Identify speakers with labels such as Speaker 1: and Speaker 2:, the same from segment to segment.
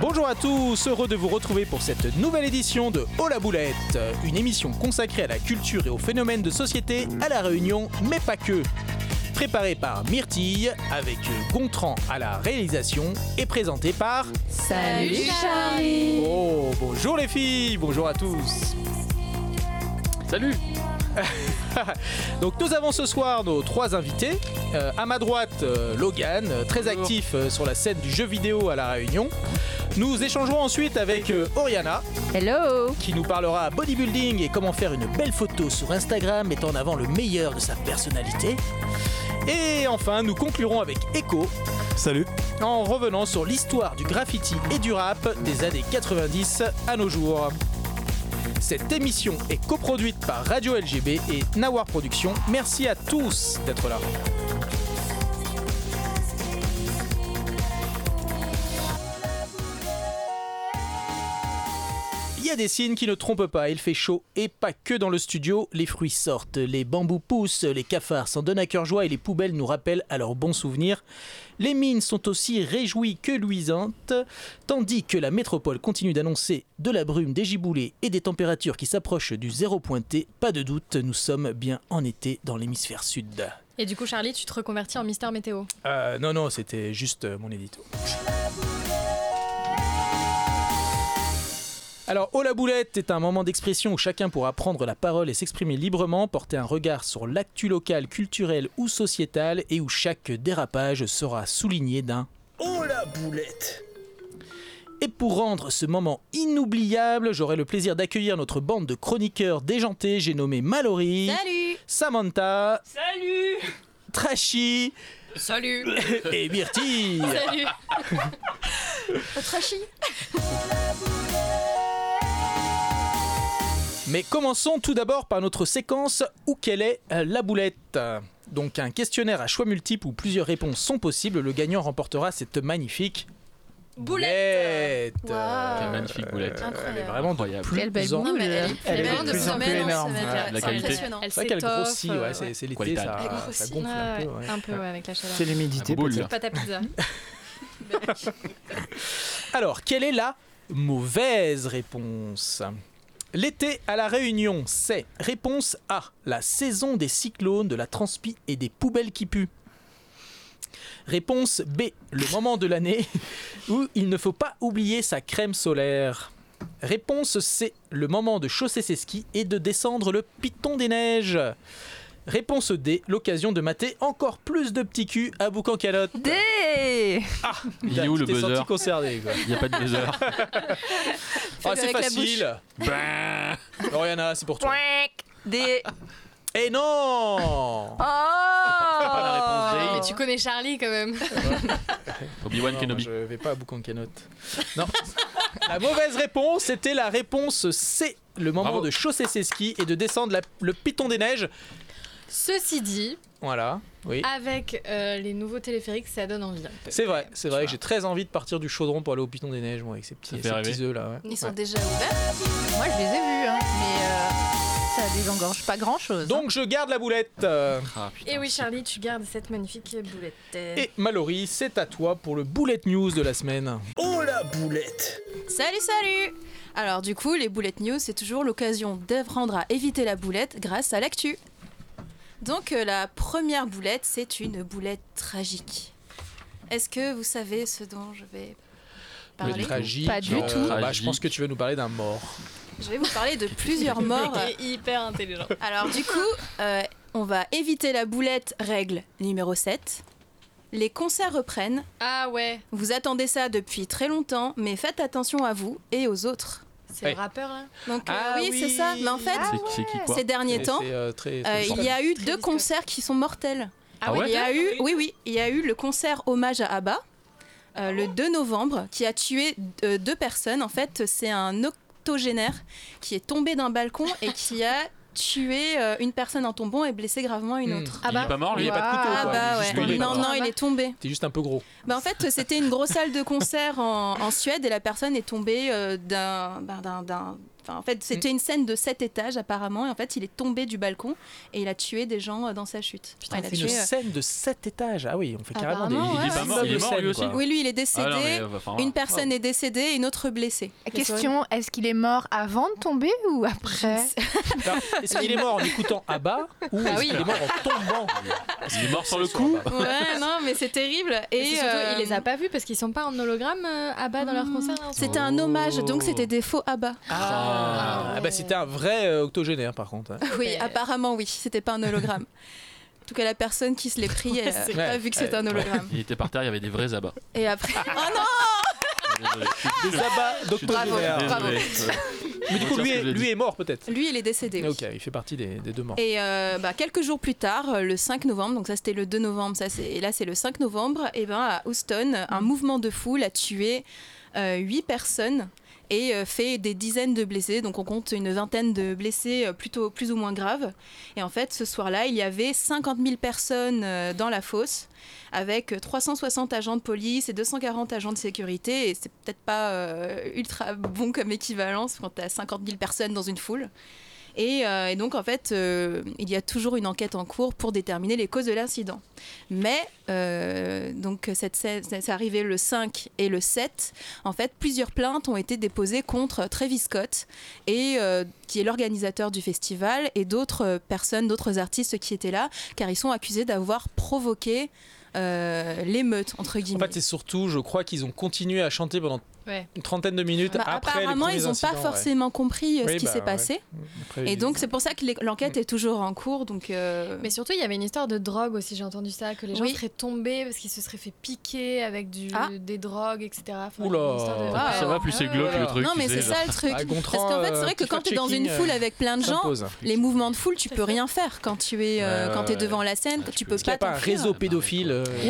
Speaker 1: Bonjour à tous, heureux de vous retrouver pour cette nouvelle édition de Oh la boulette, une émission consacrée à la culture et aux phénomènes de société à La Réunion, mais pas que. Préparée par Myrtille, avec Gontran à la réalisation et présentée par.
Speaker 2: Salut Charlie
Speaker 1: Oh, bonjour les filles, bonjour à tous.
Speaker 3: Salut
Speaker 1: Donc nous avons ce soir nos trois invités. Euh, à ma droite, euh, Logan, euh, très actif euh, sur la scène du jeu vidéo à La Réunion. Nous échangerons ensuite avec euh, Oriana,
Speaker 2: Hello
Speaker 1: qui nous parlera bodybuilding et comment faire une belle photo sur Instagram mettant en avant le meilleur de sa personnalité. Et enfin, nous conclurons avec Echo
Speaker 4: Salut.
Speaker 1: en revenant sur l'histoire du graffiti et du rap des années 90 à nos jours. Cette émission est coproduite par Radio LGB et Nawar Productions. Merci à tous d'être là. Il y a des signes qui ne trompent pas, il fait chaud et pas que dans le studio, les fruits sortent, les bambous poussent, les cafards s'en donnent à cœur joie et les poubelles nous rappellent à leurs bons souvenirs. Les mines sont aussi réjouies que luisantes, tandis que la métropole continue d'annoncer de la brume, des giboulées et des températures qui s'approchent du zéro pointé. Pas de doute, nous sommes bien en été dans l'hémisphère sud.
Speaker 5: Et du coup, Charlie, tu te reconvertis en mystère météo.
Speaker 1: Euh, non, non, c'était juste euh, mon édito. Alors, Oh la boulette est un moment d'expression où chacun pourra prendre la parole et s'exprimer librement, porter un regard sur l'actu local, culturel ou sociétal et où chaque dérapage sera souligné d'un
Speaker 6: Oh la boulette
Speaker 1: Et pour rendre ce moment inoubliable, j'aurai le plaisir d'accueillir notre bande de chroniqueurs déjantés. J'ai nommé Mallory,
Speaker 2: Salut
Speaker 1: Samantha, Salut, Trashy
Speaker 5: Salut
Speaker 1: et Myrtille.
Speaker 5: Salut
Speaker 1: Mais commençons tout d'abord par notre séquence où quelle est euh, la boulette. Donc un questionnaire à choix multiples où plusieurs réponses sont possibles. Le gagnant remportera cette magnifique boulette.
Speaker 2: Waouh.
Speaker 3: Quelle magnifique boulette.
Speaker 1: Elle est vraiment de
Speaker 3: Incroyable.
Speaker 1: plus
Speaker 2: Quelle belle
Speaker 1: en-
Speaker 2: boulette.
Speaker 5: Non, mais elle est,
Speaker 1: Elle
Speaker 5: elle est
Speaker 1: est
Speaker 5: vraiment
Speaker 1: de
Speaker 5: de
Speaker 1: plus en
Speaker 5: semaine
Speaker 1: plus
Speaker 5: en
Speaker 1: énorme.
Speaker 5: semaine,
Speaker 3: Ouais,
Speaker 5: ouais,
Speaker 3: la
Speaker 5: c'est
Speaker 3: qualité.
Speaker 5: impressionnant.
Speaker 1: C'est vrai qu'elle
Speaker 5: s'étoffe,
Speaker 1: grossit,
Speaker 5: euh,
Speaker 1: ouais, c'est c'est l'été,
Speaker 3: Qualité.
Speaker 1: ça,
Speaker 5: Elle
Speaker 1: Ah, ça
Speaker 5: grossit,
Speaker 1: gonfle un peu.
Speaker 5: ouais,
Speaker 1: ouais.
Speaker 5: un peu, ouais, avec la chaleur.
Speaker 4: C'est l'humidité.
Speaker 3: La boule.
Speaker 5: Pas ta pizza.
Speaker 2: Oh
Speaker 1: Alors, quelle est la mauvaise réponse L'été à la Réunion, c'est réponse A, la saison des cyclones, de la transpi et des poubelles qui puent. Réponse B, le moment de l'année où il ne faut pas oublier sa crème solaire. Réponse C, le moment de chausser ses skis et de descendre le piton des neiges. Réponse D, l'occasion de mater encore plus de petits culs à boucan-calotte.
Speaker 2: D
Speaker 3: Il est où le
Speaker 1: Ah, T'es senti
Speaker 3: buzzer
Speaker 1: concerné, quoi.
Speaker 3: Il n'y a pas de buzzer.
Speaker 1: Ah,
Speaker 2: Fais-le
Speaker 1: c'est
Speaker 2: avec la
Speaker 1: facile. Oriana, c'est pour toi.
Speaker 2: D
Speaker 1: Et non
Speaker 2: Oh
Speaker 3: la
Speaker 1: Oh.
Speaker 3: réponse D.
Speaker 5: Mais tu connais Charlie quand même.
Speaker 3: Obi-Wan
Speaker 1: Non,
Speaker 3: Kenobi.
Speaker 1: Je vais pas à Boucan Canotte. Non. la mauvaise réponse, c'était la réponse C. Le moment
Speaker 3: Bravo.
Speaker 1: de chausser ses skis et de descendre la- le piton des neiges.
Speaker 5: Ceci dit,
Speaker 1: Voilà. Oui.
Speaker 2: Ah.
Speaker 5: avec euh, les nouveaux téléphériques, ça donne envie.
Speaker 1: C'est vrai, c'est vrai. que J'ai très envie de partir du chaudron pour aller au piton des neiges, moi, avec ces petits,
Speaker 3: fait
Speaker 1: ces
Speaker 3: rêver.
Speaker 1: petits œufs là. ouais.
Speaker 2: Ils sont
Speaker 1: Ouais.
Speaker 2: déjà ouverts Moi je les ai vus, hein, mais
Speaker 1: Ah,
Speaker 2: euh, ça désengorge pas hein. grand chose.
Speaker 1: Donc je garde la boulette. euh,
Speaker 3: Ah, putain.
Speaker 5: Et oui, Charlie, tu gardes cette magnifique boulette.
Speaker 1: et Mallory, c'est à toi pour le bullet news de la semaine.
Speaker 6: Oh la boulette
Speaker 7: Salut, salut Alors du coup, les boulettes news, c'est toujours l'occasion d'apprendre à éviter la boulette grâce à l'actu. Donc euh, la première boulette, c'est une boulette tragique. Est-ce que vous savez ce dont je vais
Speaker 1: Le
Speaker 7: parler
Speaker 1: tragique.
Speaker 2: Pas du
Speaker 1: euh,
Speaker 2: tout.
Speaker 1: bah, je
Speaker 3: Tragique.
Speaker 1: pense que tu vas nous parler d'un mort.
Speaker 7: Je vais vous parler de plusieurs morts.
Speaker 5: Il est hyper intelligent.
Speaker 7: Alors du coup, euh, on va éviter la boulette, règle numéro 7. Les concerts reprennent.
Speaker 5: Ah ouais,
Speaker 7: Vous attendez ça depuis très longtemps, mais faites attention à vous et aux autres.
Speaker 5: c'est
Speaker 1: Ouais.
Speaker 5: le rappeur hein. là.
Speaker 7: Donc euh,
Speaker 1: Ah
Speaker 7: oui,
Speaker 1: oui.
Speaker 7: c'est ça. Mais en fait,
Speaker 3: C'est c'est qui quoi
Speaker 7: ces derniers
Speaker 1: Et
Speaker 7: temps,
Speaker 1: c'est, euh, très-
Speaker 7: Euh,
Speaker 1: c'est
Speaker 7: il y a eu
Speaker 5: Très
Speaker 7: deux
Speaker 5: discret.
Speaker 7: concerts qui sont mortels.
Speaker 3: Ah ouais
Speaker 7: il y a eu, oui, oui, il y a eu le concert hommage à Abba euh, le 2 novembre qui a tué euh, deux personnes. En fait, c'est un octogénaire qui est tombé d'un balcon et qui a tué euh, une personne en tombant et blessé gravement une
Speaker 1: Hmm.
Speaker 7: autre.
Speaker 5: Ah
Speaker 3: Il est
Speaker 5: bah,
Speaker 3: pas mort lui
Speaker 1: Il y a pas de couteau,
Speaker 7: Ah
Speaker 1: quoi.
Speaker 7: bah
Speaker 1: Il est
Speaker 7: ouais.
Speaker 1: juste tombé,
Speaker 7: Non,
Speaker 1: quoi.
Speaker 7: non, il est tombé.
Speaker 1: T'es juste un peu gros.
Speaker 7: Bah, en fait, c'était une grosse salle de concert en, en Suède et la personne est tombée euh, d'un ben, d'un- d'un Enfin, en fait, c'était une scène de sept étages apparemment, et en fait, il est tombé du balcon et il a tué des gens euh, dans sa chute.
Speaker 8: Putain,
Speaker 7: il a
Speaker 8: c'est une
Speaker 7: tué, euh,
Speaker 8: scène de 7 étages. Ah oui, on fait carrément des.
Speaker 7: Apparemment, Il est ouais, pas ouais.
Speaker 9: mort, il est mort, lui aussi
Speaker 7: Oui, lui, il est décédé.
Speaker 9: Ah non, mais, euh, enfin,
Speaker 7: une personne est décédée et une autre blessée.
Speaker 2: Ah, Question, est-ce qu'il est mort avant de tomber ou après
Speaker 8: Alors, Ah. Est-ce qu'il est mort en écoutant Abba ou
Speaker 7: Ah
Speaker 8: est-ce
Speaker 7: oui.
Speaker 8: qu'il est mort en tombant
Speaker 9: Il est mort sur le coup.
Speaker 7: Ouais, non, mais c'est terrible. Et,
Speaker 5: Et c'est surtout,
Speaker 7: euh, Hmm.
Speaker 5: il les a pas vus parce qu'ils sont pas en hologramme euh, à bas dans leur concert. là, en ce
Speaker 7: C'était un hommage, donc c'était des faux abats.
Speaker 8: Ah,
Speaker 5: Ah.
Speaker 8: bah c'était un vrai euh, octogénaire par contre. hein.
Speaker 7: Oui, apparemment, oui, c'était pas un hologramme. En tout cas, la personne qui se l'est pris, elle n'a
Speaker 8: c'est-
Speaker 7: pas
Speaker 8: Ouais,
Speaker 7: euh, vu que c'était un hologramme.
Speaker 9: Il était par terre, il y avait des vrais abats.
Speaker 7: Et après,
Speaker 5: Ah
Speaker 9: Désolé, je suis-
Speaker 8: Des abats
Speaker 9: je suis
Speaker 8: d'octogénaire.
Speaker 9: désolé.
Speaker 7: bravo.
Speaker 8: Mais du coup, lui, est- lui est mort peut-être.
Speaker 7: lui, il est décédé. oui.
Speaker 8: Ok, il fait partie des, des deux morts.
Speaker 7: Et euh, bah, quelques jours plus tard, euh, le 5 novembre, donc ça c'était le 2 novembre, ça c'est, et là c'est le 5 novembre, et ben à Houston, un mouvement de foule a tué 8 personnes et euh, fait des dizaines de blessés, donc on compte une vingtaine de blessés euh, plutôt plus ou moins graves. Et en fait, ce soir-là, il y avait 50 000 personnes euh, dans la fosse, avec euh, 360 agents de police et 240 agents de sécurité, et c'est peut-être pas euh, ultra bon comme équivalence quand t'as 50 000 personnes dans une foule. Et, euh, et donc, en fait, euh, il y a toujours une enquête en cours pour déterminer les causes de l'incident. Mais, euh, donc, cette scène, ça- c'est arrivé le 5 et le 7. En fait, plusieurs plaintes ont été déposées contre Travis Scott, et, euh, qui est l'organisateur du festival, et d'autres euh, personnes, d'autres artistes qui étaient là, car ils sont accusés d'avoir provoqué euh, l'émeute, entre
Speaker 8: En
Speaker 7: guillemets.
Speaker 8: fait, c'est surtout, je crois qu'ils ont continué à chanter pendant
Speaker 5: Ouais.
Speaker 8: une trentaine de minutes
Speaker 7: Bah,
Speaker 8: après les
Speaker 7: apparemment,
Speaker 8: premiers
Speaker 7: ils n'ont
Speaker 8: incidents,
Speaker 7: pas
Speaker 8: ouais.
Speaker 7: forcément compris euh,
Speaker 8: Oui,
Speaker 7: ce qui
Speaker 8: bah,
Speaker 7: s'est
Speaker 8: ouais.
Speaker 7: passé.
Speaker 8: Après,
Speaker 7: Et
Speaker 8: ils-
Speaker 7: donc c'est pour ça que l'é- l'enquête est toujours en cours. Donc euh,
Speaker 5: Mais surtout, il y avait une histoire de drogue aussi, j'ai entendu ça, que les gens
Speaker 7: Oui.
Speaker 5: seraient tombés parce qu'ils se seraient fait piquer avec du,
Speaker 7: Ah.
Speaker 5: des drogues, etc. Enfin,
Speaker 8: Oula.
Speaker 5: une histoire de-
Speaker 7: Ah,
Speaker 9: Plus ça va, plus c'est glauque
Speaker 8: ouais.
Speaker 9: le truc.
Speaker 7: non
Speaker 9: tu
Speaker 7: mais
Speaker 9: sais,
Speaker 7: c'est
Speaker 9: genre.
Speaker 7: ça le truc.
Speaker 8: Ah,
Speaker 7: Parce
Speaker 8: Gontran,
Speaker 7: qu'en fait c'est
Speaker 8: euh,
Speaker 7: vrai que
Speaker 8: petit
Speaker 7: quand tu es dans une
Speaker 8: fact-checking,
Speaker 7: foule
Speaker 8: euh,
Speaker 7: avec plein de gens,
Speaker 8: s'impose.
Speaker 7: les mouvements de foule tu
Speaker 5: Tout à
Speaker 7: peux
Speaker 5: fait.
Speaker 7: rien faire quand tu es euh,
Speaker 9: Ouais,
Speaker 7: quand t'es
Speaker 9: ouais,
Speaker 7: devant la scène,
Speaker 9: Ah, bah,
Speaker 7: tu
Speaker 9: tu
Speaker 7: peux
Speaker 9: peux-
Speaker 8: Est-ce qu'il n'y
Speaker 7: pas.
Speaker 8: a pas un
Speaker 7: t'enfuir.
Speaker 8: réseau pédophile euh,
Speaker 7: Waouh Eh,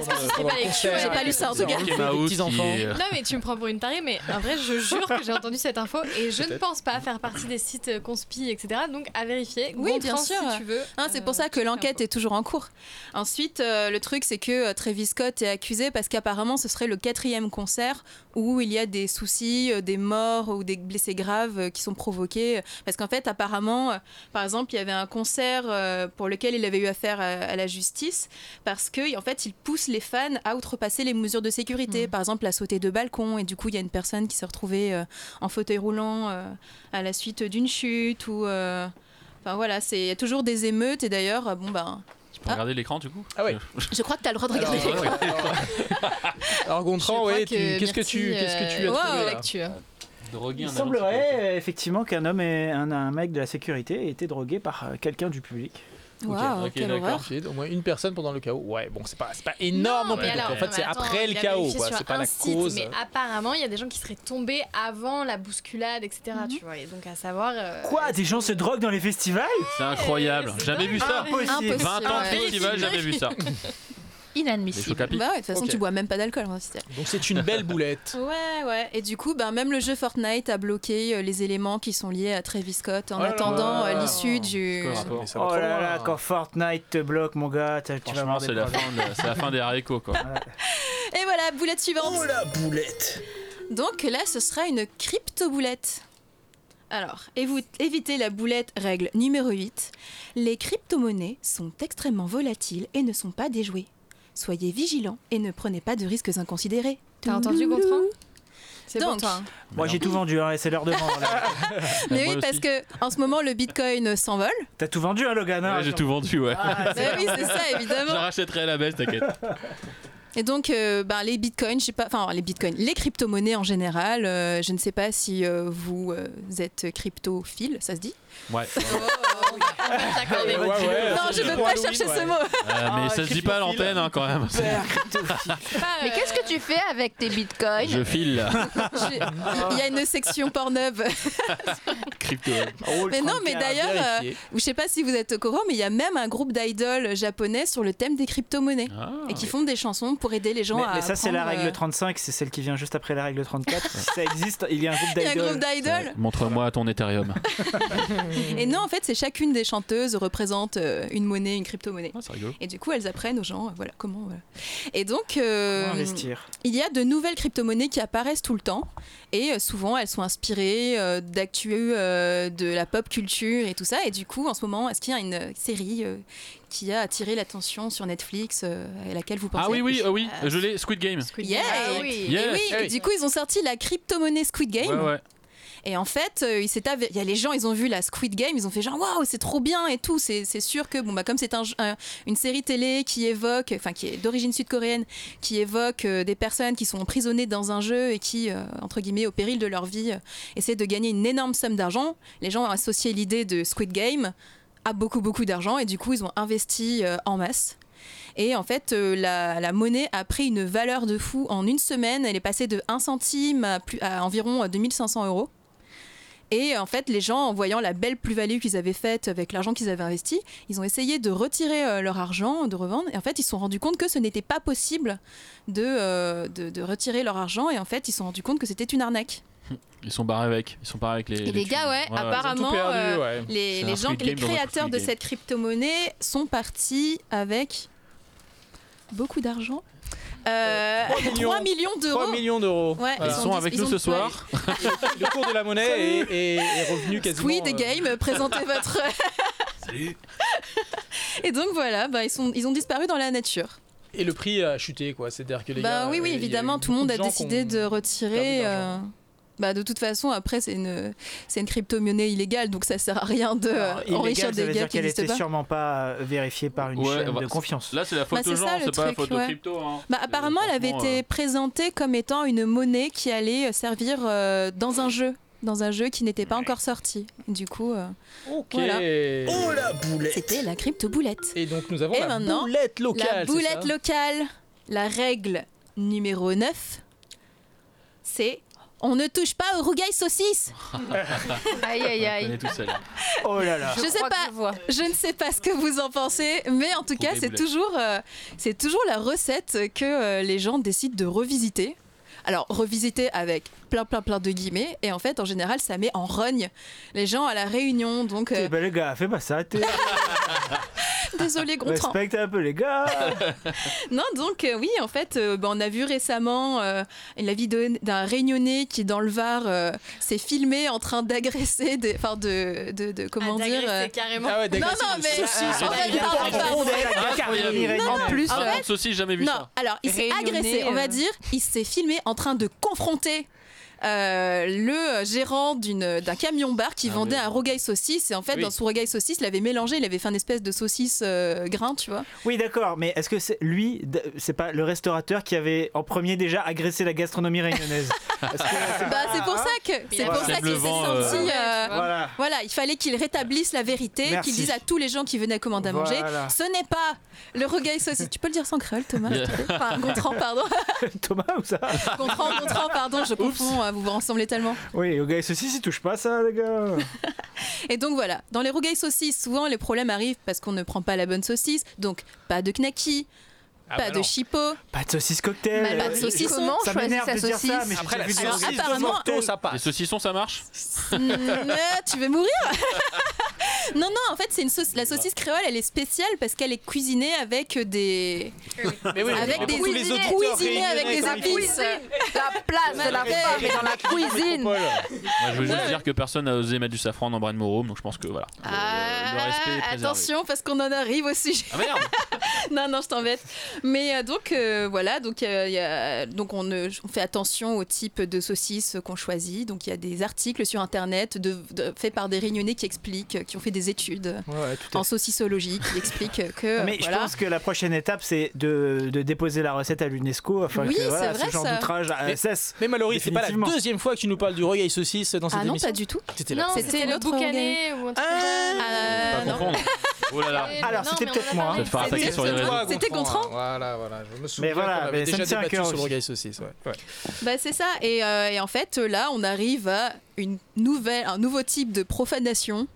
Speaker 8: pendant-
Speaker 5: c'est
Speaker 8: pendant
Speaker 5: pas
Speaker 8: le
Speaker 5: les
Speaker 8: concert,
Speaker 5: J'ai pas lu ça, en
Speaker 8: ils ont
Speaker 7: tout cas.
Speaker 8: enlevé
Speaker 9: Mickey
Speaker 8: des
Speaker 9: Mouse qui
Speaker 8: petits-enfants.
Speaker 9: est-
Speaker 5: Ah, Non mais tu me prends pour une tarée, mais en vrai je jure que j'ai entendu cette info et je ne
Speaker 8: Peut-être.
Speaker 5: pense pas faire partie des sites euh, conspi, etc. Donc à vérifier.
Speaker 7: Oui, bien
Speaker 5: Gontran,
Speaker 7: sûr.
Speaker 5: Si tu veux.
Speaker 7: Hein, c'est pour ça que l'enquête est toujours en cours. Ensuite, euh, le truc, c'est que euh, Travis Scott est accusé parce qu'apparemment, ce serait le quatrième concert où il y a des soucis, euh, des morts ou des blessés graves euh, qui sont provoqués. Parce qu'en fait, apparemment, euh, par exemple, il y avait un concert euh, pour lequel il avait eu affaire à, à la justice parce que, en fait, il pousse les fans à outrepasser les mesures de sécurité.
Speaker 5: Mm.
Speaker 7: Par exemple, à sauter de balcon et du coup, il y a une personne qui s'est retrouvée euh, en fauteuil roulant euh, à la suite d'une chute ou. euh, Enfin voilà, c'est il y a toujours des émeutes et d'ailleurs euh, bon ben
Speaker 9: Tu peux regarder l'écran du coup
Speaker 8: Ah ouais.
Speaker 7: je crois que tu as le droit de regarder.
Speaker 8: Alors, Alors Gontran, ouais, tu- qu'est-ce que tu qu'est-ce que tu as
Speaker 7: euh,
Speaker 8: trouvé là
Speaker 5: lecture.
Speaker 9: Droguer
Speaker 10: Il
Speaker 9: un
Speaker 10: semblerait euh, effectivement qu'un homme, et un, un mec de la sécurité, ait été drogué par euh, quelqu'un du public.
Speaker 7: Waouh,
Speaker 9: ok,
Speaker 7: quelle
Speaker 9: d'accord.
Speaker 7: horreur.
Speaker 8: Rapide, au moins une personne pendant le chaos. Ouais, bon, c'est pas, c'est pas énorme non,
Speaker 5: mais
Speaker 8: plus.
Speaker 5: alors,
Speaker 8: donc, en fait,
Speaker 5: mais
Speaker 8: c'est
Speaker 5: attends,
Speaker 8: après
Speaker 5: il
Speaker 8: le
Speaker 5: a
Speaker 8: chaos,
Speaker 5: vérifié
Speaker 8: quoi.
Speaker 5: sur
Speaker 8: C'est pas
Speaker 5: un
Speaker 8: la
Speaker 5: site,
Speaker 8: cause.
Speaker 5: Mais apparemment, il y a des gens qui seraient tombés avant la bousculade, etc.
Speaker 8: Mhm.
Speaker 5: Tu vois, et donc à savoir. euh,
Speaker 10: Quoi Des gens se droguent dans les festivals
Speaker 9: C'est incroyable,
Speaker 5: c'est
Speaker 9: jamais vu ça.
Speaker 10: Impossible
Speaker 7: Impossible.
Speaker 9: 20 ans de
Speaker 7: Ouais.
Speaker 9: festival, jamais vu ça. Les
Speaker 2: Inadmissible.
Speaker 9: chocapics.
Speaker 7: Bah ouais, de toute façon,
Speaker 8: Ok.
Speaker 7: tu bois même pas d'alcool. hein, c'est-
Speaker 8: Donc c'est une belle
Speaker 7: Euh,
Speaker 8: boulette.
Speaker 7: Ouais, ouais. Et du coup, ben, même le jeu Fortnite a bloqué euh, les éléments qui sont liés à Travis Scott en
Speaker 8: Oh là
Speaker 7: attendant
Speaker 8: là.
Speaker 7: euh, l'issue du.
Speaker 9: quoi,
Speaker 8: Mais ça va
Speaker 10: Oh
Speaker 8: trop
Speaker 10: là
Speaker 8: loin.
Speaker 10: là, quand Fortnite te bloque, mon gars, t'as- tu
Speaker 9: Franchement,
Speaker 10: vas avoir
Speaker 9: c'est
Speaker 10: des
Speaker 9: la,
Speaker 10: problèmes.
Speaker 9: fin de- c'est la fin des haricots quoi.
Speaker 7: Et voilà, boulette suivante.
Speaker 1: Oh la boulette
Speaker 7: Donc là, ce sera une crypto-boulette. Alors, évo- évitez la boulette règle numéro 8. Les crypto-monnaies sont extrêmement volatiles et ne sont pas déjouées. Soyez vigilants et ne prenez pas de risques inconsidérés.
Speaker 5: T'as entendu Gontran C'est pour
Speaker 7: Donc,
Speaker 5: toi. hein.
Speaker 10: Moi, j'ai tout vendu, hein, et c'est l'heure de vendre. là.
Speaker 7: mais
Speaker 9: Moi
Speaker 7: oui, parce
Speaker 9: aussi.
Speaker 7: que en ce moment, le bitcoin s'envole.
Speaker 10: T'as tout vendu, hein, Logan hein
Speaker 9: Ouais, J'ai tout vendu, ouais.
Speaker 10: Ah,
Speaker 7: Bah
Speaker 10: c'est-
Speaker 7: oui, c'est ça,
Speaker 9: Je
Speaker 7: évidemment.
Speaker 9: rachèterai à la baisse, t'inquiète.
Speaker 7: Et donc, euh, ben, les bitcoins, je sais pas, enfin, les bitcoins, les crypto-monnaies en général, euh, je ne sais pas si euh, vous euh, êtes cryptophile, ça se dit
Speaker 9: Ouais.
Speaker 5: D'accord, mais-
Speaker 8: Ouais, ouais,
Speaker 7: Non, je
Speaker 8: c'est
Speaker 7: ne veux
Speaker 8: pour
Speaker 7: pas
Speaker 8: Halloween,
Speaker 7: chercher
Speaker 8: ouais.
Speaker 7: ce mot.
Speaker 9: Euh,
Speaker 7: Ah,
Speaker 9: mais ça se dit pas à l'antenne hein, quand même.
Speaker 5: pas,
Speaker 2: Mais
Speaker 5: euh,
Speaker 2: qu'est-ce que tu fais avec tes bitcoins
Speaker 9: Je file là.
Speaker 7: Je- Il y a une section Pornhub
Speaker 9: crypto.
Speaker 7: Mais non, mais d'ailleurs, euh, je sais pas si vous êtes au courant, mais il y a même un groupe d'idoles japonais sur le thème des crypto-monnaies et qui font des chansons pour aider les gens
Speaker 10: Mais,
Speaker 7: à.
Speaker 10: mais ça, c'est la
Speaker 7: apprendre,
Speaker 10: règle
Speaker 7: euh,
Speaker 10: 35, c'est celle qui vient juste après la règle 34. si ça existe, il y a un groupe
Speaker 7: euh, Il y a un groupe
Speaker 10: d'idoles.
Speaker 7: d'idoles.
Speaker 9: Montre-moi ton Ethereum.
Speaker 7: Et non, en fait, c'est chacune des chanteuses représente euh, une monnaie, une crypto-monnaie.
Speaker 9: Ah, c'est rigolo.
Speaker 7: Et du coup, elles apprennent aux gens, euh, voilà, comment. voilà. Et donc, euh,
Speaker 10: Comment investir.
Speaker 7: il y a de nouvelles crypto-monnaies qui apparaissent tout le temps. Et euh, souvent, elles sont inspirées euh, d'actu, euh, de la pop culture et tout ça. Et du coup, en ce moment, est-ce qu'il y a une euh, série euh, qui a attiré l'attention sur Netflix euh, à laquelle vous pensez
Speaker 9: Ah oui, oui, ah oui,
Speaker 7: Euh,
Speaker 9: je l'ai, Squid Game.
Speaker 7: Yeah
Speaker 5: Ah oui.
Speaker 7: Et
Speaker 9: Yes.
Speaker 7: oui,
Speaker 9: Eh
Speaker 7: et du coup, ils ont sorti la crypto-monnaie Squid Game.
Speaker 9: Ouais, ouais.
Speaker 7: Et en fait, euh, il s'est avéré- il y a les gens, ils ont vu la Squid Game, ils ont fait genre waouh, c'est trop bien et tout. C'est c'est sûr que bon bah comme c'est un, jeu- un- une série télé qui évoque, enfin qui est d'origine sud-coréenne, qui évoque euh, des personnes qui sont emprisonnées dans un jeu et qui euh, entre guillemets au péril de leur vie euh, essaient de gagner une énorme somme d'argent. Les gens ont associé l'idée de Squid Game à beaucoup beaucoup d'argent et du coup ils ont investi euh, en masse. Et en fait, euh, la, la monnaie a pris une valeur de fou en une semaine. Elle est passée de 1 centime à, plus, à environ euh, 2500 euros. Et en fait, les gens, en voyant la belle plus-value qu'ils avaient faite avec l'argent qu'ils avaient investi, ils ont essayé de retirer euh, leur argent, de revendre. Et en fait, ils se sont rendus compte que ce n'était pas possible de, euh, de, de retirer leur argent. Et en fait, ils se sont rendus compte que c'était une arnaque.
Speaker 9: Ils sont barrés avec. Ils sont barrés avec les.
Speaker 7: Et les gars,
Speaker 9: thunes.
Speaker 7: ouais, apparemment, euh, les,
Speaker 9: C'est
Speaker 7: les
Speaker 9: un
Speaker 7: gens,
Speaker 9: Squid
Speaker 7: les
Speaker 9: Game dans un
Speaker 7: créateurs
Speaker 9: Squid
Speaker 7: de
Speaker 9: Game.
Speaker 7: cette crypto-monnaie sont partis avec beaucoup d'argent. Euh, 3 millions, d'euros.
Speaker 8: 3 millions d'euros.
Speaker 7: Ouais,
Speaker 9: Ils
Speaker 8: Voilà.
Speaker 9: sont
Speaker 7: dis-
Speaker 9: avec
Speaker 7: ils
Speaker 9: nous
Speaker 7: ont-
Speaker 9: ce soir.
Speaker 8: Le cours de la monnaie est, est- est revenu quasiment.
Speaker 7: Squid
Speaker 8: euh,
Speaker 7: Game, présentez votre. Et donc voilà, bah, ils, sont, ils ont disparu dans la nature.
Speaker 8: Et le prix a chuté, quoi. C'est-à-dire que les
Speaker 7: bah
Speaker 8: gars,
Speaker 7: oui, oui,
Speaker 8: euh, il y a eu
Speaker 7: évidemment, tout le
Speaker 8: beaucoup
Speaker 7: monde
Speaker 8: de
Speaker 7: a
Speaker 8: gens
Speaker 7: décidé
Speaker 8: qui
Speaker 7: de
Speaker 8: ont- perdu
Speaker 7: retirer.
Speaker 8: de
Speaker 7: euh,
Speaker 8: l'argent.
Speaker 7: Bah de toute façon, après, c'est une, c'est une crypto-monnaie illégale, donc ça sert à rien de euh,
Speaker 10: Alors, illégal,
Speaker 7: enrichir
Speaker 10: ça
Speaker 7: des
Speaker 10: veut
Speaker 7: gars
Speaker 10: dire
Speaker 7: qui
Speaker 10: qu'elle
Speaker 7: n'existent
Speaker 10: était
Speaker 7: pas.
Speaker 10: sûrement pas euh, vérifiée par une
Speaker 9: Ouais,
Speaker 10: chaîne
Speaker 9: bah,
Speaker 10: de confiance.
Speaker 9: Là, c'est la faute
Speaker 7: Bah,
Speaker 9: aux
Speaker 7: c'est
Speaker 9: gens,
Speaker 7: ça, le
Speaker 9: c'est pas la
Speaker 7: truc,
Speaker 9: faute aux
Speaker 7: ouais.
Speaker 9: crypto. hein.
Speaker 7: Bah,
Speaker 8: Euh,
Speaker 9: C'est-
Speaker 7: apparemment, elle avait
Speaker 9: franchement,
Speaker 7: été présentée comme étant une monnaie qui allait servir euh, dans un jeu, dans un jeu qui n'était pas encore sorti. Du coup, euh,
Speaker 8: Ok.
Speaker 7: Voilà.
Speaker 1: Oh la boulette
Speaker 7: c'était la crypto-boulette.
Speaker 8: Et donc nous avons
Speaker 7: Et
Speaker 8: la
Speaker 7: maintenant,
Speaker 8: boulette locale.
Speaker 7: La
Speaker 8: c'est
Speaker 7: boulette
Speaker 8: ça
Speaker 7: locale, la règle numéro 9, c'est on ne touche pas aux rougailles saucisses.
Speaker 2: Aïe, aïe,
Speaker 9: On
Speaker 2: aïe.
Speaker 9: connaît tout celle-là.
Speaker 10: Oh là là.
Speaker 7: Je, sais
Speaker 2: crois que
Speaker 7: pas,
Speaker 2: je vois.
Speaker 7: je ne sais pas ce que vous en pensez, mais en tout
Speaker 9: Pour
Speaker 7: cas,
Speaker 9: des
Speaker 7: c'est
Speaker 9: boulettes.
Speaker 7: toujours, euh, c'est toujours la recette que euh, les gens décident de revisiter. Alors, revisiter avec plein, plein, plein de guillemets. Et en fait, en général, ça met en rogne les gens à la réunion. Donc,
Speaker 10: Eh
Speaker 7: euh,
Speaker 10: ben, les gars, fais pas ça. t'es-
Speaker 7: désolé, Gontran.
Speaker 10: Respecte un peu, les gars.
Speaker 7: Non, donc euh, oui, en fait, euh, bah, on a vu récemment euh, la vidéo d'un Réunionnais qui, dans le Var, euh, s'est filmé en train d'agresser, des- enfin de, de, de- comment
Speaker 5: Ah,
Speaker 7: dire. euh,
Speaker 5: d'agresser carrément.
Speaker 8: Ah ouais,
Speaker 7: Non,
Speaker 8: d'accord.
Speaker 7: non, mais
Speaker 9: saucisse.
Speaker 7: en fait,
Speaker 9: Ah, Il a
Speaker 7: pardon,
Speaker 9: pas
Speaker 7: pardon.
Speaker 10: La Caroline Réunion.
Speaker 7: En plus,
Speaker 9: Ah,
Speaker 7: euh,
Speaker 9: non, ceci, jamais vu
Speaker 7: non.
Speaker 9: ça.
Speaker 7: Alors, il s'est
Speaker 2: Réunionnais,
Speaker 7: agressé, on
Speaker 2: euh.
Speaker 7: va dire. Il s'est filmé en train de confronter. euh, le gérant d'une- d'un camion-bar qui
Speaker 9: Ah
Speaker 7: vendait
Speaker 9: oui.
Speaker 7: un rogaille saucisse et en fait
Speaker 9: Oui.
Speaker 7: dans son rogaille saucisse il avait mélangé il avait fait une espèce de saucisse euh, grain tu vois
Speaker 10: Oui, d'accord, mais est-ce que c'est lui, d- c'est pas le restaurateur qui avait en premier déjà agressé la gastronomie réunionnaise Parce que là, c'est
Speaker 7: bah
Speaker 10: pas-
Speaker 7: c'est pour ça que c'est
Speaker 5: Voilà.
Speaker 7: pour ça
Speaker 9: Sème
Speaker 7: qu'il
Speaker 9: le
Speaker 7: s'est
Speaker 9: vent,
Speaker 7: senti
Speaker 5: euh,
Speaker 7: euh,
Speaker 10: Voilà.
Speaker 7: Voilà, il fallait qu'ils rétablissent la vérité,
Speaker 10: Merci.
Speaker 7: qu'ils disent à tous les gens qui venaient commander à manger,
Speaker 10: Voilà.
Speaker 7: ce n'est pas le rogaille saucisse. Tu peux le dire sans créole, Thomas s'il te plaît Enfin, Gontran, pardon.
Speaker 10: Thomas ou ça
Speaker 7: Gontran, Gontran, pardon, je confonds, hein, vous vous ressemblez tellement.
Speaker 10: Oui, au gars, ceci, il touche pas à ça, les gars.
Speaker 7: Et donc voilà, dans les rogailles saucisses, souvent les problèmes arrivent parce qu'on ne prend pas la bonne saucisse, donc pas de knacky,
Speaker 8: Ah
Speaker 7: pas
Speaker 8: bah
Speaker 7: de
Speaker 8: non.
Speaker 7: chipot,
Speaker 10: Pas de saucisse cocktail.
Speaker 9: Bah,
Speaker 7: pas de
Speaker 10: euh,
Speaker 7: saucisses.
Speaker 2: Comment
Speaker 10: Ça
Speaker 2: choisit
Speaker 10: m'énerve
Speaker 2: sa
Speaker 10: de dire
Speaker 2: saucisse
Speaker 10: ça, mais j'ai
Speaker 8: Après
Speaker 10: déjà
Speaker 8: la
Speaker 10: vu des
Speaker 7: Alors,
Speaker 10: saucisses de
Speaker 7: apparemment-
Speaker 8: morteau, ça
Speaker 9: Les
Speaker 8: passe.
Speaker 9: saucissons, ça marche
Speaker 7: Mm, euh, tu veux mourir Non, non, en fait, c'est une sauce- la saucisse créole, elle est spéciale parce qu'elle est cuisinée avec euh, des.
Speaker 8: Mais oui,
Speaker 7: avec
Speaker 8: mais
Speaker 7: des
Speaker 8: pour tous les
Speaker 7: cuisinés,
Speaker 8: auditeurs
Speaker 7: cuisinés avec
Speaker 8: réunionnais
Speaker 7: des
Speaker 8: dans les
Speaker 7: épices.
Speaker 2: La place de la
Speaker 7: Malgré-
Speaker 2: femme est dans la cuisine.
Speaker 8: métropoles.
Speaker 9: Moi, Je veux juste dire que personne n'a osé mettre du safran dans Bran Morum, donc je pense que voilà. le- le respect est
Speaker 7: Ah,
Speaker 9: préservé.
Speaker 7: attention, parce qu'on en arrive au sujet.
Speaker 9: Ah merde
Speaker 7: non, non, je t'embête. Mais euh, donc, euh, voilà, donc, euh, il y a- donc on, euh, on fait attention au type de saucisse qu'on choisit. Donc, il y a des articles sur Internet de, de- faits par des réunionnais qui expliquent, euh, qui ont fait des études
Speaker 10: Ouais, tout à
Speaker 7: en
Speaker 10: fait.
Speaker 7: saucissologie, qui expliquent que. euh,
Speaker 10: Mais je
Speaker 7: voilà.
Speaker 10: pense que la prochaine étape, c'est de, de déposer la recette à l'UNESCO afin
Speaker 7: Oui,
Speaker 10: que
Speaker 7: c'est
Speaker 10: voilà,
Speaker 7: vrai,
Speaker 10: ce genre
Speaker 7: ça.
Speaker 10: d'outrage euh,
Speaker 8: Mais-
Speaker 10: cesse.
Speaker 8: Mais Mallory, c'est pas la
Speaker 10: Définitivement.
Speaker 8: deuxième fois que tu nous parles du rogaille saucisse dans cette
Speaker 7: Ah non,
Speaker 8: émission.
Speaker 7: pas du tout.
Speaker 8: T'étais là.
Speaker 5: Non,
Speaker 7: C'était
Speaker 5: c'était
Speaker 7: l'autre
Speaker 8: Ah
Speaker 5: l'autre boucané ou un truc comme ça.
Speaker 7: Euh,
Speaker 9: Pas
Speaker 7: non.
Speaker 9: confondre. Oh là là.
Speaker 11: Mais
Speaker 10: Alors,
Speaker 11: non,
Speaker 10: c'était
Speaker 11: mais on
Speaker 10: peut-être
Speaker 11: en a
Speaker 10: moi,
Speaker 11: parlé.
Speaker 10: hein.
Speaker 9: Ça te fera
Speaker 7: C'était-
Speaker 9: attaquer sur les
Speaker 7: c'était-
Speaker 9: réseaux.
Speaker 7: c'était Gontran
Speaker 12: Voilà, voilà. Je me souviens
Speaker 10: voilà,
Speaker 12: qu'on
Speaker 10: mais
Speaker 12: avait
Speaker 10: ça
Speaker 12: déjà
Speaker 10: me tient à
Speaker 12: débattu
Speaker 10: cœur
Speaker 12: sur le
Speaker 10: aussi.
Speaker 12: reggae saucisse. Ouais. Ouais.
Speaker 7: Bah c'est ça. Et, euh, et en fait, là, on arrive à une nouvelle, un nouveau type de profanation.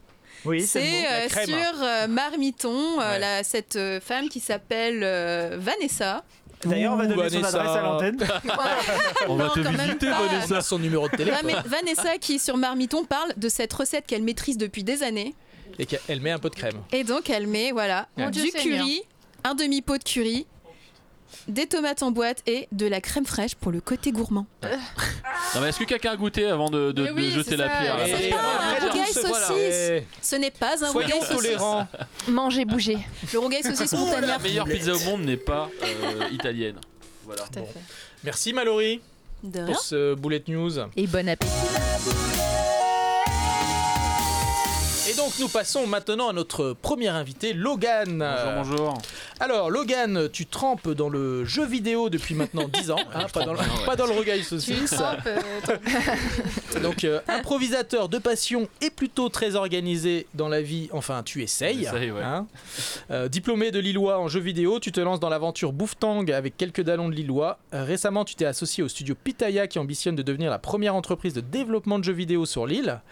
Speaker 10: Oui, c'est le
Speaker 7: c'est
Speaker 10: mot.
Speaker 12: la
Speaker 7: euh,
Speaker 12: crème.
Speaker 7: sur euh, Marmiton, euh,
Speaker 12: Ouais.
Speaker 7: la- cette euh, femme qui s'appelle euh, Vanessa.
Speaker 10: D'ailleurs, on va
Speaker 1: Ouh,
Speaker 10: donner son
Speaker 1: Vanessa.
Speaker 10: adresse à l'antenne.
Speaker 9: On va
Speaker 7: Non,
Speaker 9: te
Speaker 7: quand même
Speaker 9: visiter,
Speaker 7: pas.
Speaker 1: On
Speaker 9: Vanessa.
Speaker 1: a son numéro de
Speaker 7: Va-
Speaker 1: téléphone
Speaker 7: mais Vanessa qui sur Marmiton parle de cette recette qu'elle maîtrise depuis des années
Speaker 1: et qu'elle met un peu de crème.
Speaker 7: et donc elle met voilà
Speaker 2: Mon
Speaker 7: du
Speaker 2: Dieu Seigneur.
Speaker 7: curry, un demi pot de curry, des tomates en boîte et de la crème fraîche pour le côté gourmand.
Speaker 9: Non, mais Est-ce que quelqu'un a goûté avant de, de-
Speaker 11: Mais oui,
Speaker 9: de jeter
Speaker 11: c'est
Speaker 9: la
Speaker 11: ça.
Speaker 9: pierre
Speaker 11: Et-
Speaker 7: C'est
Speaker 12: Et
Speaker 7: pas un
Speaker 12: après,
Speaker 7: rougail
Speaker 12: tout se- voilà.
Speaker 7: saucisse.
Speaker 12: Et
Speaker 7: Ce n'est pas un rougail
Speaker 12: Soyons
Speaker 7: saucisse.
Speaker 12: tolérants.
Speaker 2: Manger, bouger.
Speaker 7: Le rougail saucisse
Speaker 9: La
Speaker 7: montagnard.
Speaker 9: meilleure pizza au monde n'est pas euh, italienne. Voilà.
Speaker 11: Tout à fait.
Speaker 1: Merci Mallory
Speaker 7: De rien.
Speaker 1: pour ce bullet news.
Speaker 2: Et bon appétit.
Speaker 1: Et donc nous passons maintenant à notre premier invité, Logan.
Speaker 9: Bonjour, bonjour.
Speaker 1: Alors Logan, tu trempes dans le jeu vidéo depuis maintenant 10 ans, hein, pas, dans le,
Speaker 9: trempe, ouais.
Speaker 1: pas dans le regail saucisse. Donc euh, improvisateur de passion et plutôt très organisé dans la vie, enfin tu essayes.
Speaker 9: J'essaye, ouais.
Speaker 1: hein. Euh, diplômé de Lillois en jeu vidéo, tu te lances dans l'aventure Bouffetang avec quelques dallons de Lillois. Euh, récemment, tu t'es associé au studio Pitaya qui ambitionne de devenir la première entreprise de développement de jeux vidéo sur l'île.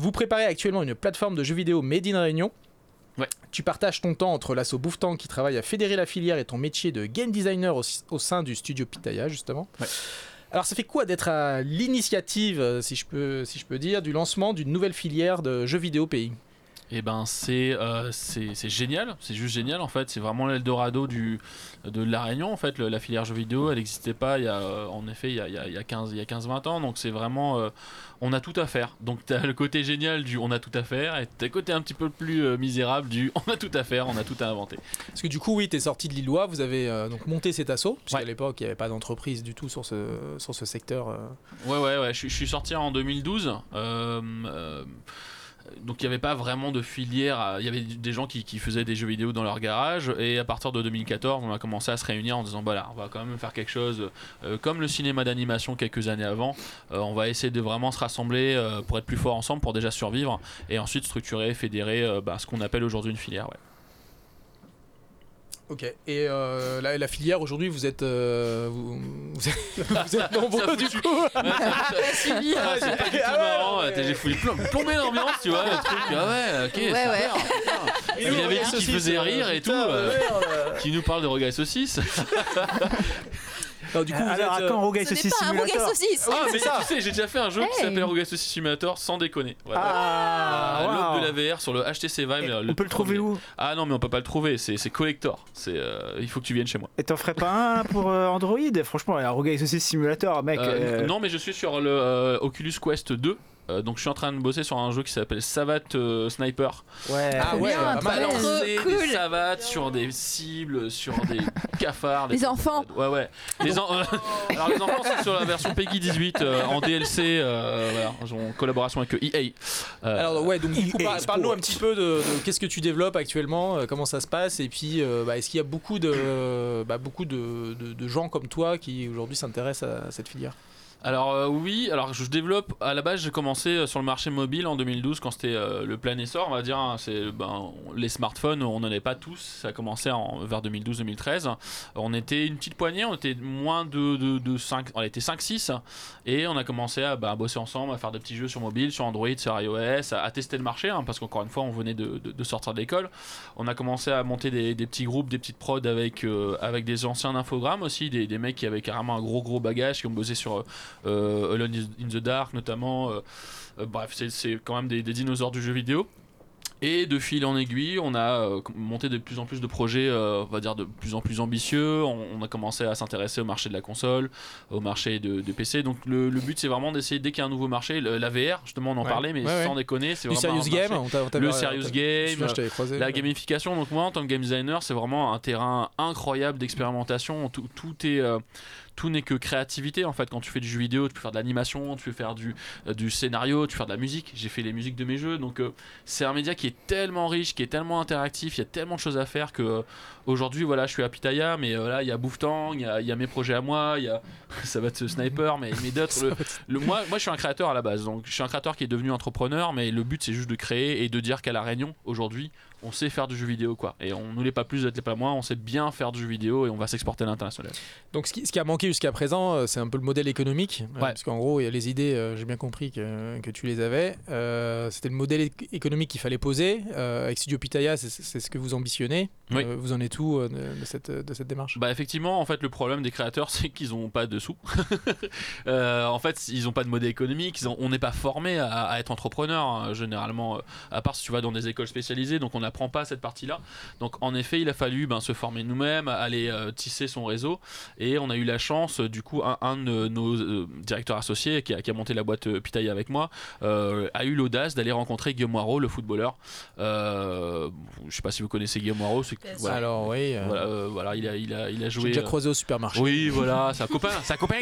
Speaker 1: Vous préparez actuellement une plateforme de jeux vidéo Made in Réunion.
Speaker 9: Ouais.
Speaker 1: Tu partages ton temps entre l'asso Bouffetang qui travaille à fédérer la filière et ton métier de game designer au, au sein du studio Pitaya justement.
Speaker 9: Ouais.
Speaker 1: Alors ça fait quoi d'être à l'initiative, euh, si je peux, si je peux dire, du lancement d'une nouvelle filière de jeux vidéo pays
Speaker 9: Et ben c'est euh, c'est c'est génial, c'est juste génial en fait, c'est vraiment l'Eldorado du de la Réunion en fait, Le- la filière jeux vidéo, elle n'existait pas il y a euh, en effet il y a, il y a- il y a 15 il y a 15 20 ans, donc c'est vraiment euh, on a tout à faire. Donc tu as le côté génial du on a tout à faire et t'as le côté un petit peu plus euh, misérable du on a tout à faire, on a tout à inventer.
Speaker 1: Parce que du coup, oui, tu es sorti de Lillois, vous avez euh, donc monté cet assaut, puisqu'à
Speaker 9: Ouais.
Speaker 1: l'époque, il n'y avait pas d'entreprise du tout sur ce, sur ce secteur. euh.
Speaker 9: Ouais, ouais, ouais. Je, suis- je suis sorti en 2012. euh, euh, donc il n'y avait pas vraiment de filière. à- Il y avait des gens qui, qui faisaient des jeux vidéo dans leur garage. Et à partir de 2014, on a commencé à se réunir en disant, bah là, on va quand même faire quelque chose euh, comme le cinéma d'animation quelques années avant. Euh, on va essayer de vraiment se rassembler euh, pour être plus fort ensemble, pour déjà survivre. Et ensuite structurer, fédérer euh, bah, ce qu'on appelle aujourd'hui une filière. ouais.
Speaker 1: Ok. Et euh, la, la filière, aujourd'hui, vous êtes. euh, vous, vous êtes vous êtes nombreux, du coup
Speaker 9: Ah, c'est pas du tout
Speaker 1: Ah ouais,
Speaker 9: marrant,
Speaker 1: ouais.
Speaker 9: euh, t'as- j'ai fouillé plom- plomber l'ambiance, tu vois, le truc. Ah ouais, ok,
Speaker 2: Ouais,
Speaker 9: super.
Speaker 2: ouais.
Speaker 9: Il avait dit qu'il faisait rire et tout. euh, qui nous parle de regaille saucisse.
Speaker 1: Alors, du coup, vous
Speaker 10: Alors,
Speaker 1: êtes,
Speaker 10: à
Speaker 1: euh,
Speaker 10: quand Rogaille
Speaker 7: Ce n'est
Speaker 10: Saucisse
Speaker 7: pas un rougail
Speaker 10: Simulator
Speaker 7: saucisse.
Speaker 9: Ah, mais tu sais, j'ai déjà fait un jeu qui
Speaker 2: Hey.
Speaker 9: s'appelle Rogaille Saucisse Simulator sans déconner. Voilà.
Speaker 10: Ah,
Speaker 9: À l'aube
Speaker 10: waouh.
Speaker 9: de la VR sur le HTC Vive.
Speaker 10: Et
Speaker 9: euh,
Speaker 10: On peut le trouver
Speaker 9: premier.
Speaker 10: où
Speaker 9: Ah non, mais on peut pas le trouver, c'est c'est collector. C'est, euh, il faut que tu viennes chez moi.
Speaker 10: Et t'en ferais pas un pour euh, Android Franchement, un Rogaille Saucisse Simulator, mec.
Speaker 9: Euh,
Speaker 10: euh,
Speaker 9: Non, mais je suis sur le euh, Oculus Quest 2. euh, donc je suis en train de bosser sur un jeu qui s'appelle Savate euh, Sniper.
Speaker 10: Ouais.
Speaker 1: Ah ouais,
Speaker 2: Bien,
Speaker 8: euh,
Speaker 1: pas mal.
Speaker 2: trop
Speaker 1: Alors,
Speaker 9: Balancer
Speaker 7: cool.
Speaker 9: des savates sur des cibles, sur des cafards.
Speaker 2: Les enfants.
Speaker 9: Ouais, ouais. Les en- euh, Alors, les enfants, c'est sur la version Peggy 18 euh, en DLC, euh, voilà, en collaboration avec EA. Euh,
Speaker 1: alors, ouais, donc du coup,
Speaker 8: eh,
Speaker 10: EA
Speaker 1: par-
Speaker 10: Sports.
Speaker 1: parle-nous un petit peu de, de qu'est-ce que tu développes actuellement, euh, comment ça se passe, et puis euh, bah, est-ce qu'il y a beaucoup de, euh, bah, beaucoup de, de- de gens comme toi qui aujourd'hui s'intéressent à cette filière
Speaker 9: Alors euh, oui, alors je développe. À la base, j'ai commencé euh, sur le marché mobile en 2012 quand c'était euh, le plein essor, on va dire. hein, c'est ben, on- les smartphones, on n'en est pas tous. Ça a commencé en, vers 2012-2013. On était une petite poignée, on était moins de, de, 5, on était 5-6 et on a commencé à bah, bosser ensemble, à faire des petits jeux sur mobile, sur Android, sur iOS, à, à tester le marché, hein, parce qu'encore une fois, on venait de, de- de sortir de l'école. On a commencé à monter des, des petits groupes, des petites prods avec euh, avec des anciens infogrammes aussi, des, des mecs qui avaient carrément un gros gros bagage, qui ont bossé sur euh, euh, Alone is- in the Dark notamment. euh, euh, bref, c'est- c'est quand même des, des dinosaures du jeu vidéo. Et de fil en aiguille, on a euh, monté de plus en plus de projets, euh, on va dire de plus en plus ambitieux. On, on a commencé à s'intéresser au marché de la console, au marché de, de PC. Donc le, le but, c'est vraiment d'essayer dès qu'il y a un nouveau marché, le- la VR, justement, on en
Speaker 1: Ouais.
Speaker 9: parlait, mais
Speaker 1: Ouais, ouais.
Speaker 9: sans déconner, c'est
Speaker 1: Du
Speaker 9: vraiment
Speaker 1: serious
Speaker 9: un
Speaker 1: game
Speaker 9: marché-
Speaker 1: on t'a- on t'a-
Speaker 9: le
Speaker 1: on t'a-
Speaker 9: serious
Speaker 1: je me souviens,
Speaker 9: game,
Speaker 1: je t'avais croisé.
Speaker 9: la gamification, donc moi en tant que game designer, c'est vraiment un terrain incroyable d'expérimentation. Tout, tout est, euh, tout n'est que créativité en fait. Quand tu fais du jeu vidéo, tu peux faire de l'animation, tu peux faire du, euh, du scénario, tu peux faire de la musique. J'ai fait les musiques de mes jeux, donc euh, c'est un média qui est tellement riche, qui est tellement interactif. Il y a tellement de choses à faire que euh, aujourd'hui, voilà, je suis à Pitaya, mais euh, là il y a Bouffetang, il y a, il y a mes projets à moi, il y a ça va être ce sniper, mais, mais d'autres. le- le- moi, moi, je suis un créateur à la base, donc je suis un créateur qui est devenu entrepreneur, mais le but c'est juste de créer et de dire qu'à la Réunion aujourd'hui, on sait faire du jeu vidéo quoi. Et on nous l'est pas plus, vous l'est pas moins, on sait bien faire du jeu vidéo et on va s'exporter à l'international.
Speaker 8: Donc ce qui, ce qui a manqué jusqu'à présent, euh, c'est un peu le modèle économique. euh,
Speaker 9: Ouais.
Speaker 8: parce qu'en gros, il y a les idées, euh, j'ai bien compris que, que tu les avais. Euh, C'était le modèle é- économique qu'il fallait poser. Euh, avec Studio Pitaya, c'est- c'est ce que vous ambitionnez.
Speaker 9: Oui.
Speaker 8: Euh, vous en êtes où euh, de, de cette, de cette démarche
Speaker 9: Bah effectivement, en fait, le problème des créateurs, c'est qu'ils n'ont pas de sous. Euh, en fait, ils n'ont pas de modèle économique. ils ont- on n'est pas formé à, à être entrepreneur hein, généralement, euh, à part si tu vas dans des écoles spécialisées. Donc on n'apprend pas cette partie-là. Donc en effet, il a fallu ben, se former nous-mêmes, aller euh, tisser son réseau. Et on a eu la chance, euh, du coup, un, un de nos euh, directeurs associés qui a, qui a monté la boîte euh, Pitaya avec moi euh, a eu l'audace d'aller rencontrer Guillaume Moirot, le footballeur. Euh, je sais pas si vous connaissez Guillaume Moirot. c'est-
Speaker 5: Bien sûr.
Speaker 9: voilà.
Speaker 8: Alors oui, euh,
Speaker 9: Voilà, euh, voilà, il a, il a, il a
Speaker 8: j'ai
Speaker 9: joué.
Speaker 8: déjà
Speaker 9: euh,
Speaker 8: croisé au supermarché.
Speaker 9: oui, voilà, c'est un copain, c'est un copain.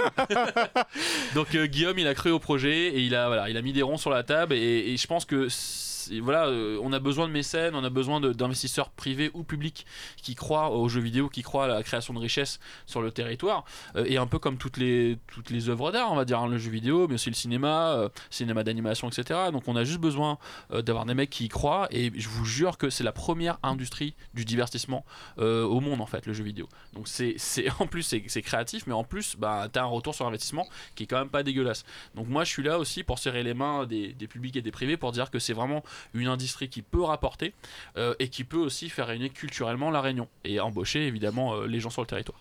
Speaker 9: Donc euh, Guillaume, il a cru au projet et il a, voilà, il a mis des ronds sur la table et, et je pense que c'est- voilà, euh, on a besoin de mécènes, on a besoin de- d'investisseurs privés ou publics qui croient aux jeux vidéo, qui croient à la création de richesses sur le territoire Euh, et un peu comme toutes les toutes les œuvres d'art, on va dire hein, le jeu vidéo, mais aussi le cinéma, euh, cinéma d'animation, etc. Donc on a juste besoin euh, d'avoir des mecs qui y croient et je vous jure que c'est la première industrie du divertissement euh, au monde en fait, le jeu vidéo. Donc c'est, c'est en plus c'est, c'est créatif, mais en plus bah t'as un retour sur investissement qui est quand même pas dégueulasse. Donc moi je suis là aussi pour serrer les mains des, des publics et des privés pour dire que c'est vraiment une industrie qui peut rapporter euh, et qui peut aussi faire rayonner culturellement la Réunion et embaucher évidemment euh, les gens sur le territoire.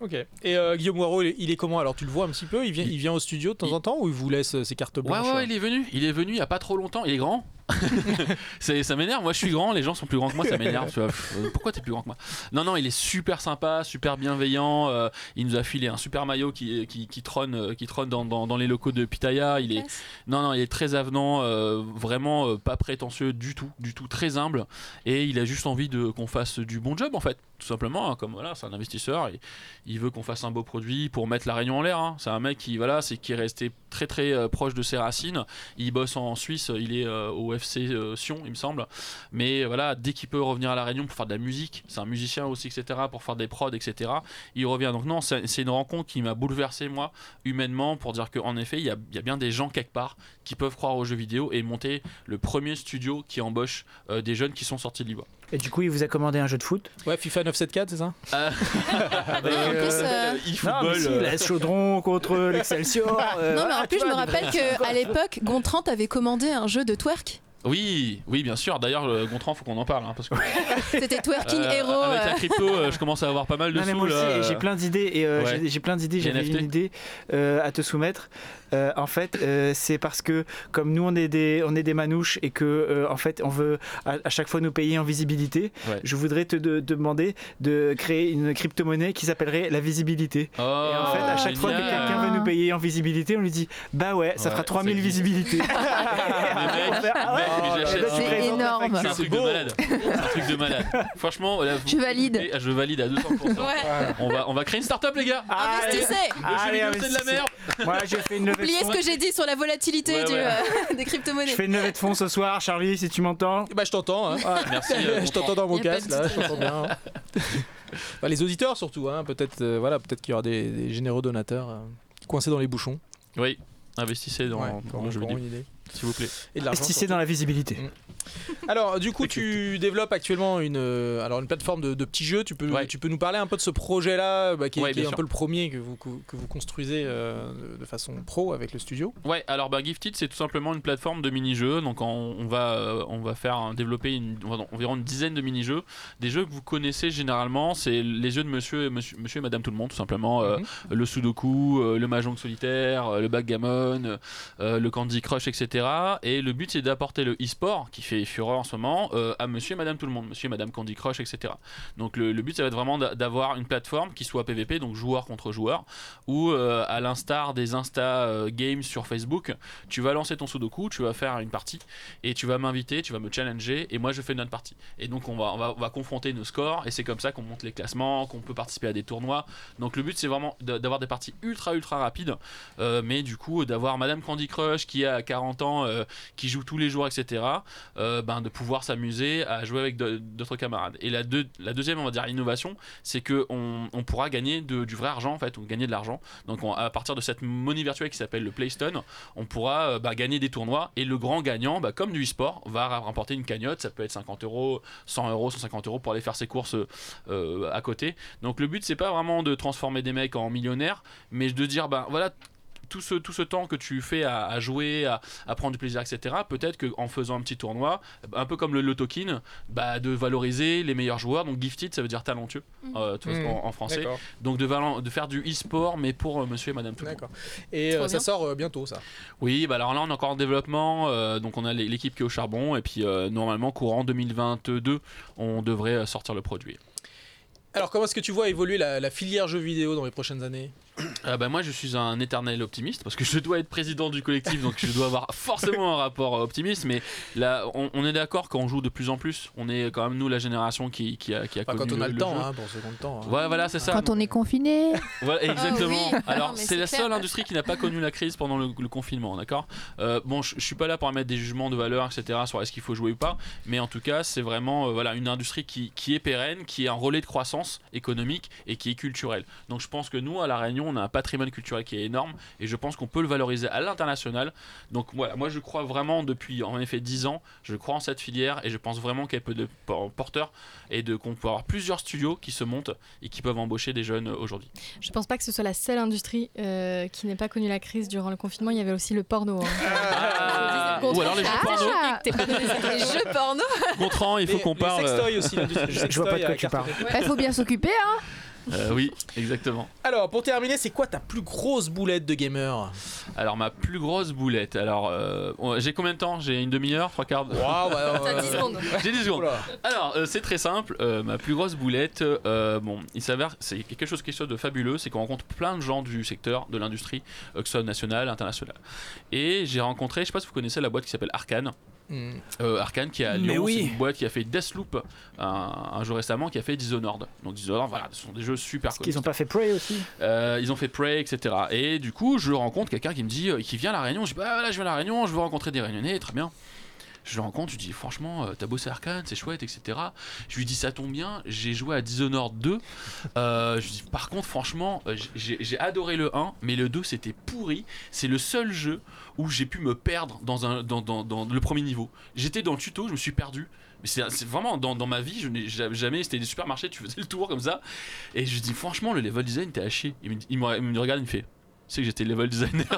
Speaker 8: Ok. Et euh, Guillaume Moirot, il, est- il est comment Alors tu le vois un petit peu il vient, il vient au studio de temps en temps ou il vous laisse euh, ses cartes
Speaker 9: Ouais,
Speaker 8: blanches
Speaker 9: ouais,
Speaker 1: hein.
Speaker 8: euh
Speaker 9: il est venu. Il est venu il y a pas trop longtemps. Il est grand. c'est, ça m'énerve. Moi, je suis grand. Les gens sont plus grands que moi. Ça m'énerve. tu vois. Pff, euh, Pourquoi t'es plus grand que moi Non, non, il est super sympa, super bienveillant. euh, il nous a filé un super maillot qui, qui, qui trône, euh, qui trône dans, dans- dans les locaux de Pitaya. Il est, non, non, il est très avenant, euh, vraiment euh, pas prétentieux du tout, du tout, très humble. Et il a juste envie de qu'on fasse du bon job en fait, tout simplement. hein, comme voilà, c'est un investisseur. et il veut qu'on fasse un beau produit pour mettre la Réunion en l'air. hein. C'est un mec qui voilà, c'est qui est resté très très euh, proche de ses racines. Il bosse en Suisse, il est euh, au FC euh, Sion, il me semble. Mais euh, voilà, dès qu'il peut revenir à la Réunion pour faire de la musique, c'est un musicien aussi, etc. Pour faire des prods, etc. Il revient. Donc non, c'est c'est une rencontre qui m'a bouleversé moi humainement pour dire qu'en effet, il y, a, il y a bien des gens quelque part qui peuvent croire aux jeux vidéo et monter le premier studio qui embauche euh, des jeunes qui sont sortis de l'IVA.
Speaker 10: Et du coup, il vous a commandé un jeu de foot
Speaker 8: Ouais, FIFA 974, c'est ça
Speaker 9: Ah. bah,
Speaker 7: en plus, euh,
Speaker 10: Non, mais si, la Chaudron contre l'Excelsior. euh,
Speaker 7: non, mais en
Speaker 9: Ah,
Speaker 10: voilà,
Speaker 7: plus,
Speaker 10: tu
Speaker 7: je me
Speaker 10: vois,
Speaker 7: rappelle qu'à l'époque, Gontran t'avait commandé un jeu de twerk.
Speaker 9: Oui, oui, bien sûr. D'ailleurs, euh, Gontran, faut qu'on en parle hein, parce que
Speaker 7: C'était Twerking
Speaker 9: euh,
Speaker 7: Hero.
Speaker 9: avec
Speaker 7: euh,
Speaker 9: la crypto, euh, je commence à avoir pas mal de
Speaker 10: Non, mais
Speaker 9: sous
Speaker 10: moi aussi,
Speaker 9: là,
Speaker 10: et
Speaker 9: euh.
Speaker 10: j'ai plein d'idées et euh,
Speaker 9: ouais.
Speaker 10: j'ai- j'ai plein d'idées. J'avais
Speaker 9: NFT.
Speaker 10: une idée euh, à te soumettre. Euh, en fait, euh, c'est parce que comme nous on est des on est des manouches et que euh, en fait on veut à, à chaque fois nous payer en visibilité.
Speaker 9: Ouais.
Speaker 10: Je voudrais te de- demander de créer une crypto-monnaie qui s'appellerait la visibilité.
Speaker 9: Oh,
Speaker 10: et en fait, à chaque fois que
Speaker 9: génial.
Speaker 10: quelqu'un veut nous payer en visibilité, on lui dit bah ouais, ça
Speaker 9: Ouais,
Speaker 10: fera 3000
Speaker 9: ça existe.
Speaker 10: visibilités.
Speaker 9: Mais mec,
Speaker 10: Ah
Speaker 9: mec, mais
Speaker 10: ouais,
Speaker 9: j'achète
Speaker 10: bah, tu
Speaker 9: ça.
Speaker 10: présentes la
Speaker 2: énorme.
Speaker 9: c'est un
Speaker 10: facture.
Speaker 9: truc de malade. C'est un truc de malade. Franchement, là, vous-
Speaker 2: Je valide.
Speaker 9: Eh, Je valide à 200%.
Speaker 7: Ouais.
Speaker 9: On va, on va créer une start-up, les gars.
Speaker 10: Allez,
Speaker 7: Investissez
Speaker 9: Le jeu
Speaker 10: allez,
Speaker 9: vidéo, c'est de la
Speaker 10: investissez.
Speaker 9: merde.
Speaker 10: Moi, j'ai fait une levée de
Speaker 7: Oubliez ce
Speaker 10: fonds.
Speaker 7: que j'ai dit sur la volatilité
Speaker 9: Ouais,
Speaker 7: du,
Speaker 9: ouais.
Speaker 7: euh, des
Speaker 10: Je
Speaker 7: crypto-monnaies.
Speaker 10: fais une levée de fonds ce soir, Charlie, si tu m'entends. Ah,
Speaker 8: Bah je t'entends. hein.
Speaker 9: Merci. euh,
Speaker 8: je t'entends dans mon
Speaker 7: Y a pas de
Speaker 8: casque là, je t'entends bien. Bah, les auditeurs surtout, hein, peut-être euh, voilà, peut-être qu'il y aura des, des généreux donateurs euh, coincés dans les bouchons.
Speaker 9: Oui, investissez dans,
Speaker 8: Ouais,
Speaker 9: dans
Speaker 8: pour-
Speaker 9: le jeu
Speaker 8: pour
Speaker 9: vidéo,
Speaker 8: une idée.
Speaker 9: s'il vous plaît.
Speaker 8: Et de l'argent,
Speaker 10: Investissez dans la visibilité.
Speaker 8: surtout. Alors du coup, tu développes actuellement une euh, alors une plateforme de, de petits jeux. Tu peux
Speaker 9: Ouais.
Speaker 8: tu peux nous parler un peu de ce projet là, qui est,
Speaker 9: Ouais,
Speaker 8: qui est
Speaker 9: bien
Speaker 8: un
Speaker 9: sûr.
Speaker 8: peu le premier que vous que, que vous construisez euh, de, de façon pro avec le studio.
Speaker 9: Ouais, alors bah, Gifted, c'est tout simplement une plateforme de mini-jeux. Donc on, on va, euh, on va faire un- développer une- on va- environ une dizaine de mini-jeux. Des jeux que vous connaissez généralement, c'est les jeux de monsieur et, monsieur, monsieur et madame tout le monde, tout simplement. Euh,
Speaker 8: Mhm.
Speaker 9: le Sudoku, euh, le Mahjong solitaire, euh, le Backgammon, euh, le Candy Crush, etc. Et le but, c'est d'apporter le e-sport, qui fait fureur en ce moment, euh, à monsieur et madame tout le monde, monsieur et madame Candy Crush, etc. Donc le, le but, ça va être vraiment d'a- d'avoir une plateforme qui soit PVP, donc joueur contre joueur, ou euh, à l'instar des Insta euh, Games sur Facebook, tu vas lancer ton Sudoku, tu vas faire une partie, et tu vas m'inviter, tu vas me challenger, et moi je fais une autre partie. Et donc on va, on va, on va confronter nos scores, et c'est comme ça qu'on monte les classements, qu'on peut participer à des tournois, donc le but c'est vraiment d'a- d'avoir des parties ultra ultra rapides, euh, mais du coup d'avoir Madame Candy Crush qui a 40 ans gens euh, qui jouent tous les jours, etc., euh, ben, de pouvoir s'amuser à jouer avec de- d'autres camarades. Et la, deux- la deuxième, on va dire, innovation, c'est qu'on on pourra gagner de- du vrai argent, en fait, ou gagner de l'argent. Donc, on- à partir de cette monnaie virtuelle qui s'appelle le Playstone, on pourra euh, bah, gagner des tournois et le grand gagnant, bah, comme du e-sport, va remporter une cagnotte. Ça peut être 50 euros, 100 euros, 150 euros pour aller faire ses courses euh, euh, à côté. Donc le but, c'est pas vraiment de transformer des mecs en millionnaires, mais de dire, ben voilà. Tout ce, tout ce temps que tu fais à, à jouer, à, à prendre du plaisir, etc., peut-être qu'en faisant un petit tournoi, un peu comme le Lotokin, bah, de valoriser les meilleurs joueurs. Donc gifted, ça veut dire talentueux euh, tu vois,
Speaker 1: Mhm.
Speaker 9: en, en français.
Speaker 1: D'accord.
Speaker 9: Donc de, valen- de faire du e-sport, mais pour euh, monsieur et madame tout le monde.
Speaker 1: D'accord. Et
Speaker 7: Trop
Speaker 1: euh, ça
Speaker 7: bien.
Speaker 1: sort euh, bientôt, ça.
Speaker 9: Oui, bah alors là on est encore en développement, euh, donc on a l'é- l'équipe qui est au charbon et puis euh, normalement courant 2022 on devrait euh, sortir le produit.
Speaker 1: Alors, comment est-ce que tu vois évoluer la, la filière jeux vidéo dans les prochaines années
Speaker 9: Ah bah moi je suis un éternel optimiste parce que je dois être président du collectif donc je dois avoir forcément un rapport euh, optimiste mais là on, on est d'accord qu'on joue de plus en plus, on est quand même nous la génération qui, qui a, qui a
Speaker 1: Enfin,
Speaker 9: connu
Speaker 1: Quand on a
Speaker 9: le,
Speaker 1: le temps,
Speaker 9: jeu.
Speaker 1: hein, pour ce qu'on a le temps. hein.
Speaker 9: Ouais, voilà c'est ça.
Speaker 2: Quand on est confiné, Ah
Speaker 9: Voilà, exactement.
Speaker 7: Ah oui.
Speaker 9: Alors,
Speaker 7: Non, mais
Speaker 9: c'est
Speaker 7: c'est
Speaker 9: la
Speaker 7: clair.
Speaker 9: seule industrie qui n'a pas connu la crise pendant le, le confinement, d'accord Euh, Bon, je, je suis pas là pour mettre des jugements de valeur, etc., sur est-ce qu'il faut jouer ou pas, mais en tout cas, c'est vraiment euh, voilà, une industrie qui, qui est pérenne, qui est un relais de croissance économique et qui est culturelle. Donc, je pense que nous, à La Réunion, on a un patrimoine culturel qui est énorme et je pense qu'on peut le valoriser à l'international. Donc, voilà, moi, je crois vraiment depuis en effet 10 ans, je crois en cette filière et je pense vraiment qu'elle peut de por- porteur et de qu'on peut avoir plusieurs studios qui se montent et qui peuvent embaucher des jeunes euh, aujourd'hui.
Speaker 5: Je pense pas que ce soit la seule industrie euh, qui n'ait pas connu la crise durant le confinement. Il y avait aussi le porno. hein.
Speaker 9: Ah,
Speaker 7: Contraire.
Speaker 9: ou alors les jeux porno.
Speaker 2: Ah
Speaker 7: T'es pas donné les jeux porno
Speaker 9: Contrant, il faut
Speaker 1: Les-
Speaker 9: qu'on
Speaker 1: les
Speaker 9: parle.
Speaker 1: sextoys
Speaker 9: euh.
Speaker 1: aussi, l'industrie du
Speaker 10: Je vois pas de
Speaker 1: sextoy
Speaker 10: quoi
Speaker 1: a
Speaker 10: tu parles.
Speaker 2: il faut bien s'occuper, hein
Speaker 9: Euh, oui, exactement.
Speaker 1: Alors, pour terminer, c'est quoi ta plus grosse boulette de gamer
Speaker 9: Alors ma plus grosse boulette. Alors euh, on- j'ai combien de temps J'ai une demi-heure, trois quarts. d'heure
Speaker 1: Waouh, bah,
Speaker 5: T'as
Speaker 1: euh,
Speaker 5: 10 secondes.
Speaker 9: J'ai des secondes.
Speaker 1: oula.
Speaker 9: Alors euh, c'est très simple. Euh, ma plus grosse boulette. euh, bon, il s'avère c'est quelque chose quelque chose de fabuleux, c'est qu'on rencontre plein de gens du secteur de l'industrie, euh, que ce soit national, international. Et j'ai rencontré, je sais pas si vous connaissez la boîte qui s'appelle Arcane.
Speaker 1: Hmm.
Speaker 9: Euh, Arkane qui est à
Speaker 8: Mais
Speaker 9: Lyon,
Speaker 8: oui.
Speaker 9: c'est une boîte qui a fait Deathloop un, un jeu récemment, qui a fait Dishonored. Donc Dishonored, voilà, ce sont des jeux super
Speaker 10: Parce qu'ils
Speaker 9: connus.
Speaker 10: ont pas fait Prey aussi.
Speaker 9: Euh, ils ont fait Prey, etc. Et du coup, je rencontre quelqu'un qui me dit, euh, qui vient à la Réunion. Je dis, bah voilà, je viens à la Réunion, je veux rencontrer des Réunionnais, très bien. Je le rencontre, je lui dis, franchement, euh, t'as bossé à Arkane, c'est chouette, etc. Je lui dis, ça tombe bien, j'ai joué à Dishonored 2. Euh, je lui dis, par contre, franchement, euh, j'ai j'ai adoré le 1, mais le 2, c'était pourri. C'est le seul jeu où j'ai pu me perdre dans, un, dans, dans- dans le premier niveau. J'étais dans le tuto, je me suis perdu. Mais c'est c'est vraiment dans, dans ma vie, je n'ai ja- jamais. C'était des supermarchés, tu faisais le tour comme ça. Et je dis, franchement, le level design, t'es à chier. Il me, il me- il me regarde, il me fait. Tu sais que j'étais level designer.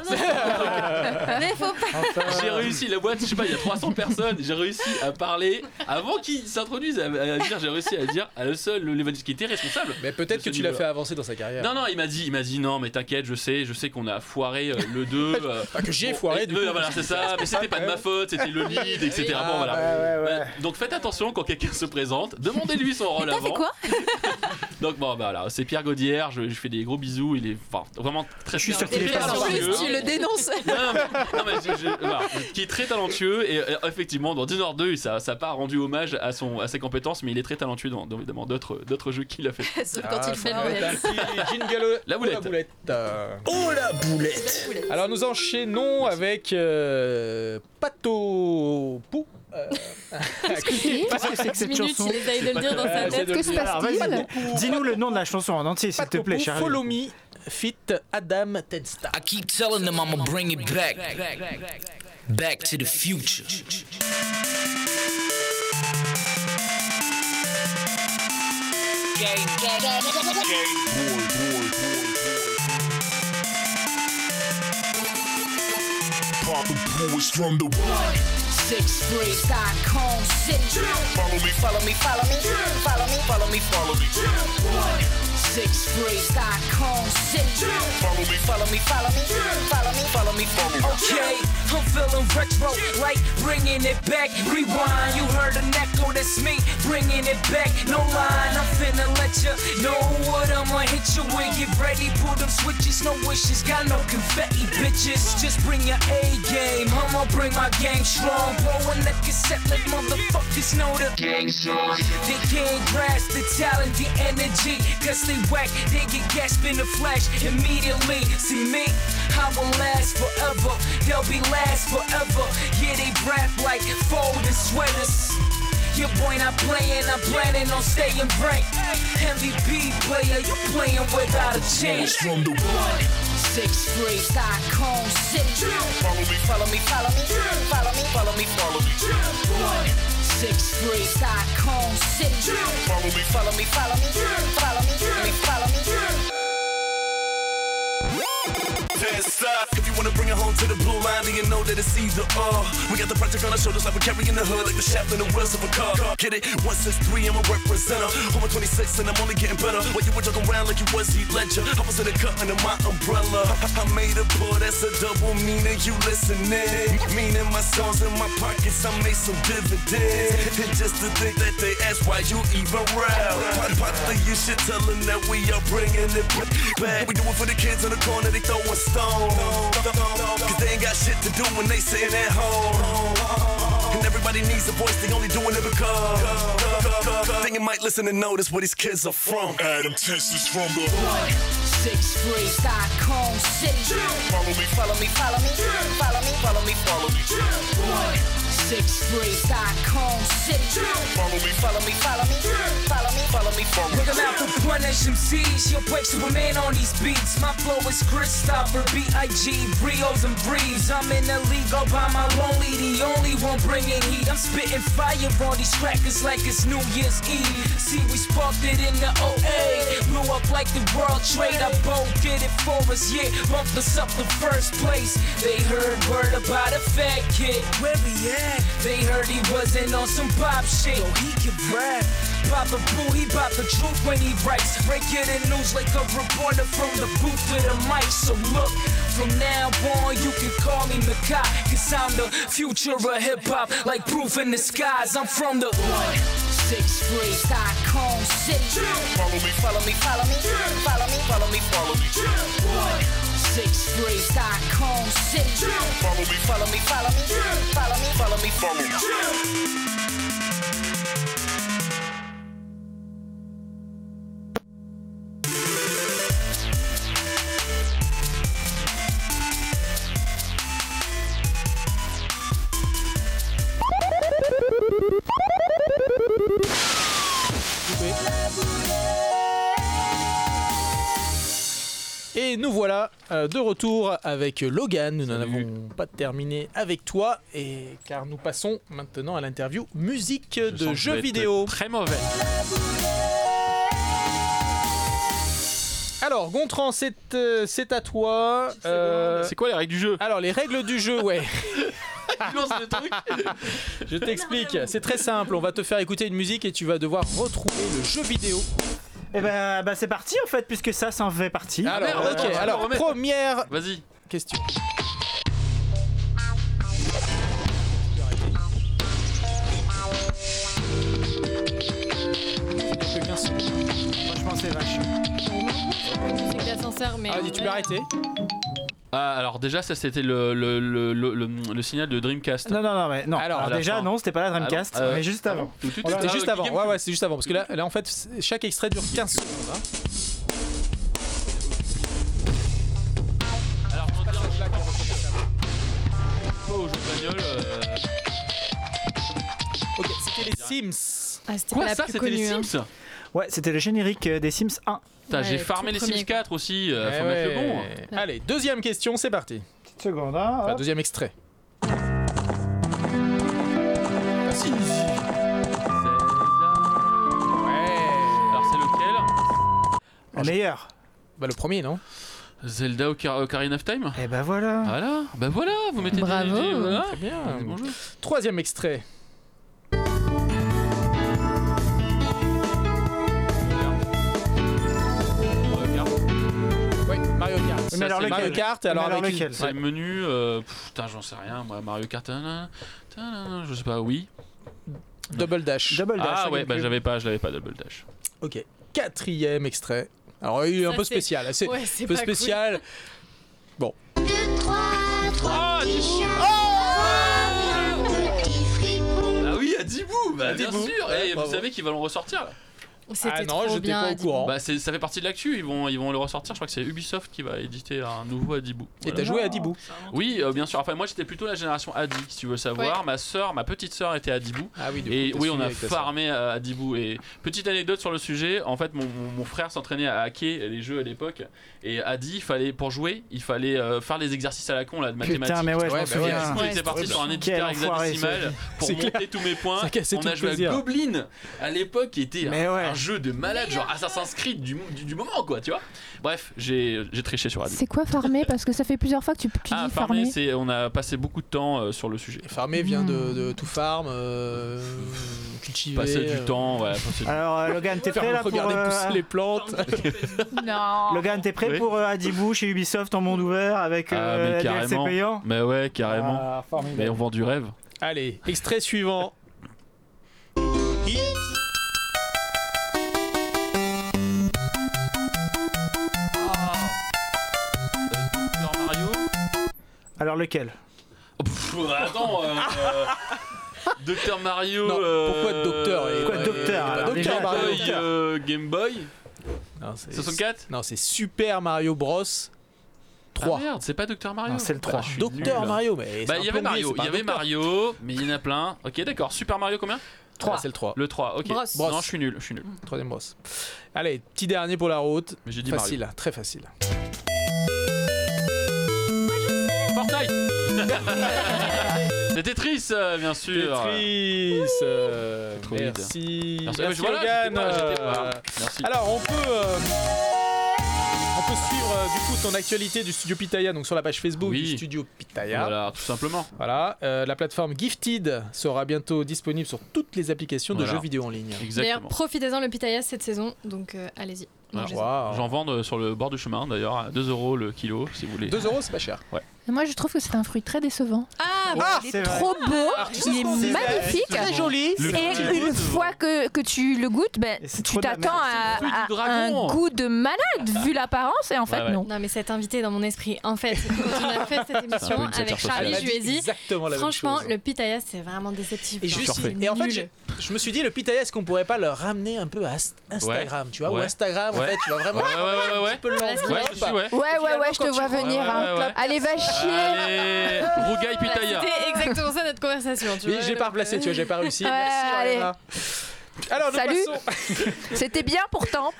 Speaker 9: Euh.
Speaker 7: Mais faut pas
Speaker 9: J'ai réussi, la boîte, je sais pas, il y a 300 personnes. J'ai réussi à parler avant qu'il s'introduise, à, à dire, j'ai réussi à dire à le seul le level designer qui était responsable.
Speaker 1: Mais peut-être que
Speaker 9: Ce
Speaker 1: tu l'as
Speaker 9: niveau-là.
Speaker 1: fait avancer dans sa carrière.
Speaker 9: Non, non, il m'a dit, il m'a dit, non, mais t'inquiète, je sais, je sais qu'on a foiré euh, le 2. euh,
Speaker 1: Enfin, que j'ai
Speaker 9: Bon,
Speaker 1: foiré
Speaker 9: et-
Speaker 1: du
Speaker 9: euh,
Speaker 1: coup.
Speaker 9: voilà, c'est ça, mais c'était pas de ma faute, c'était le lead, etc.
Speaker 1: Ah,
Speaker 9: Bon, voilà.
Speaker 10: ouais, ouais, ouais.
Speaker 9: Bah, donc faites attention quand quelqu'un se présente, demandez-lui son rôle
Speaker 7: T'as fait
Speaker 9: avant.
Speaker 7: quoi
Speaker 9: Donc bon, bah, voilà, c'est Pierre Gaudière, je, je fais des gros bisous, il est enfin, vraiment très
Speaker 10: Je suis sûr qu'il est
Speaker 9: très
Speaker 10: pas
Speaker 7: En plus,
Speaker 9: talentueux.
Speaker 7: tu le dénonces
Speaker 9: Non, mais- non, mais je- je- voilà, qui est très talentueux et euh, effectivement dans Dishonored 2 ça n'a pas rendu hommage à, son, à ses compétences mais il est très talentueux dans, dans- évidemment d'autres d'autres jeux qu'il a fait.
Speaker 7: Sauf
Speaker 1: Ah,
Speaker 7: quand
Speaker 1: ça
Speaker 7: il fait
Speaker 1: va être un
Speaker 7: le
Speaker 1: petit jingle.
Speaker 9: La
Speaker 1: Oh,
Speaker 9: boulette.
Speaker 1: La boulette. euh.
Speaker 8: Oh la boulette
Speaker 7: boulette.
Speaker 1: Alors nous enchaînons avec euh, Pato Pou. Euh,
Speaker 10: Qu'est-ce que c'est que cette chanson
Speaker 5: il essaye de le dire dans sa
Speaker 1: euh,
Speaker 5: tête.
Speaker 1: c'est de
Speaker 2: Que se
Speaker 1: dire.
Speaker 10: Alors,
Speaker 2: passe-t-il
Speaker 10: vas-y, Dis-nous le nom de la chanson en entier, s'il te
Speaker 1: Pato
Speaker 10: plaît,
Speaker 1: Pou,
Speaker 10: Charlie.
Speaker 1: Follow Me, Fit Adam Tedsta.
Speaker 13: I keep telling them I'ma bring it back. Back to the future. Game, game,
Speaker 14: from the
Speaker 13: Six three, side cone city.
Speaker 14: Follow me,
Speaker 13: Follow me, follow me, follow me, follow me, follow me. Six three, side cone city.
Speaker 14: follow me,
Speaker 13: Follow me, follow me, follow me, follow me, follow me. Okay, I'm feeling retro, like bringing it back. Rewind, you heard an echo, that's me bringing it back. No line, I'm finna let ya know what I'ma hit Get your wig, get ready, pull them switches. No wishes, got no confetti, bitches. Just bring your A game. I'ma bring my gang strong. Blowing the cassette, let motherfuckers know the gang strong. They can't grasp the talent, the energy. Cause they whack, they get gasped in the flash immediately. See me, I will last forever. They'll be last forever. Yeah, they rap like folded sweaters. Your boy not playing, I'm planning on staying bright. MVP player, you playing without a chance.
Speaker 14: From the
Speaker 13: one, six three, Stockholm City. Follow me, follow me, follow me, follow me, follow me, follow me. One, six three, Stockholm City. Follow me, follow me, follow me, follow me, follow me, follow me.
Speaker 14: Pass up. If you wanna bring it home to the blue line, then you know that it's either or. We got the project on our shoulders like we're carrying the hood, like the shaft and the wheels of a car. Get it? One six three, I'm a representer. Home at 26 and I'm only getting better. While you were joking around like you was Heath Ledger, I was in the cut under my umbrella. I, I made a pull, that's a double meaning. You listening? Meaning my songs in my pockets, I made some dividends. And just to think that they ask why you even round. Probably you should tell them that we are bringing it back. We do it for the kids in the corner, they throw a stone. Cause they ain't got shit to do when they sitting at home. And everybody needs a voice, they only doing it because. Think you might listen and notice where these kids are from. Adam Texas from the.
Speaker 13: One, six, three, Stockholm City. Follow me, follow me, follow me, follow me, follow me, follow me. One, six, three, Stockholm City. Follow me, follow me, follow me, follow me, follow me, follow me. Nigga, out the punish MCs. Your break Superman on these beats. My flow is Christopher, B.I.G., Rios and Breeze. I'm in the league all by my lonely, the only one bringing heat. I'm spitting fire on these crackers like it's New Year's Eve. See, we sparked it in the OA. Blew up like the World Trade. I both did it for us, yeah. Bumped us up the first place. They heard word about a fat kid. Where we at? They heard he wasn't on some pop shit. So he can rap. Pop a boo, he pop the truth when he writes. Breaking the news like a reporter from the booth with a mic. So look, from now on, you can call me Makai. Cause I'm the future of hip hop, like proof in the skies. I'm from the one, six, three, Stockholm City. Follow me, follow me, follow me, follow me, follow me, follow me. One, six, three, Stockholm City. Follow me, follow me, follow me, follow me, follow me, follow me.
Speaker 1: Et nous voilà euh, de retour avec Logan. Nous n'en avons pas terminé avec toi, et car nous passons maintenant à l'interview musique de
Speaker 9: sens que je
Speaker 1: jeux
Speaker 9: vais être
Speaker 1: vidéo.
Speaker 9: Très mauvais.
Speaker 1: Alors, Gontran, c'est euh, c'est à toi. C'est
Speaker 9: quoi les règles du jeu
Speaker 1: Alors, les règles du jeu, ouais. Je t'explique, c'est très simple. On va te faire écouter une musique et tu vas devoir retrouver le jeu vidéo.
Speaker 10: Et ben, bah, c'est parti en fait, puisque ça, ça en fait partie.
Speaker 9: Ah,
Speaker 1: Alors,
Speaker 10: Euh,
Speaker 1: Ah, ok, alors, première
Speaker 9: Vas-y.
Speaker 1: question.
Speaker 10: Franchement, c'est vache.
Speaker 5: C'est d'ascenseur, mais.
Speaker 1: Vas-y, tu peux arrêter.
Speaker 9: Ah, alors déjà, ça c'était le, le, le, le, le- le signal de Dreamcast.
Speaker 10: Non, non, non, mais non. Alors,
Speaker 9: à la
Speaker 10: déjà,
Speaker 9: fin.
Speaker 10: non, c'était pas la Dreamcast,
Speaker 9: Ah non, euh,
Speaker 10: mais juste avant.
Speaker 9: Tout- tout- tout-
Speaker 1: C'était
Speaker 9: ah,
Speaker 1: juste
Speaker 9: ok,
Speaker 1: avant.
Speaker 9: Game-
Speaker 1: Ouais, ouais, c'est juste avant. Parce que là, là en fait, c'est- chaque extrait dure 15 secondes. hein.
Speaker 9: Alors, on dirait que là, qu'on recommence. Pas au jeu de Oh, bagnole. euh,
Speaker 1: Ok, c'était les Sims.
Speaker 5: Ah, c'était
Speaker 9: Quoi, ça C'était les Sims
Speaker 10: Ouais, c'était le générique euh, des Sims 1.
Speaker 9: Putain, J'ai
Speaker 5: hein. Ouais,
Speaker 9: farmé
Speaker 5: tout
Speaker 9: les
Speaker 5: premier,
Speaker 9: Sims
Speaker 5: quoi.
Speaker 9: 4 aussi. euh,
Speaker 1: Eh
Speaker 9: Faut mettre le bon.
Speaker 1: ouais. Allez, deuxième question, c'est parti.
Speaker 10: Petite seconde, hein.
Speaker 1: Enfin,
Speaker 10: hop.
Speaker 1: deuxième extrait.
Speaker 9: Alors, c'est lequel
Speaker 10: Le meilleur.
Speaker 1: Bah, le premier, non
Speaker 9: Zelda Ocar- Ocarina of Time
Speaker 10: Et ben voilà.
Speaker 9: Voilà, bah voilà, vous mettez des-
Speaker 15: Bravo.
Speaker 9: des- voilà.
Speaker 1: Très bien.
Speaker 9: Des bons jeux.
Speaker 1: Troisième extrait. Oui, Mario Kart. Ça,
Speaker 10: mais alors
Speaker 1: c'est
Speaker 10: lequel
Speaker 1: Mario Kart,
Speaker 10: Mais
Speaker 1: alors
Speaker 10: alors
Speaker 1: avec une-
Speaker 10: lequel
Speaker 9: C'est le menu, euh, pff, putain, j'en sais rien, moi, Mario Kart, tadadada, tadadada, je sais pas, oui.
Speaker 1: Double Dash.
Speaker 10: Double Dash.
Speaker 9: ah
Speaker 10: sur
Speaker 9: ouais, bah
Speaker 10: GameCube.
Speaker 9: j'avais pas, je l'avais pas Double Dash.
Speaker 1: Ok. Quatrième extrait.
Speaker 8: Alors, il est un
Speaker 1: Ça,
Speaker 8: peu
Speaker 1: c'est-
Speaker 8: spécial. C'est
Speaker 1: ouais,
Speaker 8: un
Speaker 1: c'est
Speaker 8: peu
Speaker 1: pas cool.
Speaker 8: spécial. Bon.
Speaker 13: Ah,
Speaker 9: Ah oui, à 10 bouts, bah, bien
Speaker 8: Dibou.
Speaker 9: sûr.
Speaker 8: Ouais,
Speaker 9: et vous
Speaker 8: bravo.
Speaker 9: savez qu'ils vont le ressortir là.
Speaker 8: C'était Ah non, trop j'étais bien, pas au Adibou. courant.
Speaker 9: Bah, c'est- ça fait partie de l'actu, ils vont, ils vont le ressortir. Je crois que c'est Ubisoft qui va éditer un nouveau Adibou.
Speaker 8: Et t'as joué à Adibou
Speaker 9: Oui, euh, bien sûr. Enfin, moi j'étais plutôt la génération Adi, si tu veux savoir.
Speaker 8: Ouais.
Speaker 9: Ma soeur, ma petite soeur était Adibou.
Speaker 8: Ah oui, du
Speaker 9: Et
Speaker 8: coup, t'as
Speaker 9: oui,
Speaker 8: suivi
Speaker 9: on a
Speaker 8: avec ta sœur.
Speaker 9: farmé à Adibou. Et petite anecdote sur le sujet, en fait, mon, mon- mon frère s'entraînait à hacker les jeux à l'époque. Et Adi, il fallait, pour jouer, il fallait euh, faire les exercices à la con là, de mathématiques.
Speaker 10: Putain, mais ouais, je m'en
Speaker 9: bah
Speaker 10: souviens.
Speaker 9: du coup, il était
Speaker 10: Ouais,
Speaker 9: parti
Speaker 10: c'est
Speaker 9: sur un
Speaker 10: horrible.
Speaker 9: éditeur
Speaker 10: Quel enfoiré,
Speaker 9: hexadécimal
Speaker 10: c'est-
Speaker 9: pour
Speaker 10: c'est
Speaker 9: monter
Speaker 10: clair.
Speaker 9: tous mes points.
Speaker 10: Ça cassait
Speaker 9: On
Speaker 10: tout
Speaker 9: a
Speaker 10: le
Speaker 9: joué
Speaker 10: plaisir.
Speaker 9: à Goblin à l'époque, qui était un,
Speaker 10: Mais ouais.
Speaker 9: un jeu de malade, genre Assassin's Creed du, du- du moment, quoi, tu vois. Bref, j'ai j'ai triché sur Adi.
Speaker 2: C'est quoi farmer Parce que ça fait plusieurs fois que tu, tu
Speaker 9: Ah,
Speaker 2: dis farmer.
Speaker 9: farmer, c'est on a passé beaucoup de temps euh, sur le sujet.
Speaker 8: Farmer vient de, de tout farm, euh, cultiver.
Speaker 9: Passer du
Speaker 8: euh,
Speaker 9: temps, voilà. passer du-
Speaker 10: Alors, euh, Logan, t'es
Speaker 8: Faire
Speaker 10: prêt là pour.
Speaker 8: Regarder
Speaker 10: euh,
Speaker 8: pousser les plantes.
Speaker 2: Non.
Speaker 10: Logan, t'es prêt
Speaker 9: Oui.
Speaker 10: pour euh, Adibou chez Ubisoft en monde ouvert avec
Speaker 9: Ah, mais
Speaker 10: euh, DLC
Speaker 9: carrément.
Speaker 10: payant
Speaker 9: Mais ouais, carrément.
Speaker 10: Ah, formidable.
Speaker 9: mais on vend du rêve.
Speaker 8: Allez, extrait suivant.
Speaker 9: Mario
Speaker 10: Alors lequel
Speaker 9: Attends, euh, euh, Docteur Mario.
Speaker 8: Non,
Speaker 9: euh,
Speaker 8: pourquoi Docteur et-
Speaker 10: Pourquoi
Speaker 8: et-
Speaker 10: Docteur,
Speaker 8: et-
Speaker 10: alors,
Speaker 8: Euh, Docteur
Speaker 10: déjà,
Speaker 8: Mario.
Speaker 9: Game Boy, euh, Game Boy
Speaker 8: Non, c'est-
Speaker 9: 64
Speaker 8: Non, c'est Super Mario Bros. 3.
Speaker 9: Ah merde, c'est pas Docteur Mario.
Speaker 10: Non, c'est le 3.
Speaker 9: Ah, je suis
Speaker 8: Docteur
Speaker 9: nul.
Speaker 8: Mario, mais.
Speaker 9: Bah, il y avait Mario, il y avait Mario, mais il y en a plein. Ok, d'accord. Super Mario, combien Ah,
Speaker 8: 3. C'est le 3.
Speaker 9: Le 3, ok.
Speaker 5: Brosse.
Speaker 9: Non, je suis nul, je suis nul.
Speaker 8: Troisième brosse. Allez, petit dernier pour la route.
Speaker 9: Mais j'ai dit
Speaker 8: facile, hein, très facile.
Speaker 9: Fortnite C'est Tetris, euh, bien sûr.
Speaker 1: Tetris. euh,
Speaker 9: trop vide.
Speaker 1: merci.
Speaker 9: Merci.
Speaker 1: Merci,
Speaker 9: Ah, mais voilà,
Speaker 1: Logan,
Speaker 9: j'étais pas- j'étais pas.
Speaker 1: euh,
Speaker 9: Merci.
Speaker 1: Alors, on peut. euh, on peut suivre euh, du coup ton actualité du studio Pitaya donc sur la page Facebook
Speaker 9: Oui.
Speaker 1: du studio Pitaya. Voilà,
Speaker 9: Voilà, tout simplement.
Speaker 1: euh, la plateforme Gifted sera bientôt disponible sur toutes les applications
Speaker 9: Voilà.
Speaker 1: de jeux vidéo en ligne.
Speaker 5: D'ailleurs,
Speaker 9: Exactement.
Speaker 5: profitez-en le Pitaya cette saison, donc euh, allez-y.
Speaker 9: Voilà.
Speaker 5: Mangez-en.
Speaker 1: Waouh.
Speaker 9: J'en vends euh, sur le bord du chemin d'ailleurs à 2 euros le kilo si vous voulez.
Speaker 1: 2 euros, c'est pas cher.
Speaker 2: Moi, je trouve que c'est un fruit très décevant.
Speaker 7: Ah,
Speaker 10: Ah,
Speaker 2: bah, il
Speaker 10: c'est
Speaker 2: est
Speaker 10: vrai.
Speaker 2: trop beau, il est
Speaker 10: c'est vrai.
Speaker 2: magnifique.
Speaker 9: Très joli. Le fruit
Speaker 2: Et
Speaker 9: du
Speaker 2: une
Speaker 9: goûte.
Speaker 2: fois que, que tu le goûtes, ben,
Speaker 10: Et c'est
Speaker 2: tu
Speaker 10: trop de la
Speaker 2: t'attends à,
Speaker 9: C'est le fruit du
Speaker 2: à ah, un
Speaker 9: dragon.
Speaker 2: goût de malade vu l'apparence et en fait
Speaker 9: Ouais, ouais.
Speaker 2: non.
Speaker 5: Non mais cet invité est dans mon esprit. En fait, quand on a fait cette émission
Speaker 9: une satire
Speaker 5: avec
Speaker 9: sociale.
Speaker 5: Charlie,
Speaker 1: Elle a
Speaker 5: je lui ai
Speaker 1: dit
Speaker 5: dit
Speaker 1: exactement la même
Speaker 5: franchement,
Speaker 1: chose.
Speaker 5: le pitaya c'est vraiment déceptif.
Speaker 1: Et,
Speaker 5: Genre,
Speaker 1: juste-
Speaker 5: c'est
Speaker 1: et en fait,
Speaker 5: nul.
Speaker 1: j'ai- je me suis dit, le Pitaya, est-ce qu'on pourrait pas le ramener un peu à Ast- Instagram, tu vois Ou
Speaker 9: Ouais.
Speaker 1: Instagram, en
Speaker 9: Ouais.
Speaker 1: fait, tu vas vraiment.
Speaker 9: Ouais, ouais, ouais, ouais, ouais.
Speaker 1: Tu peux le lancer,
Speaker 9: Ouais,
Speaker 1: ou
Speaker 9: je suis,
Speaker 1: pas
Speaker 9: ouais.
Speaker 2: Ouais ouais
Speaker 1: finalement,
Speaker 2: ouais, je
Speaker 1: quand
Speaker 2: te
Speaker 1: tu
Speaker 2: vois
Speaker 9: rentres-
Speaker 2: venir.
Speaker 9: Ouais,
Speaker 2: hein.
Speaker 9: ouais, ouais.
Speaker 2: Allez
Speaker 1: Ah,
Speaker 2: va chier.
Speaker 9: Allez, Rougaille
Speaker 5: Bah,
Speaker 9: Pitaya.
Speaker 5: C'était exactement ça notre conversation. Tu
Speaker 1: Oui,
Speaker 5: vois,
Speaker 1: j'ai pas
Speaker 5: donc,
Speaker 1: replacé,
Speaker 5: euh,
Speaker 1: tu vois, j'ai pas réussi.
Speaker 2: Ouais,
Speaker 1: Merci,
Speaker 2: allez.
Speaker 1: Ariana. Alors, nous
Speaker 2: Salut.
Speaker 1: passons-
Speaker 2: C'était bien pourtant.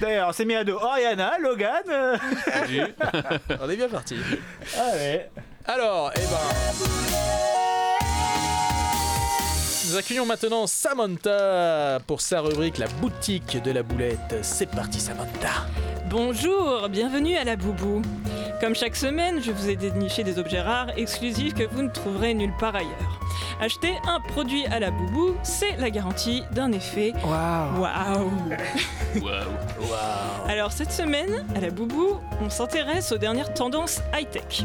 Speaker 10: D'ailleurs, on s'est mis à dos Oriana, Logan. euh,
Speaker 1: On est bien parti.
Speaker 10: Allez.
Speaker 1: Alors, eh ben. Nous accueillons maintenant Samantha pour sa rubrique La boutique de la boulette. C'est parti, Samantha.
Speaker 16: Bonjour, bienvenue à la Boubou. Comme chaque semaine, je vous ai déniché des objets rares exclusifs que vous ne trouverez nulle part ailleurs. Acheter un produit à la Boubou, c'est la garantie d'un effet
Speaker 10: Waouh.
Speaker 16: waouh.
Speaker 9: Waouh.
Speaker 16: Alors cette semaine, à la Boubou, on s'intéresse aux dernières tendances high-tech.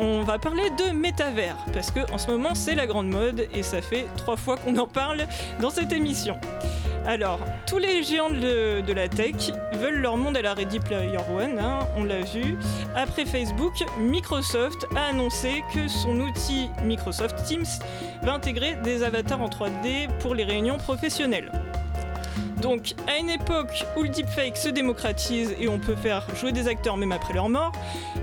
Speaker 16: On va parler de métavers parce que en ce moment, c'est la grande mode et ça fait trois fois qu'on en parle dans cette émission. Alors, tous les géants de, de la tech veulent leur monde à la Ready Player One, hein, on l'a vu. Après Facebook, Microsoft a annoncé que son outil Microsoft Teams va intégrer des avatars en 3D pour les réunions professionnelles. Donc, à une époque où le deepfake se démocratise et on peut faire jouer des acteurs même après leur mort,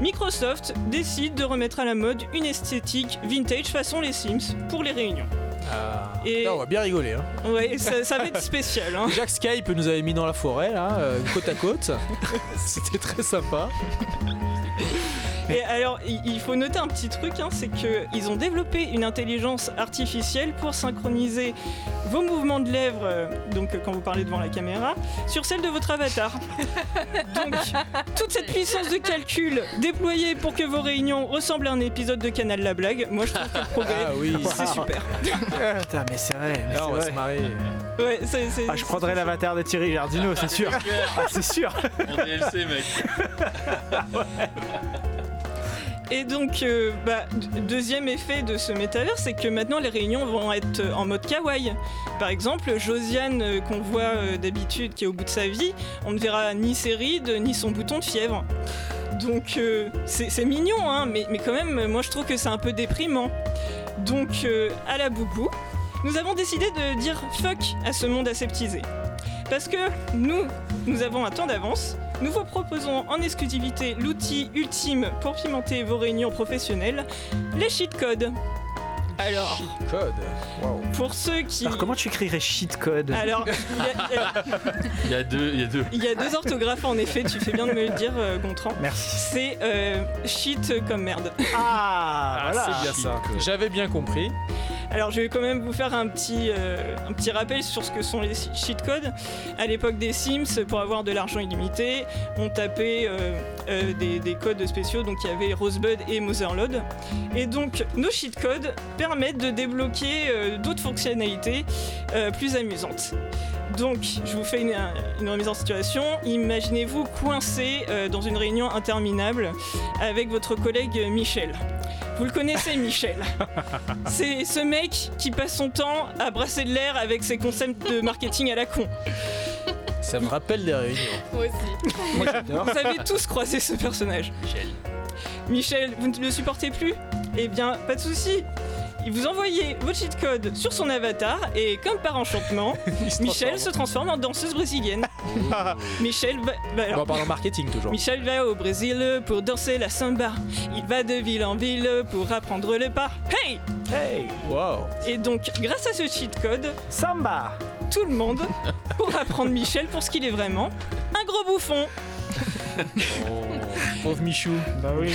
Speaker 16: Microsoft décide de remettre à la mode une esthétique vintage façon les Sims pour les réunions. Et-
Speaker 1: Ah. Là, on va bien rigoler. Hein.
Speaker 16: Ouais, ça, ça va être spécial. Hein.
Speaker 1: Jacques Skype nous avait mis dans la forêt, là, euh, côte à côte. C'était très sympa.
Speaker 16: Et alors, i- il faut noter un petit truc, hein, c'est qu'ils ont développé une intelligence artificielle pour synchroniser vos mouvements de lèvres, euh, donc euh, quand vous parlez devant la caméra, sur celle de votre avatar. donc, toute cette puissance de calcul déployée pour que vos réunions ressemblent à un épisode de Canal La Blague, moi je trouve que le progrès,
Speaker 1: Ah oui,
Speaker 16: c'est super.
Speaker 10: Putain, mais c'est vrai. mais
Speaker 1: Là, on va
Speaker 10: c'est
Speaker 1: se
Speaker 10: vrai.
Speaker 1: marrer.
Speaker 16: Ouais, c'est- c'est-
Speaker 10: Ah, je prendrai l'avatar de Thierry Jardino, c'est sûr. Ah, c'est sûr.
Speaker 9: En DLC, mec.
Speaker 16: Et donc, euh, bah, d- deuxième effet de ce métavers, c'est que maintenant les réunions vont être euh, en mode kawaii. Par exemple, Josiane, euh, qu'on voit euh, d'habitude, qui est au bout de sa vie, on ne verra ni ses rides, ni son bouton de fièvre. Donc, euh, c'est c'est mignon, hein, mais, mais quand même, moi je trouve que c'est un peu déprimant. Donc, euh, à la boubou, nous avons décidé de dire fuck à ce monde aseptisé. Parce que nous, nous avons un temps d'avance. Nous vous proposons en exclusivité l'outil ultime pour pimenter vos réunions professionnelles, les cheat codes. Alors,
Speaker 1: Code.
Speaker 16: pour ceux qui...
Speaker 10: Alors comment tu écrirais cheat code
Speaker 16: Alors, il y a- il y a-
Speaker 9: Il y a deux, il y a deux.
Speaker 16: il y a deux orthographes en effet, tu fais bien de me le dire, euh, Gontran.
Speaker 10: Merci.
Speaker 16: C'est euh, shit comme merde.
Speaker 10: Ah,
Speaker 1: Ah,
Speaker 10: voilà.
Speaker 1: c'est bien ça. J'avais bien compris.
Speaker 16: Alors je vais quand même vous faire un petit, euh, un petit rappel sur ce que sont les cheat codes. À l'époque des Sims, pour avoir de l'argent illimité, on tapait euh, euh, des, des codes spéciaux, donc il y avait Rosebud et Motherlode. Et donc nos cheat codes permettent de débloquer euh, d'autres fonctionnalités euh, plus amusantes. Donc, je vous fais une, une remise en situation. Imaginez-vous coincé euh, dans une réunion interminable avec votre collègue Michel. Vous le connaissez, Michel. C'est ce mec qui passe son temps à brasser de l'air avec ses concepts de marketing à la con.
Speaker 1: Ça me rappelle des réunions.
Speaker 5: Moi aussi.
Speaker 16: Vous avez tous croisé ce personnage.
Speaker 9: Michel.
Speaker 16: Michel, vous ne le supportez plus Eh bien, pas de souci. Il vous envoyez votre cheat code sur son avatar et comme par enchantement, Michel se transforme en danseuse brésilienne. Michel va, va- alors,
Speaker 1: On parle en marketing toujours.
Speaker 16: Michel va au Brésil pour danser la samba. Il va de ville en ville pour apprendre le pas. Hey
Speaker 10: Hey,
Speaker 1: Wow.
Speaker 16: Et donc, grâce à ce cheat code,
Speaker 10: samba.
Speaker 16: tout le monde pour apprendre Michel pour ce qu'il est vraiment, un gros bouffon.
Speaker 1: Oh, Pauvre Michou.
Speaker 10: Bah oui.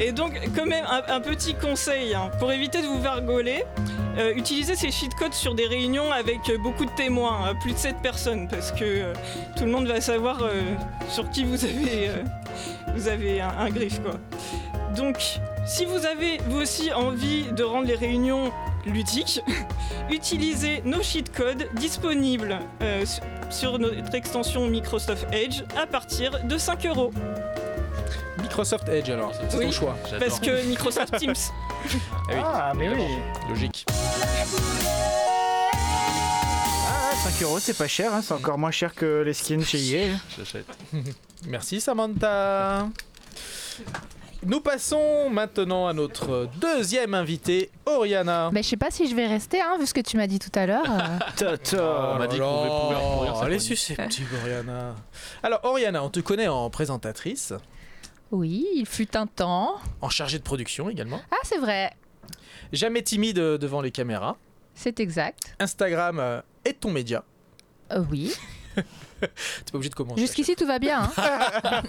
Speaker 16: Et donc, quand même, un, un petit conseil, hein, pour éviter de vous vargoler, euh, utilisez ces cheat codes sur des réunions avec euh, beaucoup de témoins, hein, plus de 7 personnes, parce que euh, tout le monde va savoir euh, sur qui vous avez, euh, vous avez un, un griffe. Quoi. Donc, si vous avez vous aussi envie de rendre les réunions ludiques, utilisez nos cheat codes disponibles euh, su- sur notre extension Microsoft Edge à partir de 5 euros.
Speaker 1: Microsoft Edge alors. C'est
Speaker 16: Oui.
Speaker 1: ton choix.
Speaker 9: J'adore.
Speaker 16: Parce que Microsoft Teams.
Speaker 10: Ah, mais oui.
Speaker 1: Logique.
Speaker 10: Ah, 5 euros, c'est pas cher, hein, c'est encore moins cher que les skins chez E EA.
Speaker 9: J'achète.
Speaker 1: Merci Samantha. Nous passons maintenant à notre deuxième invité, Oriana.
Speaker 2: Bah, je sais pas si je vais rester, hein, vu ce que tu m'as dit tout à l'heure. euh.
Speaker 10: Toto.
Speaker 9: On m'a dit
Speaker 1: Oh
Speaker 9: qu'on pouvait
Speaker 1: là
Speaker 9: pourrir pourrir
Speaker 1: là,
Speaker 9: sa
Speaker 1: Elle est
Speaker 9: chronique.
Speaker 1: susceptible, Oriana. Alors, Oriana, on te connaît en présentatrice,
Speaker 2: Oui, il fut un temps.
Speaker 1: en chargée de production également.
Speaker 2: Ah, c'est vrai,
Speaker 1: Jamais timide euh, devant les caméras.
Speaker 2: c'est exact.
Speaker 1: Instagram euh, est ton média.
Speaker 2: Euh, oui.
Speaker 1: T'es pas obligé de commencer.
Speaker 2: Jusqu'ici, tout va bien. hein.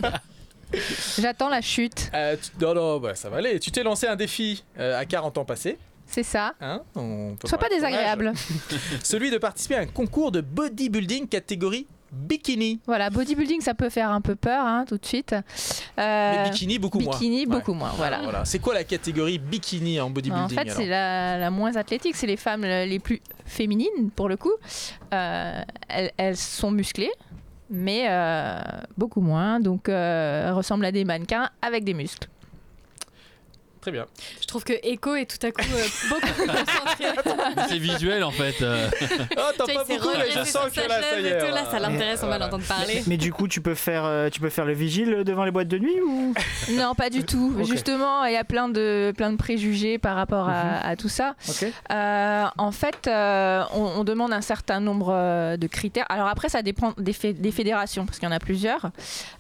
Speaker 2: J'attends la chute.
Speaker 1: Euh, tu- Non, non, bah, ça va aller. Tu t'es lancé un défi euh, à 40 ans passés.
Speaker 2: C'est ça.
Speaker 1: Hein On peut
Speaker 2: Sois pas
Speaker 1: parler de ton âge.
Speaker 2: désagréable.
Speaker 1: Celui de participer à un concours de bodybuilding catégorie bikini.
Speaker 2: Voilà, bodybuilding, ça peut faire un peu peur hein, tout de suite. Euh,
Speaker 1: Mais bikini, beaucoup moins.
Speaker 2: bikini,
Speaker 1: Ouais.
Speaker 2: beaucoup moins. Voilà.
Speaker 1: Voilà. C'est quoi la catégorie bikini en
Speaker 2: En
Speaker 1: bodybuilding
Speaker 2: fait,
Speaker 1: alors
Speaker 2: c'est la, la moins athlétique. C'est les femmes le- les plus féminines, pour le coup. Euh, elles, elles sont musclées, mais euh, beaucoup moins. Donc, euh, elles ressemblent à des mannequins avec des muscles.
Speaker 1: Très bien.
Speaker 5: Je trouve que Echo est tout à coup euh, beaucoup plus concentré.
Speaker 9: Mais C'est visuel en fait. euh.
Speaker 1: Oh, t'as pas
Speaker 5: Tu vois, il s'est
Speaker 1: beaucoup, mais
Speaker 5: redressé
Speaker 1: je
Speaker 5: sur
Speaker 1: sens que
Speaker 5: sa
Speaker 1: là, ça
Speaker 5: chaise
Speaker 1: y
Speaker 5: et
Speaker 1: est.
Speaker 5: tout,
Speaker 1: voilà.
Speaker 5: Là, ça l'intéresse, on va l'entendre parler.
Speaker 10: Mais du coup, tu peux faire, euh, tu peux faire le vigile devant les boîtes de nuit ou
Speaker 2: Non, pas du tout.
Speaker 10: Ok.
Speaker 2: Justement, il y a plein de, plein de préjugés par rapport
Speaker 1: Mhm.
Speaker 2: à, à tout ça.
Speaker 10: Ok.
Speaker 2: Euh, en fait, euh, on, on demande un certain nombre euh, de critères. Alors après, ça dépend des, fé- des fédérations, parce qu'il y en a plusieurs.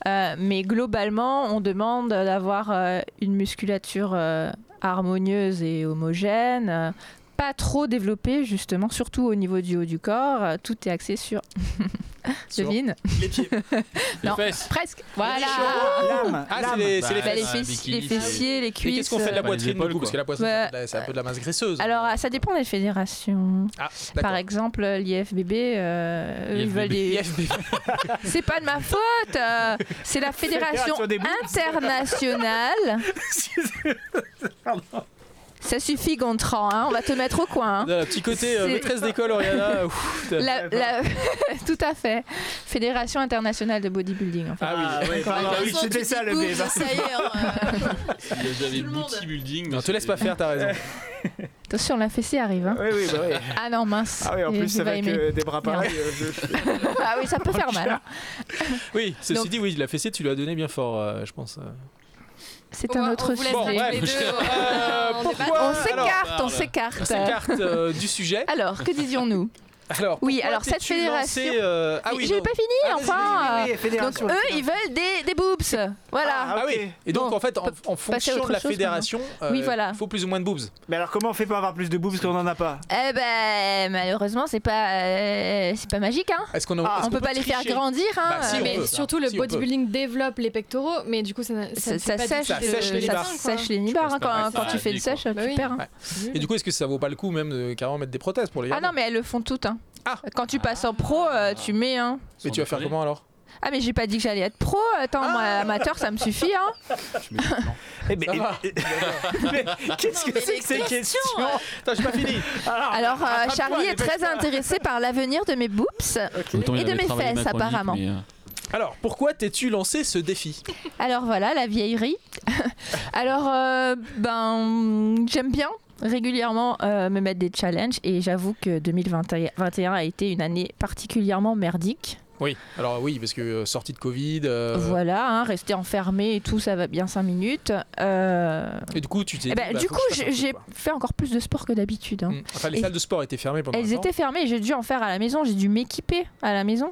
Speaker 2: Euh, mais globalement, on demande d'avoir euh, une musculature euh, harmonieuse et homogène. euh, pas trop développée, justement, surtout au niveau du haut du corps. Euh, Tout est axé sur...
Speaker 1: Sur
Speaker 2: Devine
Speaker 1: les pieds.
Speaker 9: Les
Speaker 2: Non.
Speaker 9: fesses.
Speaker 2: Presque Voilà
Speaker 10: L'âme.
Speaker 1: Ah, c'est
Speaker 10: l'âme.
Speaker 1: les, c'est les
Speaker 9: Bah,
Speaker 2: Bah,
Speaker 1: fesses.
Speaker 2: les,
Speaker 9: un
Speaker 2: fessi-
Speaker 9: bikini,
Speaker 2: les
Speaker 9: c'est-
Speaker 2: fessiers, Bah, les
Speaker 1: Mais
Speaker 2: cuisses... euh,
Speaker 1: qu'est-ce qu'on fait de la
Speaker 9: Pas les
Speaker 1: poitrine
Speaker 9: épaules,
Speaker 1: du coup Parce que
Speaker 9: quoi.
Speaker 1: la poitrine,
Speaker 2: Ouais.
Speaker 1: c'est de la- hein. c'est un peu de la masse graisseuse.
Speaker 2: Alors, ah, ça dépend des fédérations.
Speaker 1: Ah,
Speaker 2: Par
Speaker 1: d'accord.
Speaker 2: exemple, l'IFBB, euh, eux, ils
Speaker 9: IFBB.
Speaker 2: veulent des.
Speaker 1: IFBB.
Speaker 2: C'est pas de ma faute euh, C'est la Fédération
Speaker 10: Fédération des boules.
Speaker 2: internationale. Ça suffit, Gontran, hein, on va te mettre au coin. hein.
Speaker 1: Non, le petit côté euh,
Speaker 2: C'est-
Speaker 1: maîtresse d'école, Oriana. ouf, t'as-
Speaker 2: La- la- Tout à fait. Fédération internationale de bodybuilding. en fait.
Speaker 1: Ah oui,
Speaker 7: pardon,
Speaker 1: Encore une
Speaker 7: oui,
Speaker 1: fois.
Speaker 7: c'était ça, le baiser. Ça y est, hein,
Speaker 9: J'avais bodybuilding. mais
Speaker 1: Non, te laisse pas
Speaker 9: c'était-
Speaker 1: faire, t'as raison.
Speaker 2: Attention, la fessée arrive. hein.
Speaker 10: Oui, oui, bah oui.
Speaker 2: Ah non, mince.
Speaker 10: Ah oui, en
Speaker 2: Il-
Speaker 10: plus,
Speaker 2: il va
Speaker 10: avec
Speaker 2: aimer.
Speaker 10: euh, des bras pareils. euh, je- je-
Speaker 2: ah oui, ça peut faire mal. hein.
Speaker 1: Oui, ceci
Speaker 2: Donc-
Speaker 1: dit, oui, la fessée, tu l'as donné bien fort, euh, je pense. euh.
Speaker 2: C'est un autre sujet.
Speaker 1: Bon, bref. Euh,
Speaker 5: on débat.
Speaker 1: pourquoi
Speaker 2: euh, On s'écarte, on
Speaker 1: Alors, On
Speaker 2: s'écarte.
Speaker 1: s'écarte euh, du sujet.
Speaker 2: Alors, que disions-nous
Speaker 1: Alors,
Speaker 2: Oui,
Speaker 1: pourquoi
Speaker 2: alors, cette
Speaker 1: t'es-tu lancée,
Speaker 2: fédération-
Speaker 1: euh, Ah
Speaker 2: Mais
Speaker 1: oui,
Speaker 2: J'ai
Speaker 1: non.
Speaker 2: pas fini, enfin.
Speaker 10: vas-y, oui, fédération,
Speaker 2: Donc eux,
Speaker 10: etc.
Speaker 2: ils veulent des, des boobs. Voilà.
Speaker 10: Ah,
Speaker 1: Ah
Speaker 10: ok.
Speaker 1: oui. Et donc
Speaker 2: Bon,
Speaker 1: en fait, en,
Speaker 2: pa-
Speaker 1: en
Speaker 2: à
Speaker 1: fonction
Speaker 2: autre
Speaker 1: de la
Speaker 2: chose
Speaker 1: fédération, il
Speaker 2: Oui, voilà.
Speaker 1: faut plus ou moins de boobs.
Speaker 10: Mais alors, comment on fait pour avoir plus de boobs qu'on n'en a pas
Speaker 2: Eh ben, malheureusement, c'est pas, euh, c'est pas magique, hein.
Speaker 1: Est-ce qu'on a-
Speaker 10: Ah,
Speaker 1: est-ce
Speaker 2: on
Speaker 1: qu'on
Speaker 2: peut pas les faire
Speaker 1: tricher
Speaker 2: grandir, hein.
Speaker 1: Bah, si, on
Speaker 2: mais
Speaker 1: peut.
Speaker 5: Mais surtout, le
Speaker 1: Si, on peut.
Speaker 5: bodybuilding développe les pectoraux, mais du coup, ça, ne- ça,
Speaker 2: ça,
Speaker 5: ne fait
Speaker 2: ça
Speaker 5: pas
Speaker 2: sèche,
Speaker 5: du tout
Speaker 1: Ça
Speaker 5: de-
Speaker 1: sèche les
Speaker 2: ça
Speaker 1: nibards, quoi.
Speaker 2: sèche les nibards, hein,
Speaker 1: pas mal,
Speaker 2: quand,
Speaker 1: ça,
Speaker 2: quand tu
Speaker 9: la
Speaker 2: fais
Speaker 9: vie,
Speaker 2: une sèche,
Speaker 5: Bah
Speaker 2: tu
Speaker 5: oui.
Speaker 2: perds. hein.
Speaker 1: Et du coup, est-ce que ça vaut pas le coup même de carrément mettre des prothèses pour les
Speaker 2: Ah
Speaker 1: garder
Speaker 2: non, mais elles le font toutes, hein.
Speaker 1: Ah.
Speaker 2: Quand tu passes en pro, euh, tu mets, hein.
Speaker 1: Mais tu vas faire comment alors
Speaker 2: Ah, mais j'ai pas dit que j'allais être pro. Attends, moi,
Speaker 1: Ah.
Speaker 2: amateur, ça me suffit, hein.
Speaker 10: Eh ben,
Speaker 1: Ça va.
Speaker 10: eh- mais Qu'est-ce que c'est que ces questions
Speaker 1: Attends, j'ai pas fini.
Speaker 2: Alors, euh,
Speaker 1: Ah, attrape-toi,
Speaker 2: Charlie est
Speaker 1: dépêche-toi.
Speaker 2: très intéressé par l'avenir de mes boobs. Et de mes fesses, apparemment.
Speaker 1: Alors, pourquoi t'es-tu lancé ce défi
Speaker 2: Alors voilà, la vieillerie. Alors, euh, ben, j'aime bien régulièrement euh, me mettre des challenges et j'avoue que 2021 a été une année particulièrement merdique.
Speaker 1: Oui, alors oui, parce que euh, sortie de Covid. euh,
Speaker 2: Voilà, hein, rester enfermé et tout, ça va bien 5 minutes. Euh,
Speaker 1: Et du coup, tu t'es.
Speaker 2: eh
Speaker 1: dit,
Speaker 2: ben,
Speaker 1: bah,
Speaker 2: du
Speaker 1: faut
Speaker 2: coup,
Speaker 1: que je fasse un
Speaker 2: j'ai
Speaker 1: truc,
Speaker 2: j'ai
Speaker 1: quoi.
Speaker 2: fait encore plus de sport que d'habitude. hein.
Speaker 1: Mm. Enfin, les
Speaker 2: Et-
Speaker 1: salles de sport étaient fermées pendant. un
Speaker 2: Elles
Speaker 1: temps.
Speaker 2: étaient fermées, j'ai dû en faire à la maison, j'ai dû m'équiper à la maison.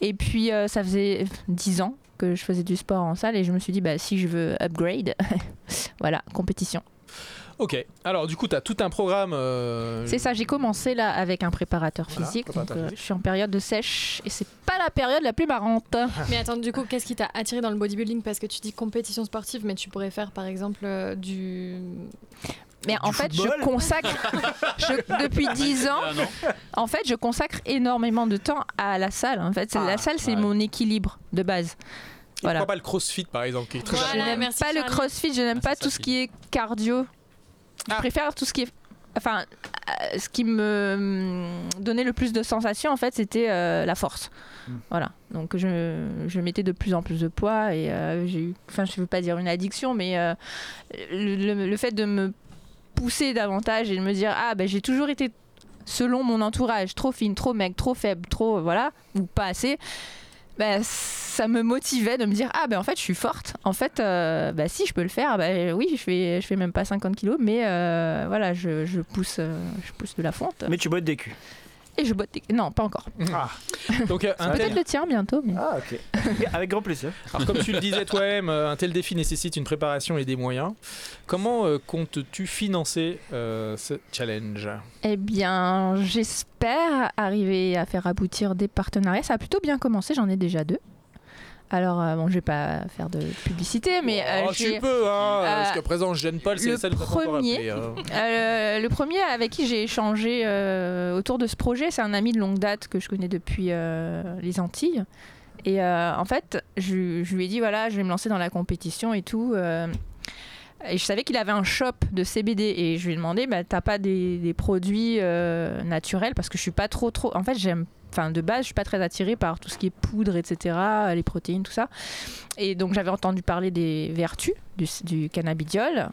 Speaker 2: Et puis euh, ça faisait 10 ans que je faisais du sport en salle et je me suis dit bah si je veux upgrade, voilà, compétition.
Speaker 1: Ok. Alors, du coup, t'as tout un programme. euh,
Speaker 2: C'est ça, j'ai commencé là avec un préparateur
Speaker 1: Voilà,
Speaker 2: physique,
Speaker 1: préparateur
Speaker 2: donc euh,
Speaker 1: physique.
Speaker 2: je suis en période de sèche et c'est pas la période la plus marrante.
Speaker 5: Mais attends, du coup, qu'est-ce qui t'a attiré dans le bodybuilding Parce que tu dis compétition sportive, mais tu pourrais faire par exemple euh, du.
Speaker 2: Mais en fait, je consacre je- depuis 10 ans,
Speaker 9: Ah non,
Speaker 2: en fait, je consacre énormément de temps à la salle. En fait, C'est- la salle c'est
Speaker 9: ouais.
Speaker 2: mon équilibre de base.
Speaker 1: Ah, et
Speaker 2: Voilà.
Speaker 1: Pourquoi pas le CrossFit par exemple qui est très
Speaker 5: Voilà,
Speaker 2: je n'aime
Speaker 5: merci,
Speaker 2: pas le
Speaker 5: Charlie.
Speaker 2: crossfit, je n'aime
Speaker 9: Ah,
Speaker 2: pas
Speaker 9: c'est
Speaker 2: tout
Speaker 9: ça,
Speaker 2: ce
Speaker 9: Ah.
Speaker 2: qui est cardio. Je préfère tout ce qui est. Enfin, euh, ce qui me hum, donnait le plus de sensations, en fait, c'était euh, la force.
Speaker 9: Hmm.
Speaker 2: Voilà. Donc, je, je mettais de plus en plus de poids et euh, j'ai eu. Enfin, je ne veux pas dire une addiction, mais euh, le, le- le fait de me pousser davantage et de me dire Ah, ben, j'ai toujours été, selon mon entourage, trop fine, trop mec, trop faible, trop. euh, Voilà, ou pas assez bah, ça me motivait de me dire ah ben en fait je suis forte en fait euh, bah si je peux le faire bah oui je fais je fais même pas 50 kilos mais euh, voilà je, je pousse euh, je pousse de la fonte
Speaker 10: Mais tu bottes des culs.
Speaker 2: et je botte des- non pas encore
Speaker 10: Ah,
Speaker 1: Donc, euh, un tel
Speaker 2: peut-être le tien bientôt mais-
Speaker 10: ah ok. Avec grand plaisir.
Speaker 1: Alors comme tu le disais toi-même, euh, un tel défi nécessite une préparation et des moyens. Comment euh, comptes-tu financer euh, ce challenge
Speaker 2: eh bien j'espère arriver à faire aboutir des partenariats ça a plutôt bien commencé j'en ai déjà deux alors euh, bon je vais pas faire de publicité mais euh,
Speaker 1: oh,
Speaker 2: j'ai-
Speaker 1: tu peux, hein,
Speaker 2: euh,
Speaker 1: parce qu'à présent, je gêne pas le
Speaker 2: le
Speaker 1: CSA. nous a pas encore appelé,
Speaker 2: premier-
Speaker 1: hein.
Speaker 2: Euh, le premier avec qui j'ai échangé euh, autour de ce projet, c'est un ami de longue date que je connais depuis euh, les Antilles. Et euh, en fait, je, je lui ai dit voilà, je vais me lancer dans la compétition et tout. euh, et je savais qu'il avait un shop de CBD et je lui ai demandé bah, t'as pas des, des produits euh, naturels parce que je suis pas trop trop. En fait, j'aime. Enfin, de base, je suis pas très attirée par tout ce qui est poudre, etc., les protéines, tout ça. Et donc, j'avais entendu parler des vertus du, du cannabidiol.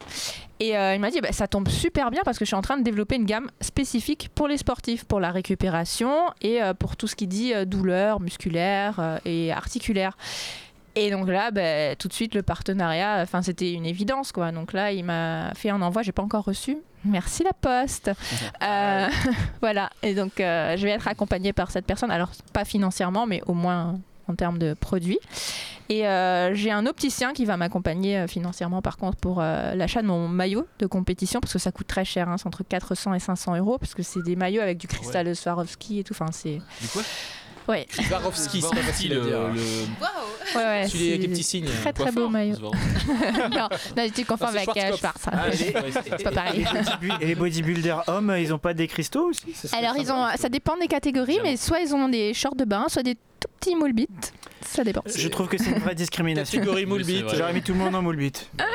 Speaker 2: Et euh, il m'a dit, bah, ça tombe super bien parce que je suis en train de développer une gamme spécifique pour les sportifs, pour la récupération et euh, pour tout ce qui dit euh, douleur musculaire euh, et articulaire. Et donc là, bah, tout de suite, le partenariat, euh, enfin, c'était une évidence, quoi. Donc là, il m'a fait un envoi, j'ai pas encore reçu. Merci la poste. Euh, voilà. Et donc, euh, je vais être accompagnée par cette personne. Alors, pas financièrement, mais au moins en termes de produits. Et euh, j'ai un opticien qui va m'accompagner euh, financièrement, par contre, pour euh, l'achat de mon maillot de compétition, parce que ça coûte très cher. hein. C'est entre 400 et 500 euros, parce que c'est des maillots avec du cristal de Swarovski et tout. Enfin, c'est.
Speaker 9: Du quoi
Speaker 2: Ouais,
Speaker 1: Swarovski, c'est pas facile à dire.
Speaker 7: Waouh
Speaker 2: ouais, ouais.
Speaker 1: Celui avec les
Speaker 2: c'est
Speaker 1: petits signes. euh,
Speaker 2: Très très beau maillot. non, non, j'étais confond
Speaker 1: Non, Ah, c'est
Speaker 2: avec euh, Schwarz.
Speaker 9: c'est
Speaker 2: C'est pas
Speaker 10: Et
Speaker 2: pareil.
Speaker 10: les bodybu- Et les bodybuilders hommes, ils ont pas des cristaux aussi Ce serait
Speaker 2: Alors, ils ont, euh,
Speaker 10: sympa.
Speaker 2: ça dépend des catégories, mais soit ils ont des shorts de bain, soit des tout petits moule bits. Ça dépend.
Speaker 1: Euh,
Speaker 10: Je trouve que c'est une vraie discrimination.
Speaker 1: Catégorie moule Oui, c'est bite. vrai.
Speaker 10: J'aurais mis tout le monde en moule bite.
Speaker 2: Ah.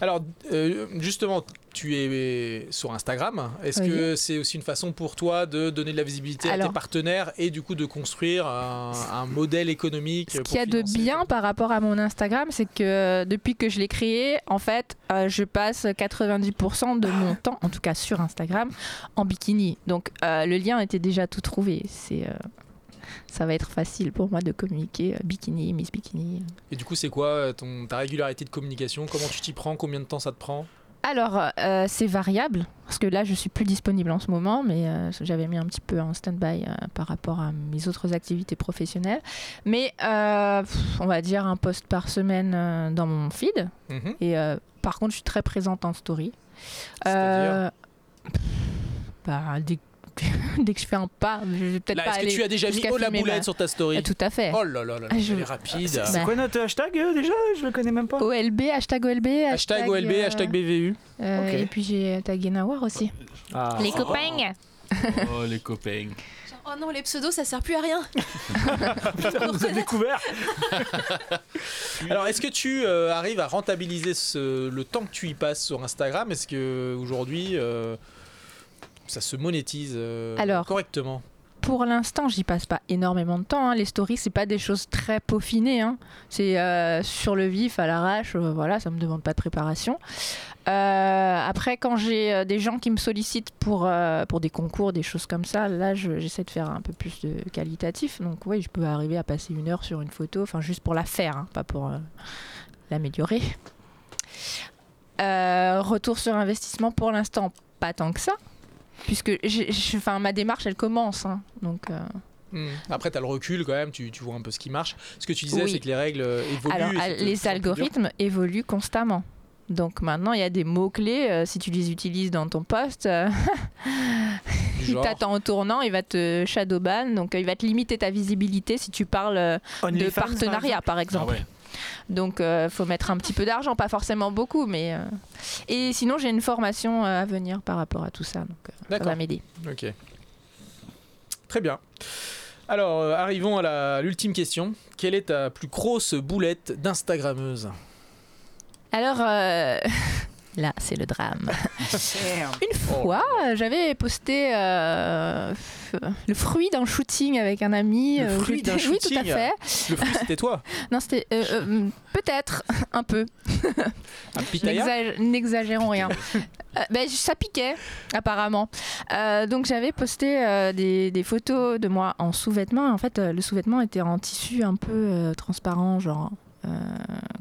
Speaker 1: Alors, euh, justement, tu es sur Instagram. Est-ce
Speaker 2: Oui.
Speaker 1: que c'est aussi une façon pour toi de donner de la visibilité à
Speaker 2: Alors.
Speaker 1: tes partenaires et du coup de construire un, un modèle économique
Speaker 2: Ce qu'il y a de bien par rapport à mon Instagram, c'est que euh, depuis que je l'ai créé, en fait, euh, je passe 90% de mon temps, en tout cas sur Instagram, en bikini. Donc euh, le lien était déjà tout trouvé. C'est, euh, ça va être facile pour moi de communiquer euh, bikini, Miss Bikini.
Speaker 1: Et du coup, c'est quoi euh, ton, ta régularité de communication Comment tu t'y prends Combien de temps ça te prend
Speaker 2: Alors, euh, c'est variable, parce que là, je suis plus disponible en ce moment, mais euh, j'avais mis un petit peu en stand-by euh, par rapport à mes autres activités professionnelles. Mais euh, pff, on va dire un post par semaine euh, dans mon feed.
Speaker 1: Mhm.
Speaker 2: Et euh, par contre, je suis très présente en story. Euh, bah, dès, dès que je fais un pas, je vais peut-être
Speaker 1: Là,
Speaker 2: pas
Speaker 1: est-ce que
Speaker 2: aller
Speaker 1: tu as déjà mis
Speaker 2: jusqu'à
Speaker 1: oh la
Speaker 2: filmer
Speaker 1: boulette
Speaker 2: ma-
Speaker 1: sur ta story
Speaker 2: Ah, Tout à fait.
Speaker 1: Oh là là là, là,
Speaker 2: Ah, je-
Speaker 1: elle est rapide.
Speaker 2: C'est-
Speaker 10: C'est
Speaker 2: Bah.
Speaker 10: quoi notre hashtag euh, déjà Je le connais même pas.
Speaker 2: OLB, hashtag OLB, hashtag,
Speaker 1: Hashtag OLB,
Speaker 2: euh,
Speaker 1: hashtag BVU.
Speaker 2: euh,
Speaker 10: Ok.
Speaker 2: Et puis j'ai tagué Nawar aussi.
Speaker 10: Ah.
Speaker 2: Les copains
Speaker 9: Oh, les copains.
Speaker 7: Oh non, les pseudos, ça sert plus à rien.
Speaker 10: Putain, on
Speaker 2: Bah.
Speaker 10: nous a découvert
Speaker 1: Alors, est-ce que tu euh, arrives à rentabiliser ce- le temps que tu y passes sur Instagram Est-ce que aujourd'hui euh, ça se monétise euh,
Speaker 2: Alors.
Speaker 1: correctement
Speaker 2: Pour l'instant, j'y passe pas énormément de temps. hein. Les stories, c'est pas des choses très peaufinées. hein. C'est euh, sur le vif, à l'arrache. euh, voilà, ça me demande pas de préparation. Euh, après, quand j'ai euh, des gens qui me sollicitent pour euh, pour des concours, des choses comme ça, là, je- j'essaie de faire un peu plus de qualitatif. Donc, oui, je peux arriver à passer une heure sur une photo, enfin juste pour la faire, hein, pas pour euh, l'améliorer. Euh, retour sur investissement pour l'instant, pas tant que ça. Puisque j'ai- j'ai- enfin, ma démarche, elle commence. hein. donc, euh,
Speaker 1: Hmm. Après, tu as le recul quand même, tu, tu vois un peu ce qui marche. Ce que tu disais,
Speaker 2: Oui.
Speaker 1: c'est que les règles euh, évoluent.
Speaker 2: Alors, ah,
Speaker 1: et c'est de plus en plus
Speaker 2: les
Speaker 1: dur.
Speaker 2: algorithmes évoluent constamment. Donc maintenant, il y a des mots-clés. euh, si tu les utilises dans ton poste, euh,
Speaker 1: Du
Speaker 2: il
Speaker 1: genre.
Speaker 2: t'attend au tournant, il va te shadowban. Donc, euh, il va te limiter ta visibilité si tu parles euh, de
Speaker 10: OnlyFans, par
Speaker 2: partenariat, par exemple.
Speaker 1: Ah
Speaker 2: Donc, il faut mettre un petit peu d'argent, pas forcément beaucoup. mais euh, Et sinon, j'ai une formation euh, à venir par rapport à tout ça. Donc, euh, ça
Speaker 1: D'accord.
Speaker 2: va m'aider.
Speaker 1: Ok. Très bien. Alors, euh, arrivons à la- l'ultime question. Quelle est ta plus grosse boulette d'Instagrammeuse
Speaker 2: Alors, euh, là, c'est le drame. Une fois, euh, j'avais posté euh, f- le fruit d'un shooting avec un ami.
Speaker 1: Le
Speaker 2: euh,
Speaker 1: fruit
Speaker 2: j'étais-
Speaker 1: d'un
Speaker 2: Oui, tout
Speaker 1: shooting.
Speaker 2: à fait.
Speaker 1: Le fruit, c'était toi
Speaker 2: Non, c'était euh, euh, peut-être un peu.
Speaker 1: Un pitaya
Speaker 2: N'exag- N'exagérons rien. Euh, ben, ça piquait, apparemment. Euh, donc j'avais posté euh, des, des photos de moi en sous-vêtements. En fait, euh, le sous-vêtement était en tissu un peu euh, transparent, genre. euh,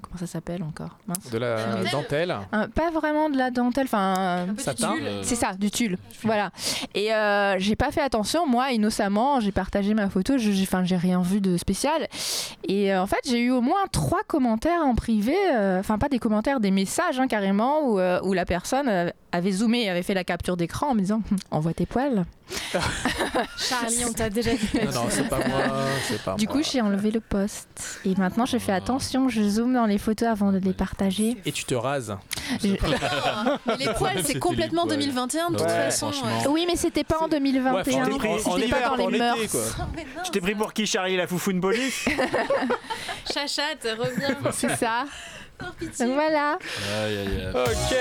Speaker 2: comment ça s'appelle encore Mince.
Speaker 1: De la
Speaker 2: Dentelle.
Speaker 1: dentelle
Speaker 2: Un- pas vraiment de la dentelle, enfin. euh,
Speaker 1: peu Satin. euh, du tulle.
Speaker 2: C'est ça, du tulle. Voilà. Et euh, j'ai pas fait attention, moi, innocemment, j'ai partagé ma photo, je- j'ai enfin, j'ai rien vu de spécial. Et euh, en fait, j'ai eu au moins trois commentaires en privé, euh, enfin, pas des commentaires, des messages hein, carrément, où, euh, où la personne euh, avait zoomé, avait fait la capture d'écran en me disant Hum, Envoie tes poils.
Speaker 5: Charlie, on t'a déjà dit.
Speaker 1: Non, non, c'est pas moi. C'est pas
Speaker 2: Du
Speaker 1: moi. Ah.
Speaker 2: coup, j'ai enlevé le post. Et maintenant, je fais attention, je zoome dans les photos avant de les partager.
Speaker 1: Et tu te rases.
Speaker 7: Mais les poils, c'est
Speaker 1: C'était
Speaker 7: complètement
Speaker 1: les poils.
Speaker 7: 2021 de toute
Speaker 1: Ouais,
Speaker 7: façon.
Speaker 1: Eh, franchement.
Speaker 2: Oui, mais c'était pas en 2021.
Speaker 10: Ouais, en- en- en
Speaker 2: c'était
Speaker 10: hiver,
Speaker 2: pas dans
Speaker 10: en
Speaker 2: les
Speaker 10: été,
Speaker 2: mœurs.
Speaker 10: quoi. Je t'ai pris pour qui, Charlie La foufoune police
Speaker 5: Chachate, reviens.
Speaker 2: C'est ça. Donc voilà.
Speaker 9: Aïe, aïe, aïe.
Speaker 10: Oh.
Speaker 1: Ok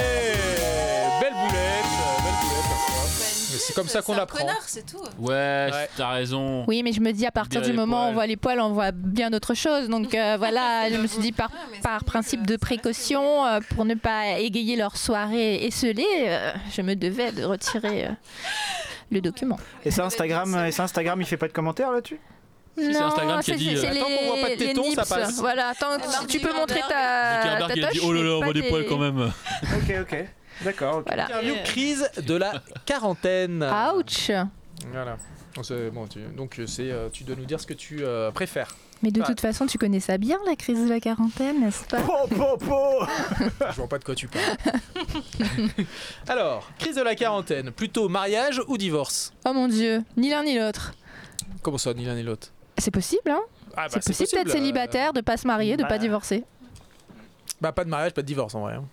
Speaker 1: Belle boulette, euh, belle boulette. Mais c'est comme ça qu'on l'apprend.
Speaker 7: c'est tout.
Speaker 9: Ouais, t'as raison.
Speaker 2: Oui, mais je me dis à partir
Speaker 9: Bien
Speaker 2: du
Speaker 9: les
Speaker 2: moment où on
Speaker 9: poils.
Speaker 2: voit les poils, on voit bien autre chose. Donc euh, voilà, je me suis dit par, par principe de précaution, euh, pour ne pas égayer leur soirée esselée, euh, je me devais de retirer euh, le document.
Speaker 10: Et ça, Instagram, euh, et ça, Instagram, il fait pas de commentaires là-dessus
Speaker 2: Non,
Speaker 10: c'est Instagram qui a
Speaker 2: c'est-
Speaker 10: dit,
Speaker 2: c'est
Speaker 10: euh,
Speaker 2: les-
Speaker 10: Tant qu'on voit pas de
Speaker 2: les
Speaker 10: tétons, ça
Speaker 2: nips.
Speaker 10: passe.
Speaker 2: Voilà, tant que tu peux montrer ta, ta
Speaker 9: Zuckerberg, il a dit
Speaker 2: toche,
Speaker 9: Oh là là,
Speaker 2: mais
Speaker 9: on voit
Speaker 2: pas
Speaker 9: des poils
Speaker 2: tes-
Speaker 9: quand même.
Speaker 10: Ok, ok. D'accord. ok.
Speaker 2: Voilà.
Speaker 1: Interview crise de la quarantaine.
Speaker 2: Ouch
Speaker 1: Voilà. Donc, c'est- bon, tu- donc euh, c'est, euh, tu dois nous dire ce que tu euh, préfères.
Speaker 2: Mais de
Speaker 1: Ah,
Speaker 2: toute façon, tu connais ça bien, la crise de la quarantaine, n'est-ce pas
Speaker 1: Je vois pas de quoi tu parles. Alors, crise de la quarantaine, plutôt mariage ou divorce
Speaker 2: Oh mon dieu, ni l'un ni l'autre.
Speaker 1: Comment ça, ni l'un ni l'autre
Speaker 2: C'est possible, hein
Speaker 1: Ah, bah,
Speaker 2: C'est
Speaker 1: c'est
Speaker 2: possible,
Speaker 1: possible,
Speaker 2: d'être
Speaker 1: euh,
Speaker 2: célibataire, de pas se marier, de
Speaker 1: bah.
Speaker 2: pas divorcer.
Speaker 1: Bah pas de mariage, pas de divorce en vrai. hein.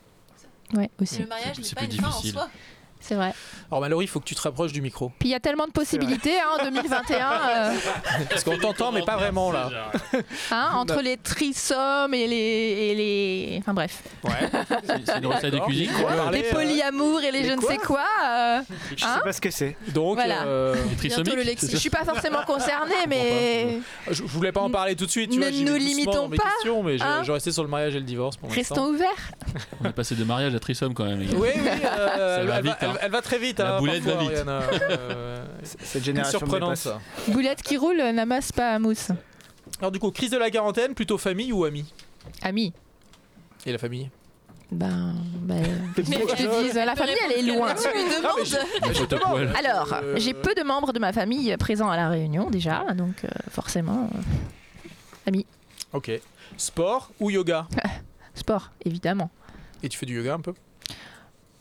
Speaker 2: Ouais, aussi.
Speaker 7: Le mariage n'est
Speaker 1: c'est
Speaker 7: pas
Speaker 1: plus
Speaker 7: une fin en
Speaker 1: difficile.
Speaker 7: soi.
Speaker 2: C'est vrai.
Speaker 1: Alors Mallory, il faut que tu te rapproches du micro.
Speaker 2: Puis il y a tellement de possibilités hein, en 2021. euh,
Speaker 1: Parce qu'on t'entend, mais pas vraiment là.
Speaker 2: hein, entre les trisomes et les, et les. Enfin bref.
Speaker 1: Ouais.
Speaker 9: C'est c'est une recette de
Speaker 1: D'accord.
Speaker 9: cuisine.
Speaker 1: On va parler,
Speaker 2: les
Speaker 1: euh,
Speaker 2: polyamours et les,
Speaker 10: les
Speaker 2: je ne
Speaker 10: quoi
Speaker 2: sais quoi. euh,
Speaker 10: Je
Speaker 2: Hein
Speaker 10: sais pas ce que c'est.
Speaker 1: Donc,
Speaker 2: Voilà.
Speaker 1: euh,
Speaker 9: Les trisomiques.
Speaker 12: Bientôt le
Speaker 2: je
Speaker 12: lexique.
Speaker 2: suis pas forcément concernée, mais
Speaker 1: je voulais pas en parler tout de suite. Tu
Speaker 2: Ne
Speaker 1: vois, j'y
Speaker 2: nous
Speaker 1: vais doucement
Speaker 2: limitons
Speaker 1: dans mes
Speaker 2: pas,
Speaker 1: questions, mais je,
Speaker 2: hein.
Speaker 1: je restais sur le mariage et le divorce pour
Speaker 2: restons
Speaker 1: l'instant.
Speaker 2: ouverts.
Speaker 9: On est passé de mariage à trisomme quand même. les gars.
Speaker 1: Oui, oui, euh, elle,
Speaker 9: va
Speaker 1: elle
Speaker 9: vite, hein.
Speaker 1: elle- elle va très vite.
Speaker 9: La
Speaker 1: hein,
Speaker 9: boulette va
Speaker 1: parfois,
Speaker 9: vite.
Speaker 1: Ariana. Euh,
Speaker 10: Cette
Speaker 1: c'est
Speaker 10: génération
Speaker 1: surprenant
Speaker 10: dépasse.
Speaker 1: ça.
Speaker 2: Boulette qui roule euh, n'amasse pas à mousse.
Speaker 1: Alors du coup, crise de la quarantaine, plutôt famille ou amis
Speaker 2: Ami.
Speaker 1: Et la famille
Speaker 2: Ben. ben qu'est-ce que je te dise, la famille, elle est loin.
Speaker 12: Tu lui
Speaker 1: Ah, mais
Speaker 12: demandes
Speaker 1: je-
Speaker 9: Faut te poil.
Speaker 2: Alors,
Speaker 1: Euh,
Speaker 2: j'ai peu de membres de ma famille présents à la réunion déjà, donc euh, forcément, euh,
Speaker 1: Ok. Sport ou yoga
Speaker 2: sport, évidemment.
Speaker 1: Et tu fais du yoga un peu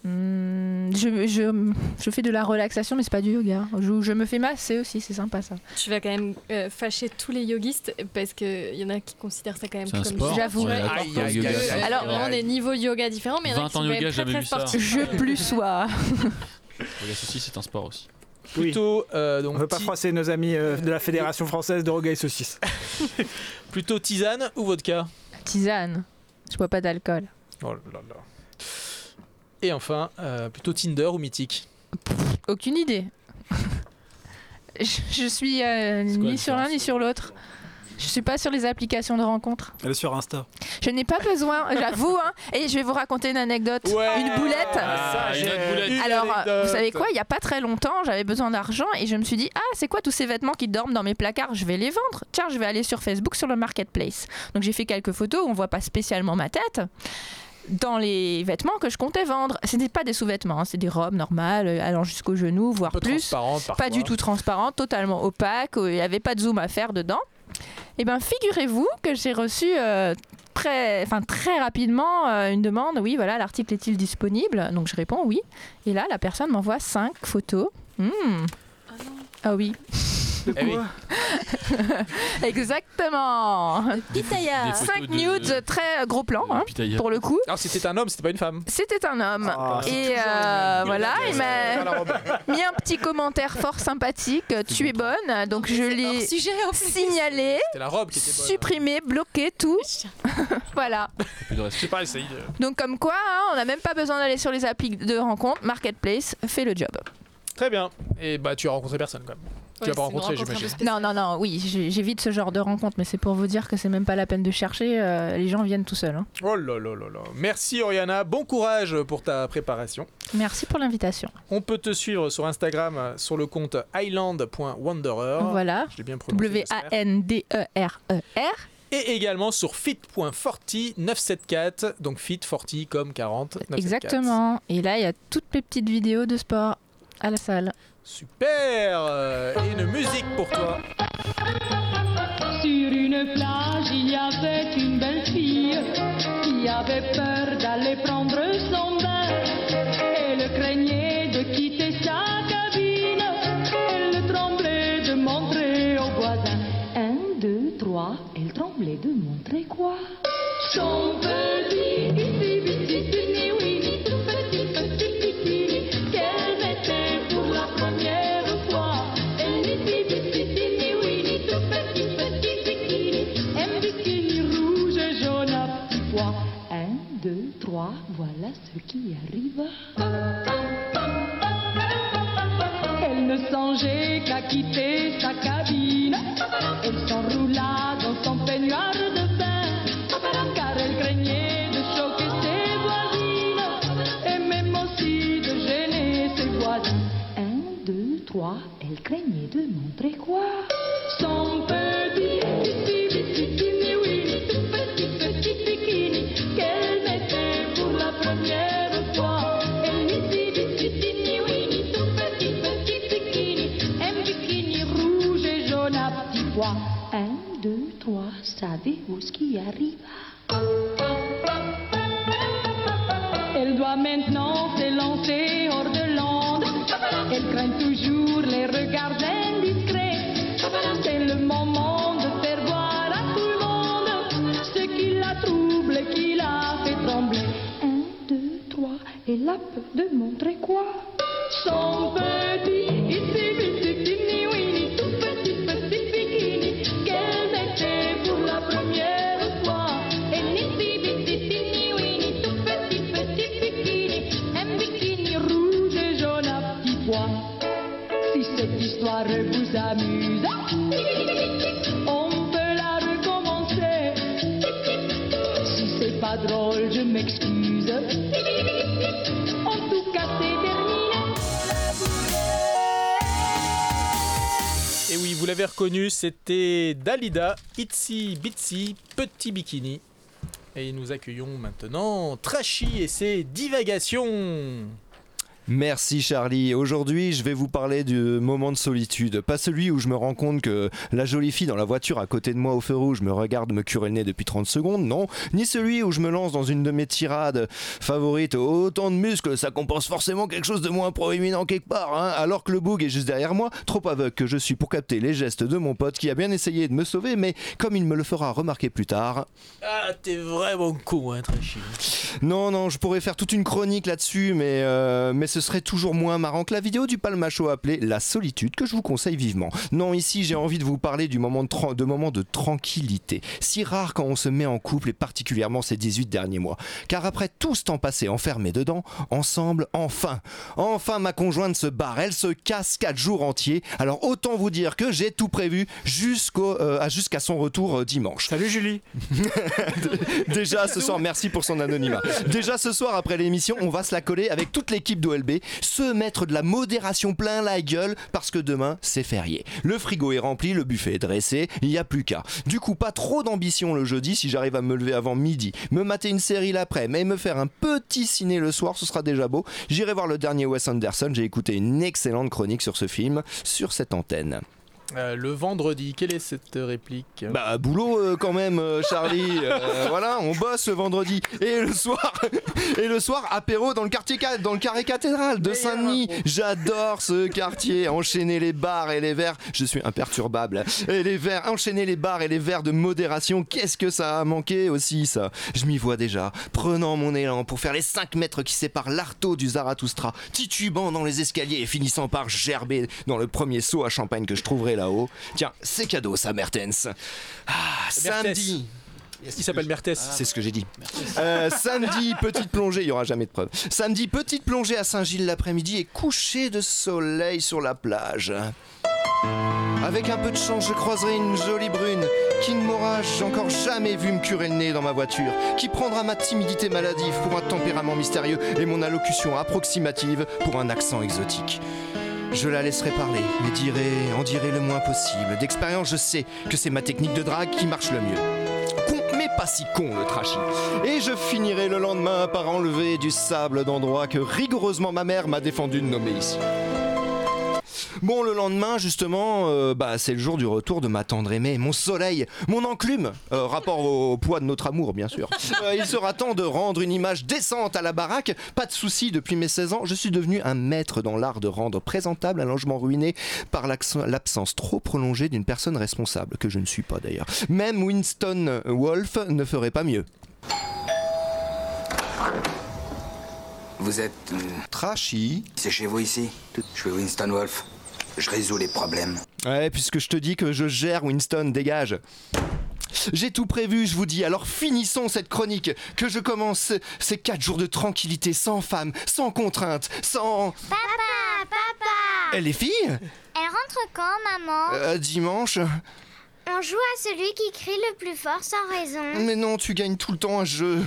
Speaker 2: Hmm, je, je- je fais de la relaxation, mais c'est pas du yoga. Je, je me fais masser aussi, c'est sympa ça.
Speaker 5: Tu vas quand même euh, fâcher tous les yogistes parce qu'il y en a qui considèrent ça quand même
Speaker 9: C'est un
Speaker 5: comme
Speaker 9: sport.
Speaker 2: J'avoue.
Speaker 9: On est d'accord
Speaker 1: Aïe,
Speaker 9: pour le
Speaker 1: aïe,
Speaker 9: yoga,
Speaker 1: aïe,
Speaker 9: c'est un
Speaker 1: aïe.
Speaker 5: Alors,
Speaker 9: sport.
Speaker 5: vraiment des niveaux de yoga différents, mais il y en
Speaker 9: 20
Speaker 5: a qui
Speaker 9: ans
Speaker 5: sont
Speaker 9: yoga,
Speaker 5: très,
Speaker 9: j'avais
Speaker 5: très
Speaker 9: vu ça.
Speaker 5: sportifs.
Speaker 2: Je plus sois.
Speaker 9: Le yoga ceci, c'est un sport aussi.
Speaker 10: Oui.
Speaker 1: Plutôt, euh,
Speaker 10: On
Speaker 1: donc,
Speaker 10: veut pas
Speaker 1: ti-
Speaker 10: froisser nos amis euh, de la Fédération française de Roga et Saucisse.
Speaker 1: plutôt tisane ou vodka
Speaker 2: Tisane. Je bois pas d'alcool.
Speaker 1: Oh là là. Et enfin, euh, plutôt Tinder ou Mythique
Speaker 2: Aucune idée. je, je suis euh,
Speaker 9: C'est quoi la
Speaker 2: ni sur l'un ni
Speaker 9: différence
Speaker 2: sur l'autre. Je suis pas sur les applications de rencontres.
Speaker 17: Elle est sur Insta.
Speaker 2: Je n'ai pas besoin, j'avoue. hein. et je vais vous raconter une anecdote. une boulette.
Speaker 9: Ah, une autre boulette.
Speaker 1: Une
Speaker 2: Alors, euh, vous savez
Speaker 1: anecdote.
Speaker 2: quoi Il n'y a pas très longtemps, j'avais besoin d'argent et je me suis dit Ah, c'est quoi tous ces vêtements qui dorment dans mes placards Je vais les vendre. Tiens, je vais aller sur Facebook, sur le marketplace. Donc, j'ai fait quelques photos où on voit pas spécialement ma tête. Dans les vêtements que je comptais vendre. Ce n'était pas des sous-vêtements, hein, c'est des robes normales, euh, allant jusqu'aux genoux, voire
Speaker 1: Peu
Speaker 2: plus.
Speaker 1: transparente
Speaker 2: Pas
Speaker 1: parfois.
Speaker 2: du tout transparente, totalement opaque, où il n'y avait pas de zoom à faire dedans. Eh bien, figurez-vous que j'ai reçu euh, très, enfin, très rapidement euh, une demande oui, voilà, l'article est-il disponible Donc je réponds oui. Et là, la personne m'envoie cinq photos. Hmm. Ah oui,
Speaker 10: De
Speaker 12: Ah
Speaker 1: Eh oui.
Speaker 10: quoi
Speaker 2: exactement.
Speaker 12: Pitaya
Speaker 9: Des-
Speaker 2: Cinq
Speaker 9: de-
Speaker 2: nudes, très euh, gros plan, hein,
Speaker 9: Putain, il y a-
Speaker 2: pour le coup.
Speaker 1: Alors, Ah, c'était un homme, c'était pas une femme.
Speaker 2: C'était un homme.
Speaker 10: Ah, c'est
Speaker 2: Et euh, voilà, il
Speaker 1: Ah,
Speaker 2: m'a
Speaker 1: la robe.
Speaker 2: mis un petit commentaire fort sympathique. euh, Tu es bonne, donc je
Speaker 12: C'est hors
Speaker 2: l'ai
Speaker 12: sujet en plus.
Speaker 2: signalé.
Speaker 1: C'était la robe qui était bonne. hein.
Speaker 2: supprimer, bloquer tout. voilà.
Speaker 9: plus de respect.
Speaker 1: pas essayé. de-
Speaker 2: Donc comme quoi, hein, on n'a même pas besoin d'aller sur les applis de rencontre. Marketplace fait le job.
Speaker 1: Très bien. Et bah, tu as rencontré personne quand même.
Speaker 5: Ouais,
Speaker 1: tu l'as
Speaker 5: c'est
Speaker 1: pas
Speaker 5: une
Speaker 1: rencontré,
Speaker 5: rencontre un peu
Speaker 1: j'imagine.
Speaker 2: Non, non, non, oui, j'ai- j'évite ce genre de rencontre, mais c'est pour vous dire que c'est même pas la peine de chercher. euh, les gens viennent tout seuls. hein.
Speaker 1: Oh là là là là. Merci, Oriana. Bon courage pour ta préparation.
Speaker 2: Merci pour l'invitation.
Speaker 1: On peut te suivre sur Instagram euh, sur le compte island.wanderer.
Speaker 2: Voilà.
Speaker 1: Oh, Je l'ai bien prononcé. j'espère.
Speaker 2: E W-A-N-D-E-R-E-R.
Speaker 1: Et également sur fit.forty974. Donc fit40 comme 40. 974.
Speaker 2: Exactement. Et là, il y a toutes mes petites vidéos de sport à la salle.
Speaker 1: Super euh, Et une musique pour toi.
Speaker 3: Sur une plage, il y avait une belle fille qui avait peur d'aller prendre son bain. Elle craignait de quitter sa cabine. Elle tremblait de montrer aux voisins. Un, deux, trois, elle tremblait de montrer quoi Son petit petit petit petit oui, tout petit petit petit qu'elle mettait pour la première fois. Un petit petit petit oui, tout petit petit bikini, un bikini rouge et jaune à petits pois. Un, deux, trois, voilà ce qui arriva. Elle ne songeait qu'à quitter sa cabine. Elle s'enroula dans son peignoir de bain, car elle craignait de choquer ses voisines et même aussi de gêner ses voisins. Un, deux, trois, elle craignait de montrer quoi Son petit, petit, petit, petit, oui, tout petit, petit bikini qu'elle mettait pour la première fois. Elle dit, petit, petit, oui, tout petit, petit bikini, un bikini rouge et jaune à petits pois. Un, deux, trois, savez-vous ce qui arriva elle doit maintenant s'élancer hors de l'onde. Elle craint toujours les regards indiscrets. C'est le moment de faire voir à tout le monde ce qui la trouble et qui la fait trembler. Un, deux, trois, elle a peur de montrer quoi Son plus amusant. On peut la recommencer. Si c'est pas drôle, je m'excuse. En tout cas, c'est terminé.
Speaker 1: Et oui, vous l'avez reconnu, c'était Dalida, Itsy Bitsy, Petit Bikini. Et nous accueillons maintenant Trashy et ses divagations.
Speaker 18: Merci Charlie. Aujourd'hui, je vais vous parler du moment de solitude. Pas celui où je me rends compte que la jolie fille dans la voiture à côté de moi au feu rouge me regarde me curer le nez depuis 30 secondes, non. Ni celui où je me lance dans une de mes tirades favorites. Autant de muscles, ça compense forcément quelque chose de moins proéminent quelque part, hein. Alors que le boug est juste derrière moi, trop aveugle que je suis pour capter les gestes de mon pote qui a bien essayé de me sauver, mais comme il me le fera remarquer plus tard.
Speaker 1: Ah, t'es vraiment con, hein, Trashy.
Speaker 18: Non, non, je pourrais faire toute une chronique là-dessus, mais, euh, mais ce serait toujours moins marrant que la vidéo du palmacho appelée La solitude que je vous conseille vivement. Non, ici j'ai envie de vous parler du moment de, tra- de moment de tranquillité, si rare quand on se met en couple et particulièrement ces 18 derniers mois. Car après tout ce temps passé enfermé dedans, ensemble, enfin, enfin ma conjointe se barre, elle se casse 4 jours entiers. Alors autant vous dire que j'ai tout prévu jusqu'au, euh, à- jusqu'à son retour euh, dimanche.
Speaker 10: Salut Julie
Speaker 18: Déjà ce soir, merci pour son anonymat. Déjà ce soir, après l'émission, on va se la coller avec toute l'équipe d'OLB, se mettre de la modération plein la gueule, parce que demain, c'est férié. Le frigo est rempli, le buffet est dressé, il n'y a plus qu'à. Du coup, pas trop d'ambition le jeudi si j'arrive à me lever avant midi, me mater une série l'après, mais me faire un petit ciné le soir, ce sera déjà beau. J'irai voir le dernier Wes Anderson, j'ai écouté une excellente chronique sur ce film, sur cette antenne.
Speaker 1: Euh, le vendredi, quelle est cette réplique
Speaker 18: Bah boulot euh, quand même euh, Charlie Euh, voilà on bosse le vendredi et le soir et le soir apéro dans le quartier ca- dans le carré cathédrale de Saint-Denis j'adore ce quartier enchaîner les bars et les verres je suis imperturbable et les verres enchaîner les bars et les verres de modération qu'est-ce que ça a manqué aussi ça je m'y vois déjà prenant mon élan pour faire les 5 mètres qui séparent l'arto du Zarathustra titubant dans les escaliers et finissant par gerber dans le premier seau à champagne que je trouverai là-haut tiens c'est cadeau ça Mertens ah, samedi.
Speaker 1: Il s'appelle Mertès.
Speaker 18: C'est ce que j'ai dit. Euh, samedi, petite plongée, il n'y aura jamais de preuve. Samedi, petite plongée à Saint-Gilles l'après-midi et coucher de soleil sur la plage. Avec un peu de chance, je croiserai une jolie brune qui ne m'aura encore jamais vu me curer le nez dans ma voiture, qui prendra ma timidité maladive pour un tempérament mystérieux et mon allocution approximative pour un accent exotique. Je la laisserai parler, mais dirai, en dirai le moins possible. D'expérience, je sais que c'est ma technique de drague qui marche le mieux. Con, mais pas si con le trashy. Et je finirai le lendemain par enlever du sable d'endroit que rigoureusement ma mère m'a défendu de nommer ici. Bon, le lendemain, justement, euh, bah, c'est le jour du retour de ma tendre aimée, mon soleil, mon enclume, euh, rapport au poids de notre amour, bien sûr. Euh, il sera temps de rendre une image décente à la baraque. Pas de souci, depuis mes 16 ans, je suis devenu un maître dans l'art de rendre présentable un logement ruiné par l'accent- l'absence trop prolongée d'une personne responsable, que je ne suis pas d'ailleurs. Même Winston Wolfe ne ferait pas mieux.
Speaker 19: Vous êtes. euh,
Speaker 18: Trashy.
Speaker 19: C'est chez vous ici Je suis Winston Wolf. Je résous les problèmes.
Speaker 18: Ouais, puisque je te dis que je gère Winston, dégage. J'ai tout prévu, je vous dis, alors finissons cette chronique, que je commence ce- ces 4 jours de tranquillité, sans femme, sans contrainte, sans...
Speaker 20: Papa, papa
Speaker 18: Eh, les filles
Speaker 20: Elle rentre quand, maman
Speaker 18: Euh, Dimanche
Speaker 20: On joue à celui qui crie le plus fort sans raison.
Speaker 18: Mais non, tu gagnes tout le temps un jeu.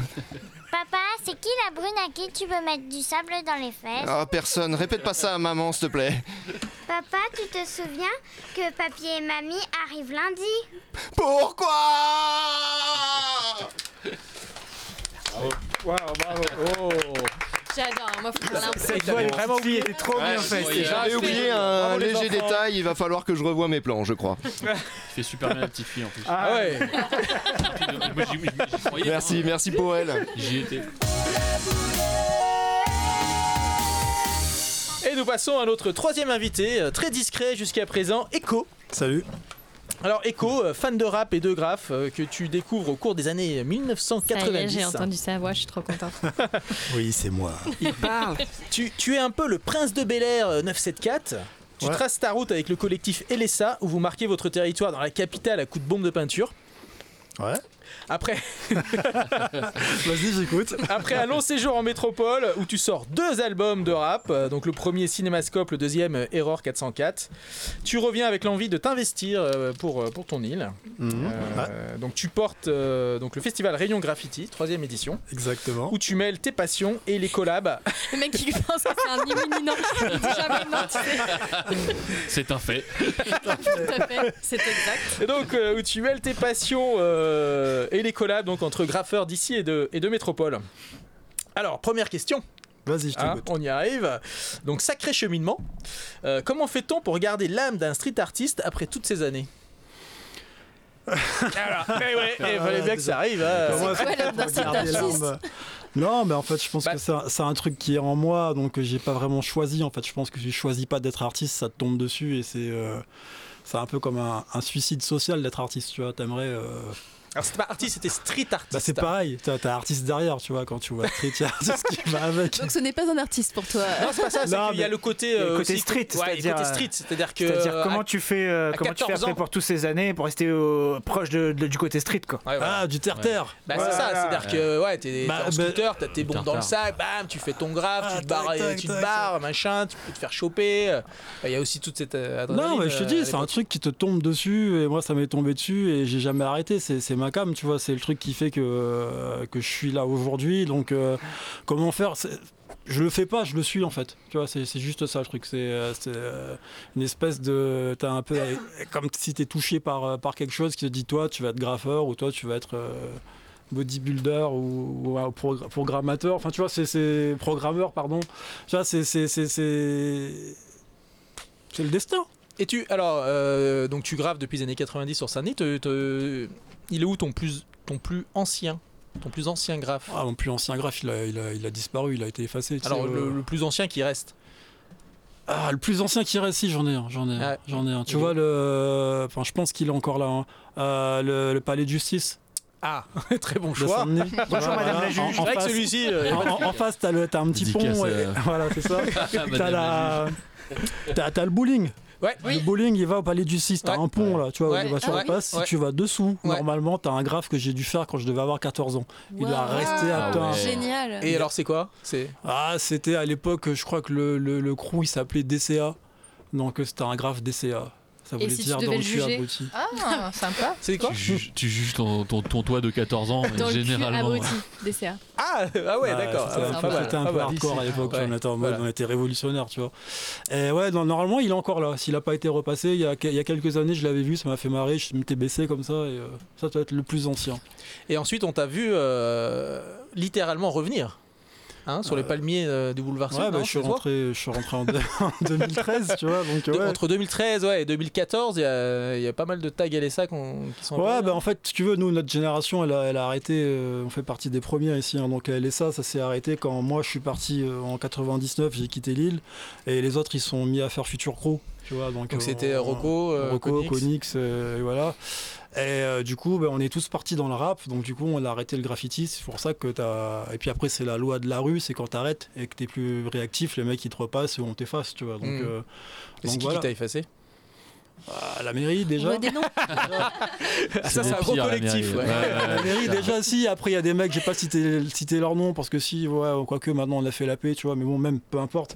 Speaker 20: Papa, c'est qui la brune à qui tu veux mettre du sable dans les fesses
Speaker 18: Ah, personne, répète pas ça à maman, s'il te plaît.
Speaker 20: Papa, tu te souviens que papy et mamie arrivent lundi
Speaker 18: Pourquoi
Speaker 1: Waouh, Ah, bravo. Oh.
Speaker 5: J'adore, moi, faut parler un peu.
Speaker 1: Cette voix est vraiment oublié, était trop
Speaker 18: Ouais,
Speaker 1: bien faite.
Speaker 18: J'ai j'avais oublié un
Speaker 1: Bravo, les
Speaker 18: léger
Speaker 1: enfants.
Speaker 18: détail, il va falloir que je revoie mes plans, je crois.
Speaker 9: Il fait super bien la petite fille en plus.
Speaker 1: Ah ouais.
Speaker 9: Moi, j'y- j'y- j'y croyais,
Speaker 18: Merci,
Speaker 9: hein.
Speaker 18: merci pour elle.
Speaker 9: J'y étais.
Speaker 1: Et nous passons à notre troisième invité, euh, très discret jusqu'à présent, Echo.
Speaker 17: Salut.
Speaker 1: Alors Echo, euh, fan de rap et de graphe euh, que tu découvres au cours des années
Speaker 21: Ça y est,
Speaker 1: 1990.
Speaker 21: J'ai entendu sa voix, je suis trop contente.
Speaker 17: Oui, c'est moi.
Speaker 1: Il parle. tu, tu es un peu le prince de Bel Air euh, 974. Tu
Speaker 17: Ouais.
Speaker 1: traces ta route avec le collectif Elessa où vous marquez votre territoire dans la capitale à coups de bombe de peinture.
Speaker 17: Ouais.
Speaker 1: Après.
Speaker 10: Vas-y, j'écoute.
Speaker 1: Après un long séjour en métropole où tu sors deux albums de rap, euh, donc le premier Cinémascope, le deuxième euh, Error 404, tu reviens avec l'envie de t'investir euh, pour, euh, pour ton île.
Speaker 17: Mhm.
Speaker 1: Euh, Donc tu portes euh, donc le festival Rayon Graffiti, troisième édition.
Speaker 17: Exactement.
Speaker 1: Où tu mêles tes passions et les collabs.
Speaker 21: Le mec qui pense que c'est un imminent. Il dit jamais non, tu sais.
Speaker 9: C'est un fait.
Speaker 21: Tout à fait, c'est exact.
Speaker 1: Et donc, euh, où tu mêles tes passions euh, et les collabs donc, entre graffeurs d'ici et de, et de métropole. Alors, première question.
Speaker 17: Vas-y, je
Speaker 1: t'écoute. on y arrive. Donc, sacré cheminement. Euh, comment fait-on pour garder l'âme d'un street artiste après toutes ces années Alors, mais ouais, il fallait bien que ça arrive. hein.
Speaker 17: Comment est-ce qu'on peut garder l'arme Non, mais en fait, je pense
Speaker 1: Bah
Speaker 17: que c'est un- c'est un truc qui est en moi, donc euh, j'ai pas vraiment choisi. En fait, je pense que si je choisis pas d'être artiste, ça te tombe dessus et c'est euh, c'est un peu comme un, un suicide social d'être artiste. Tu vois, t'aimerais.
Speaker 1: Bah,
Speaker 17: euh,
Speaker 1: Alors, c'était pas artiste, c'était street artiste.
Speaker 17: Bah, c'est pareil, t'as t'as artiste derrière, tu vois, quand tu vois street, il y a artiste qui va avec.
Speaker 7: Donc ce n'est pas un artiste pour toi.
Speaker 1: Bah, Non, c'est pas ça, c'est
Speaker 17: Non,
Speaker 1: qu'il y a
Speaker 17: mais-
Speaker 1: le côté,
Speaker 17: le
Speaker 1: euh,
Speaker 17: côté
Speaker 1: aussi-
Speaker 17: street,
Speaker 1: ouais, le
Speaker 17: c'est-à-dire,
Speaker 1: côté
Speaker 17: euh,
Speaker 1: street, c'est-à-dire que.
Speaker 10: C'est-à-dire comment
Speaker 1: à-
Speaker 10: tu fais euh,
Speaker 1: à
Speaker 10: comment tu fais
Speaker 1: 14
Speaker 10: après
Speaker 1: ans-
Speaker 10: pour toutes ces années pour rester au- proche de- de- du côté street quoi.
Speaker 1: Ouais,
Speaker 17: Ah,
Speaker 1: voilà. Bah, c'est ça, c'est-à-dire que ouais, t'es
Speaker 10: Bah,
Speaker 1: t'es en
Speaker 10: bah,
Speaker 1: scooter, t'as tes bombes dans le
Speaker 10: tard.
Speaker 1: sac, bam, tu fais ton graphe,
Speaker 17: Ah,
Speaker 1: tu te barres,
Speaker 10: tac,
Speaker 1: tu te
Speaker 10: tac,
Speaker 1: barres, machin, tu peux te faire choper. Euh, Il y a aussi toute cette euh, adrénaline.
Speaker 17: Non, mais je te
Speaker 1: euh,
Speaker 17: dis,
Speaker 1: à
Speaker 17: c'est un
Speaker 1: l'époque.
Speaker 17: truc qui te tombe dessus, et moi ça m'est tombé dessus, et j'ai jamais arrêté. C'est c'est ma cam, tu vois, c'est le truc qui fait que, euh, que je suis là aujourd'hui. Donc, euh, comment faire C'est- Je le fais pas, je le suis en fait. Tu vois, c'est c'est juste ça le truc. C'est euh, c'est, euh, une espèce de. T'as un peu. euh, comme si t'es touché par, euh, par quelque chose qui te dit, toi, tu vas être graffeur, ou toi, tu vas être. euh, bodybuilder ou, ou un progr- programmateur, enfin tu vois, c'est- c'est programmeur, pardon. Tu vois, c'est c'est- c'est- c'est- c'est le destin.
Speaker 1: Et tu, alors, euh, donc tu graves depuis les années 90 sur Saint-Denis, te- te- il est où ton plus, ton plus ancien Ton plus ancien graphe
Speaker 17: Ah, mon plus ancien graphe, il a, il a- il a disparu, il a été effacé. tu
Speaker 1: Alors,
Speaker 17: sais,
Speaker 1: le,
Speaker 17: euh.
Speaker 1: le plus ancien qui reste
Speaker 17: Ah, le plus ancien qui reste, si, j'en ai un, j'en ai un,
Speaker 1: Ouais.
Speaker 17: j'en ai un. Tu
Speaker 1: Il est-
Speaker 17: vois, le... enfin, je pense qu'il est encore là. hein. Euh, le, le palais de justice.
Speaker 1: Ah, très bon
Speaker 17: de
Speaker 1: choix.
Speaker 17: Saint-Denis.
Speaker 1: Bonjour,
Speaker 17: Voilà.
Speaker 1: madame la
Speaker 17: En-
Speaker 1: juge.
Speaker 17: en
Speaker 1: C'est vrai que
Speaker 17: face-
Speaker 1: celui-ci, euh, il y a
Speaker 17: en-
Speaker 1: pas de
Speaker 17: en, en
Speaker 1: sujet.
Speaker 17: face, t'as, le, t'as un petit pont.
Speaker 1: Dédicace,
Speaker 17: et-
Speaker 1: euh,
Speaker 17: Voilà, c'est ça.
Speaker 1: Madame la
Speaker 17: t'as, la... t'as, t'as le bowling.
Speaker 1: Ouais.
Speaker 17: Le bowling, il va au palais de justice. T'as un pont là, tu vois,
Speaker 1: Ouais.
Speaker 17: il va sur
Speaker 1: Ah
Speaker 17: la
Speaker 1: oui.
Speaker 17: passe.
Speaker 1: Ouais.
Speaker 17: Si tu vas dessous, normalement, t'as un graphe que j'ai dû faire quand je devais avoir 14 ans. Il a resté à
Speaker 1: Ah ouais.
Speaker 7: Génial.
Speaker 1: Et alors, c'est quoi C'est
Speaker 17: ah, c'était à l'époque, je crois que le, le, le crew il s'appelait DCA. Donc euh, c'était un graphe DCA. Ça voulait dire dans le cul abruti.
Speaker 2: Ah, sympa.
Speaker 1: C'est quoi
Speaker 9: tu juges, tu juges ton, ton, ton toit de 14 ans,
Speaker 21: Dans le cul
Speaker 9: généralement.
Speaker 21: abruti, DCA.
Speaker 1: Ah, ah ouais,
Speaker 17: Bah,
Speaker 1: d'accord.
Speaker 17: C'était un,
Speaker 1: Ah,
Speaker 17: peu-
Speaker 1: pas mal,
Speaker 17: c'était un
Speaker 1: pas
Speaker 17: peu
Speaker 1: mal.
Speaker 17: hardcore à l'époque.
Speaker 1: Ouais.
Speaker 17: On, était en mode, on était révolutionnaire, tu vois. Et ouais, non, normalement, il est encore là. S'il n'a pas été repassé, il y, a, que- il y a quelques années, je l'avais vu, ça m'a fait marrer. Je m'étais baissé comme ça. Et euh, ça doit être le plus ancien.
Speaker 1: Et ensuite, on t'a vu euh, littéralement revenir hein, sur les palmiers euh, du boulevard Sud,
Speaker 17: Ouais, bah,
Speaker 1: non,
Speaker 17: je,
Speaker 1: ce
Speaker 17: suis
Speaker 1: soir
Speaker 17: rentré, je suis rentré en, deux- en 2013, tu vois. Donc,
Speaker 1: De-
Speaker 17: ouais.
Speaker 1: Entre 2013 ouais, et 2014, il y, a- il y a pas mal de tags LSA qu'on- qui sont
Speaker 17: Ouais,
Speaker 1: apparus.
Speaker 17: bah en fait, si tu veux, nous, notre génération, elle a, elle a arrêté. euh, on fait partie des premiers ici. hein, donc, LSA, ça s'est arrêté quand moi, je suis parti euh, en 99, j'ai quitté Lille. Et les autres, ils sont mis à faire Future Crew. Tu vois, donc
Speaker 1: Donc,
Speaker 17: euh,
Speaker 1: c'était
Speaker 17: on-
Speaker 1: Rocco, euh,
Speaker 17: Rocco,
Speaker 1: Konix.
Speaker 17: Konix, euh, et voilà. Et euh, du coup, bah, on est tous partis dans le rap. Donc, du coup, on a arrêté le graffiti. C'est pour ça que t'as. Et puis après, c'est la loi de la rue c'est quand t'arrêtes et que t'es plus réactif, les mecs, ils te repassent ou on t'efface, tu vois. Donc,
Speaker 1: Mm.
Speaker 17: euh,
Speaker 1: Et c'est
Speaker 17: donc
Speaker 1: qui
Speaker 17: voilà.
Speaker 1: qui t'a effacé
Speaker 17: Ah, la mairie, déjà.
Speaker 1: Ouais, des noms. Ah, ça,
Speaker 17: des
Speaker 1: c'est un gros
Speaker 17: pires, la
Speaker 1: collectif,
Speaker 17: mairie.
Speaker 1: ouais.
Speaker 17: La mairie, déjà, si. Après, il y a des mecs, j'ai pas cité, cité leur nom parce que si, ouais, quoique maintenant on a fait la paix, tu vois, mais bon, même peu importe.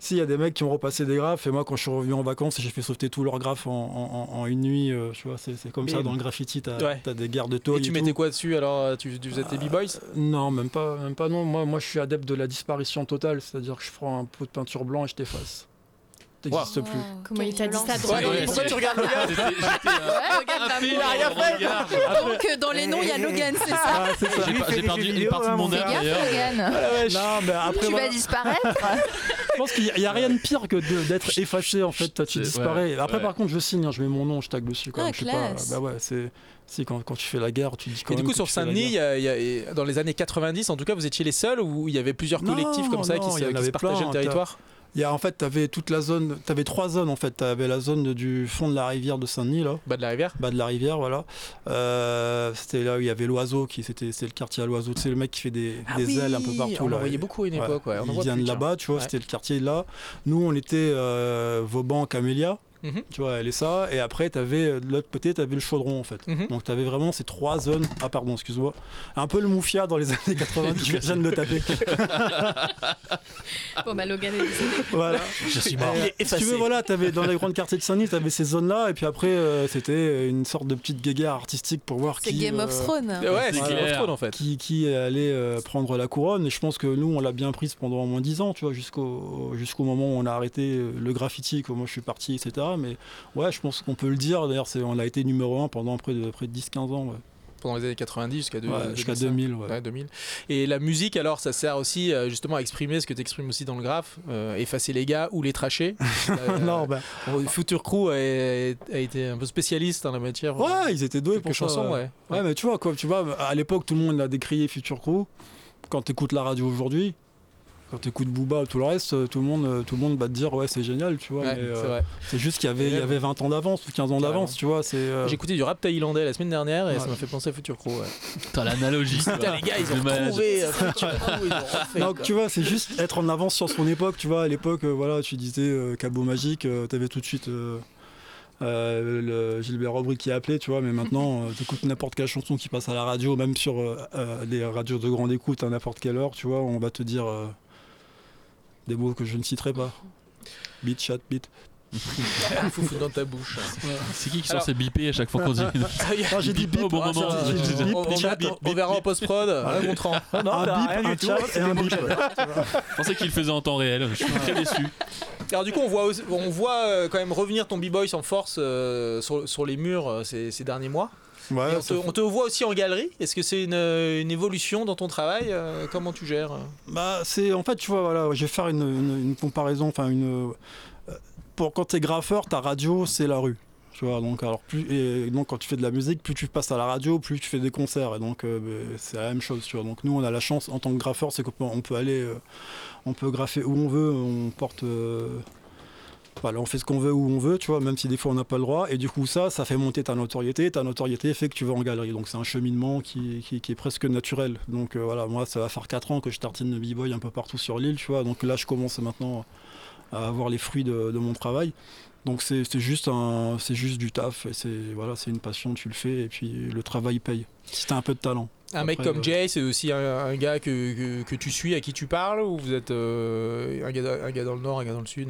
Speaker 17: Si, il y a des mecs qui ont repassé des graphes, et moi, quand je suis revenu en vacances, j'ai fait sauter tous leurs graphes en, en- en- en une nuit, euh, tu vois, c'est c'est comme ça
Speaker 1: Bim.
Speaker 17: dans le graffiti, t'as
Speaker 1: Ouais.
Speaker 17: t'as des guerres de toy.
Speaker 1: Et tu
Speaker 17: et
Speaker 1: mettais
Speaker 17: tout.
Speaker 1: quoi dessus alors euh, tu, tu
Speaker 17: Ah,
Speaker 1: faisais tes b-boys
Speaker 17: Non, même pas, même pas, non. Moi, moi, je suis adepte de la disparition totale, c'est-à-dire que je prends un pot de peinture blanc et je t'efface. T'existes plus.
Speaker 5: Comment il t'a dit ça
Speaker 1: Ouais,
Speaker 5: drôlement
Speaker 1: mais pourquoi tu regardes le gars
Speaker 9: J'étais-
Speaker 1: Ah, Il a rien fait
Speaker 7: Donc euh, dans les noms, il y a Logan, c'est
Speaker 1: Ah.
Speaker 7: ça
Speaker 17: Ah, c'est hein, ça.
Speaker 9: J'ai pas- j'ai perdu une partie de mon air d'ailleurs. Ah,
Speaker 17: Non, mais après,
Speaker 7: Tu
Speaker 17: voilà.
Speaker 7: vas disparaître
Speaker 17: Je pense qu'il n'y a, rien de pire que de- d'être effacé en fait. Toi, tu
Speaker 9: C'est-
Speaker 17: disparais.
Speaker 9: ouais,
Speaker 17: Après,
Speaker 9: ouais.
Speaker 17: par contre, je signe, hein, je mets mon nom, je tag dessus. Quand
Speaker 7: Ah,
Speaker 17: même, je suis pas-
Speaker 7: classe.
Speaker 17: bah ouais, c'est si quand, quand tu fais la guerre, tu dis quand
Speaker 1: Et du
Speaker 17: même
Speaker 1: coup,
Speaker 17: que
Speaker 1: sur
Speaker 17: tu fais la
Speaker 1: Saint-Denis, il
Speaker 17: guerre.
Speaker 1: y a- il y a- et dans les années 90, en tout cas, vous étiez les seuls où il y avait plusieurs collectifs comme ça
Speaker 17: Non,
Speaker 1: qui
Speaker 17: non,
Speaker 1: se,
Speaker 17: il y en
Speaker 1: qui se
Speaker 17: avait
Speaker 1: partageaient
Speaker 17: plein, hein,
Speaker 1: le
Speaker 17: t'as-
Speaker 1: territoire
Speaker 17: Il y a en fait, t'avais toute la zone, t'avais trois zones en fait. T'avais la zone de- du fond de la rivière de Saint-Denis là.
Speaker 1: Bas de la rivière.
Speaker 17: Bas de la rivière, voilà. Euh, c'était là où il y avait l'oiseau, qui c'était c'est le quartier à l'oiseau. C'est le mec qui fait des,
Speaker 1: Ah
Speaker 17: des
Speaker 1: oui,
Speaker 17: ailes un peu partout.
Speaker 1: on en
Speaker 17: là.
Speaker 1: voyait beaucoup à une époque, ouais, on en
Speaker 17: Ils
Speaker 1: voit
Speaker 17: viennent
Speaker 1: plus, tiens.
Speaker 17: là-bas, tu vois.
Speaker 1: Ouais.
Speaker 17: C'était le quartier là. Nous, on était euh, Vauban, Camélia.
Speaker 1: Mhm.
Speaker 17: Tu vois, elle est ça. Et après, t'avais, euh, de l'autre côté, t'avais le chaudron, en fait.
Speaker 1: Mhm.
Speaker 17: Donc, t'avais vraiment ces trois zones. Ah, pardon, excuse-moi. Un peu le moufia dans les années 90, je viens de le taper.
Speaker 5: Bon, bah Logan est décédé.
Speaker 17: voilà.
Speaker 8: Je suis mort. Il est
Speaker 17: si tu
Speaker 8: effacé.
Speaker 17: veux, voilà, t'avais dans les grandes quartiers de Saint-Denis, t'avais ces zones-là, et puis après, euh, c'était une sorte de petite guéguerre artistique pour voir
Speaker 7: C'est
Speaker 17: qui. euh,
Speaker 7: Game of Thrones. Ouais,
Speaker 8: c'est Game of Thrones, en fait.
Speaker 17: Qui, qui allait euh, prendre la couronne. Et je pense que nous, on l'a bien prise pendant au moins 10 ans, tu vois, jusqu'au jusqu'au moment où on a arrêté euh, le graffiti, comment je suis parti, etc. Mais ouais, je pense qu'on peut le dire. D'ailleurs, c'est- on a été numéro 1 pendant près de, près de 10-15 ans. ouais.
Speaker 1: pendant les années 90 jusqu'à deux-
Speaker 17: Ouais,
Speaker 1: 2000.
Speaker 17: jusqu'à 2000, ouais.
Speaker 1: 2000. Et la musique, alors, ça sert aussi euh, justement à exprimer ce que tu exprimes aussi dans le graphe, euh, effacer les gars ou les tracher.
Speaker 17: non, bah.
Speaker 1: Future Crew a, a été un peu spécialiste en la matière. euh,
Speaker 17: Ouais, ils étaient doués pour
Speaker 1: Quelques chansons,
Speaker 17: ça.
Speaker 1: ouais.
Speaker 17: Ouais, mais tu vois, quoi, tu vois, à l'époque, tout le monde a décrié Future Crew. Quand t'écoutes la radio aujourd'hui, quand t'écoutes Booba, tout le reste, euh, tout le monde, euh, tout le monde va te dire ouais, c'est génial, tu vois.
Speaker 1: Ouais,
Speaker 17: mais, euh,
Speaker 1: c'est vrai.
Speaker 17: c'est juste qu'il y avait, il y avait 20 ans d'avance ou 15 ans d'avance, tu vois. C'est. euh,
Speaker 1: J'ai écouté du rap thaïlandais la semaine dernière et
Speaker 17: Ouais.
Speaker 1: ça m'a fait penser à Future Crew. Ouais.
Speaker 9: Putain, l'analogie.
Speaker 1: Putain, les gars, ils ont
Speaker 9: De malade.
Speaker 1: retrouvé euh, Future Crew, ils ont refait,
Speaker 17: Non,
Speaker 1: quoi.
Speaker 17: tu vois, c'est juste être en avance sur son époque. Tu vois, à l'époque, euh, voilà, tu disais euh, Cabot Magique, euh, t'avais tout de suite euh, euh, le Gilbert Robry qui appelait, tu vois, mais maintenant, euh, t'écoutes n'importe quelle chanson qui passe à la radio, même sur euh, euh, les radios de grande écoute à n'importe quelle heure, tu vois, on va te dire euh, des mots que je ne citerai pas. Beat, chat, beat.
Speaker 1: Foufou dans ta bouche.
Speaker 9: C'est qui qui sort ses bipés à chaque fois qu'on dit
Speaker 17: Ah, j'ai dit
Speaker 9: Bip au bon
Speaker 1: Ah,
Speaker 9: moment.
Speaker 1: ça,
Speaker 9: J'ai dit
Speaker 1: on- on-
Speaker 9: chat,
Speaker 1: on- On verra en post-prod, un contre un.
Speaker 17: Non,
Speaker 1: non,
Speaker 17: Ah, un
Speaker 1: bah, rien
Speaker 17: bip, un
Speaker 1: du tout,
Speaker 17: chat
Speaker 1: c'est
Speaker 17: et
Speaker 1: des
Speaker 17: un
Speaker 1: mots
Speaker 17: bip.
Speaker 9: Je pensais qu'il le faisait en temps réel. Je suis très déçu.
Speaker 1: Alors du coup, on voit, aussi- on voit euh, quand même revenir ton b-boys en force euh, sur, sur les murs euh, ces, ces derniers mois. Et on, te, on te voit aussi en galerie. Est-ce que c'est une, euh, une évolution dans ton travail euh, Comment tu gères euh
Speaker 17: Bah, c'est en fait, tu vois, voilà, je vais faire une, une- une comparaison, enfin une. euh, Pour quand t'es graffeur, ta radio, c'est la rue. Tu vois, donc alors plus et donc quand tu fais de la musique, plus tu passes à la radio, plus tu fais des concerts et donc euh, bah, c'est la même chose. Tu vois, donc nous on a la chance en tant que graffeur, c'est qu'on peut, on peut aller, euh, on peut graffer où on veut, on porte. euh, voilà, Bah, on fait ce qu'on veut où on veut, tu vois, même si des fois on n'a pas le droit. Et du coup, ça, ça fait monter ta notoriété. Ta notoriété fait que tu vas en galerie. Donc, c'est un cheminement qui, qui- qui est presque naturel. Donc, euh, voilà, moi, ça va faire 4 ans que je tartine le b-boy un peu partout sur l'île, tu vois. Donc, là, je commence maintenant à avoir les fruits de, de mon travail. Donc, c'est c'est juste, un- c'est juste du taf. Et C'est voilà, c'est une passion, tu le fais. Et puis, le travail paye. Si t'as un peu de talent.
Speaker 1: Un mec
Speaker 17: Après, euh,
Speaker 1: comme Jay, c'est aussi un, un gars que, que- que tu suis, à qui tu parles, ou vous êtes euh, un, gars, un gars dans le nord, un gars dans le sud,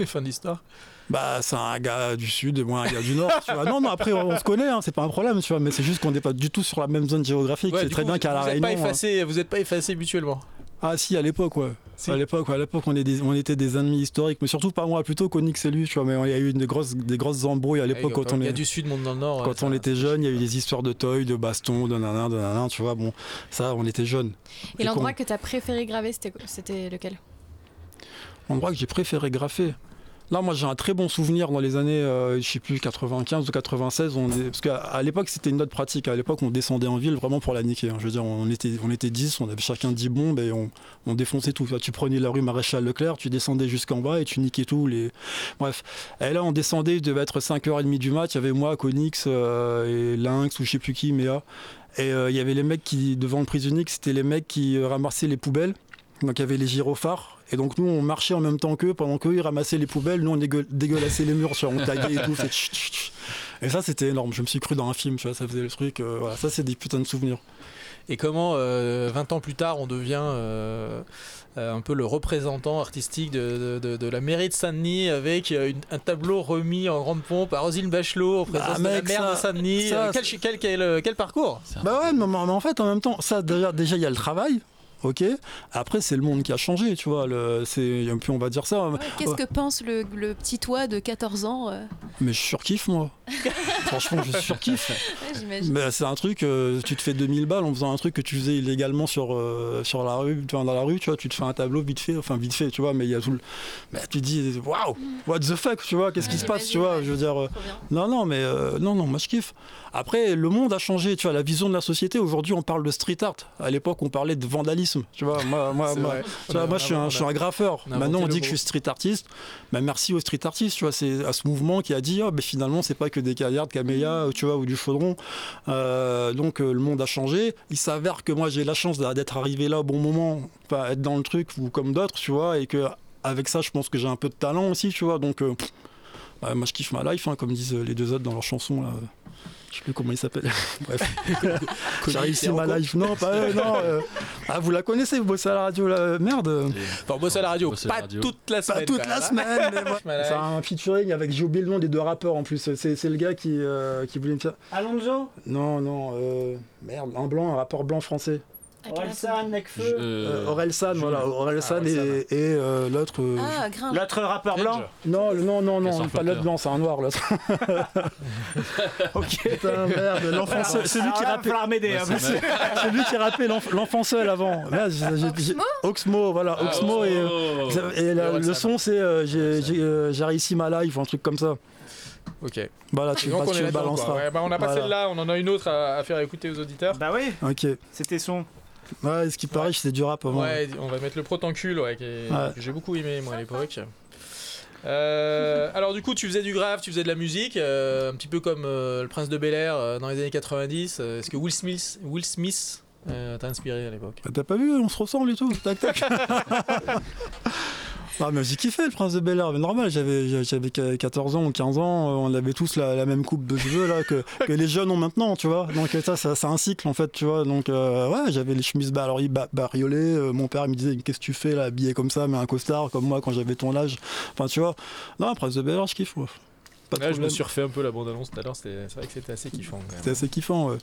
Speaker 1: et fin de l'histoire
Speaker 17: Bah, c'est un gars du sud et moi un gars du nord. tu vois. Ah, Non, non, après, on, on se connaît, hein, c'est pas un problème, tu vois, mais c'est juste qu'on n'est pas du tout sur la même zone géographique.
Speaker 1: Ouais,
Speaker 17: c'est
Speaker 1: du
Speaker 17: très
Speaker 1: coup,
Speaker 17: bien qu'à la
Speaker 1: vous êtes
Speaker 17: Réunion.
Speaker 1: pas
Speaker 17: hein.
Speaker 1: effacé, Vous n'êtes pas effacé mutuellement.
Speaker 17: Ah, si, à l'époque, ouais. À l'époque, ouais, à l'époque, on, est des- on était des ennemis historiques, mais surtout pas moi, plutôt qu'Onyx et lui, tu vois. Mais il y a eu des grosses, des grosses embrouilles à l'époque quand, on
Speaker 1: Ah, Il y a
Speaker 17: est-
Speaker 1: du sud, monde dans le nord.
Speaker 17: Quand on était jeune, il y a eu des histoires de toy, de baston, de nanan, de nanan, tu vois. Bon, ça, on était jeunes.
Speaker 5: Et
Speaker 17: Et
Speaker 5: l'endroit
Speaker 17: qu'on-
Speaker 5: que t'as préféré graver, c'était c'était lequel
Speaker 17: endroit que j'ai préféré graffer. Là, moi, j'ai un très bon souvenir dans les années, euh, je sais plus, 95 ou 96. On est- Parce qu'à à l'époque, c'était une autre pratique. À l'époque, on descendait en ville vraiment pour la niquer. hein. Je veux dire, on était, on était 10, on avait chacun 10 bombes et on, on défonçait tout. Là, tu prenais la rue Maréchal Leclerc, tu descendais jusqu'en bas et tu niquais tout. Les... Bref. Et là, on descendait, il devait être 5h30 du mat. Il y avait moi, Konix euh, et Lynx ou je sais plus qui, Méa. Et euh, il y avait les mecs qui, devant le prise unique, c'était les mecs qui euh, ramassaient les poubelles. Donc il y avait les gyrophares. Et donc nous, on marchait en même temps qu'eux, pendant qu'eux, ils ramassaient les poubelles. Nous, on dégueu- dégueulassait les murs, tu vois, on taguait et tout. c'est tch, tch, tch. Et ça, c'était énorme. Je me suis cru dans un film, tu vois, ça faisait le truc. euh, voilà, ça, c'est des putains de souvenirs.
Speaker 1: Et comment, euh, 20 ans plus tard, on devient euh, euh, un peu le représentant artistique de, de- de- de la mairie de Saint-Denis avec euh, une- un tableau remis en grande pompe à Rosine Bachelot en présence de la
Speaker 17: Ah, mec,
Speaker 1: maire
Speaker 17: ça-
Speaker 1: de Saint-Denis.
Speaker 17: ça,
Speaker 1: Euh, quel, quel- quel- quel parcours
Speaker 17: Bah ouais, mais, mais en fait, en même temps, ça, déjà, déjà, il y a le travail. Ok. Après, c'est le monde qui a changé, tu vois. Le, c'est, puis on va dire ça.
Speaker 7: Qu'est-ce
Speaker 17: Ouais.
Speaker 7: que pense le, le petit toi de 14 ans euh
Speaker 17: Mais je surkiffe, moi. Franchement, je surkiffe.
Speaker 7: Ouais, J'imagine.
Speaker 17: Bah, c'est un truc, euh, tu te fais 2000 balles en faisant un truc que tu faisais illégalement sur, euh, sur la rue, enfin, dans la rue, tu vois, tu te fais un tableau vite fait, enfin vite fait, tu vois, mais il y a tout le. Bah, tu te dis, waouh, what the fuck, tu vois, qu'est-ce qui se passe, tu vois, je veux dire. euh, non, non, mais euh, non, non, moi je kiffe. Après, le monde a changé, tu vois, la vision de la société, aujourd'hui on parle de street art. À l'époque, on parlait de vandalisme, tu vois, moi, moi,
Speaker 1: C'est
Speaker 17: moi,
Speaker 1: vrai.
Speaker 17: tu vois,
Speaker 1: On a-
Speaker 17: moi, je suis
Speaker 1: on a-
Speaker 17: un, je suis un graffeur.
Speaker 1: on a
Speaker 17: Maintenant,
Speaker 1: inventé
Speaker 17: on
Speaker 1: le
Speaker 17: dit que je
Speaker 1: mot.
Speaker 17: suis street artiste. Bah, merci aux street artistes, tu vois, c'est à ce mouvement qui a dit, ah, ben, finalement, c'est pas que des caillards, de caméas, tu vois, ou du chaudron. Euh, donc, euh, le monde a changé. Il s'avère que moi, j'ai la chance d'a- d'être arrivé là au bon moment, pas être dans le truc, ou comme d'autres, tu vois, et que avec ça, je pense que j'ai un peu de talent aussi, tu vois, donc... euh, pff, Bah, moi, je kiffe ma life, hein, comme disent les deux autres dans leur chanson. Là. Je sais plus comment il s'appelle. Bref. J'ai réussi ma life. Non, pas eux, non. euh. Ah, vous la connaissez, vous bossez à la radio, là. euh, Merde.
Speaker 1: Enfin, bosse à la radio,
Speaker 17: à la
Speaker 1: pas
Speaker 17: radio.
Speaker 1: toute la semaine.
Speaker 17: Pas toute
Speaker 1: quand
Speaker 17: la
Speaker 1: même.
Speaker 17: semaine. mais moi-
Speaker 1: Malade.
Speaker 17: C'est un featuring avec, j'ai oublié le nom des deux rappeurs en plus. C'est c'est le gars qui, euh, qui voulait me faire.
Speaker 10: Ah.
Speaker 22: Alonso
Speaker 17: Non, non, euh, merde, un blanc, un rapport blanc français.
Speaker 22: Orelsan, Necfeu
Speaker 17: Euh, Orelsan, voilà, Orelsan
Speaker 22: Ah,
Speaker 17: et,
Speaker 22: Orelsan.
Speaker 17: et, euh, l'autre. euh,
Speaker 22: Ah, Gringe. L'autre rappeur blanc
Speaker 17: Non, le- non, non, non,
Speaker 22: Cassandre
Speaker 17: pas l'autre
Speaker 22: Flockhart.
Speaker 17: blanc, c'est un noir l'autre. ok. Putain, merde, l'enfant
Speaker 22: Alors,
Speaker 17: seul, c'est lui
Speaker 22: alors
Speaker 17: qui
Speaker 22: là,
Speaker 17: rappait.
Speaker 22: falloir m'aider, hein,
Speaker 17: Ouais,
Speaker 22: parce que-
Speaker 17: c'est lui qui rappait l'enf- l'enfant seul avant. Là, j'ai- j'ai- j'ai- Oxmo, voilà,
Speaker 22: Ah,
Speaker 17: Oxmo et, euh,
Speaker 22: Oxmo.
Speaker 17: et la-
Speaker 22: Et
Speaker 17: le
Speaker 22: Orelsan.
Speaker 17: son c'est euh, j'ai- j'ai euh, j'ai réussi ma life, un truc comme ça.
Speaker 1: Ok.
Speaker 17: Voilà, tu,
Speaker 1: Donc
Speaker 17: bah,
Speaker 1: on
Speaker 17: tu
Speaker 1: est
Speaker 17: le
Speaker 1: là-dedans,
Speaker 17: balanceras.
Speaker 1: quoi. Ouais, bah, on a pas
Speaker 17: Voilà.
Speaker 1: celle-là, on en a une autre à, à faire écouter aux auditeurs.
Speaker 22: Bah oui.
Speaker 17: Ok.
Speaker 22: C'était son.
Speaker 17: Ouais, ce qui paraît, c'était du rap avant.
Speaker 1: Ouais, on va mettre le protencule, ouais, qui est-
Speaker 17: Ouais.
Speaker 1: que j'ai beaucoup aimé moi à l'époque. Euh, alors du coup, tu faisais du grave, tu faisais de la musique, euh, un petit peu comme euh, le Prince de Bel Air dans les années 90. Euh, Est-ce que Will Smith, Will Smith euh, t'a inspiré à l'époque
Speaker 17: Bah, T'as pas vu, on se ressemble et tout. Tac, tac. Ah, mais j'ai kiffé le prince de Bel Air, mais normal, j'avais j'avais qu- 14 ans ou 15 ans, euh, on avait tous la, la même coupe de cheveux là que, que les jeunes ont maintenant, tu vois. Donc ça, ça c'est un cycle en fait, tu vois. Donc euh, ouais, j'avais les chemises bar- bar- bariolées, euh, mon père il me disait qu'est-ce que tu fais là, habillé comme ça, mais un costard comme moi quand j'avais ton âge. Enfin tu vois, non, prince de Bel Air, je kiffe. ouais. Pas de
Speaker 1: Là, je me
Speaker 17: problème.
Speaker 1: suis refait un peu la bande-annonce tout à l'heure, c'était- c'est vrai que c'était assez kiffant. quand même.
Speaker 17: C'était assez kiffant. Ouais.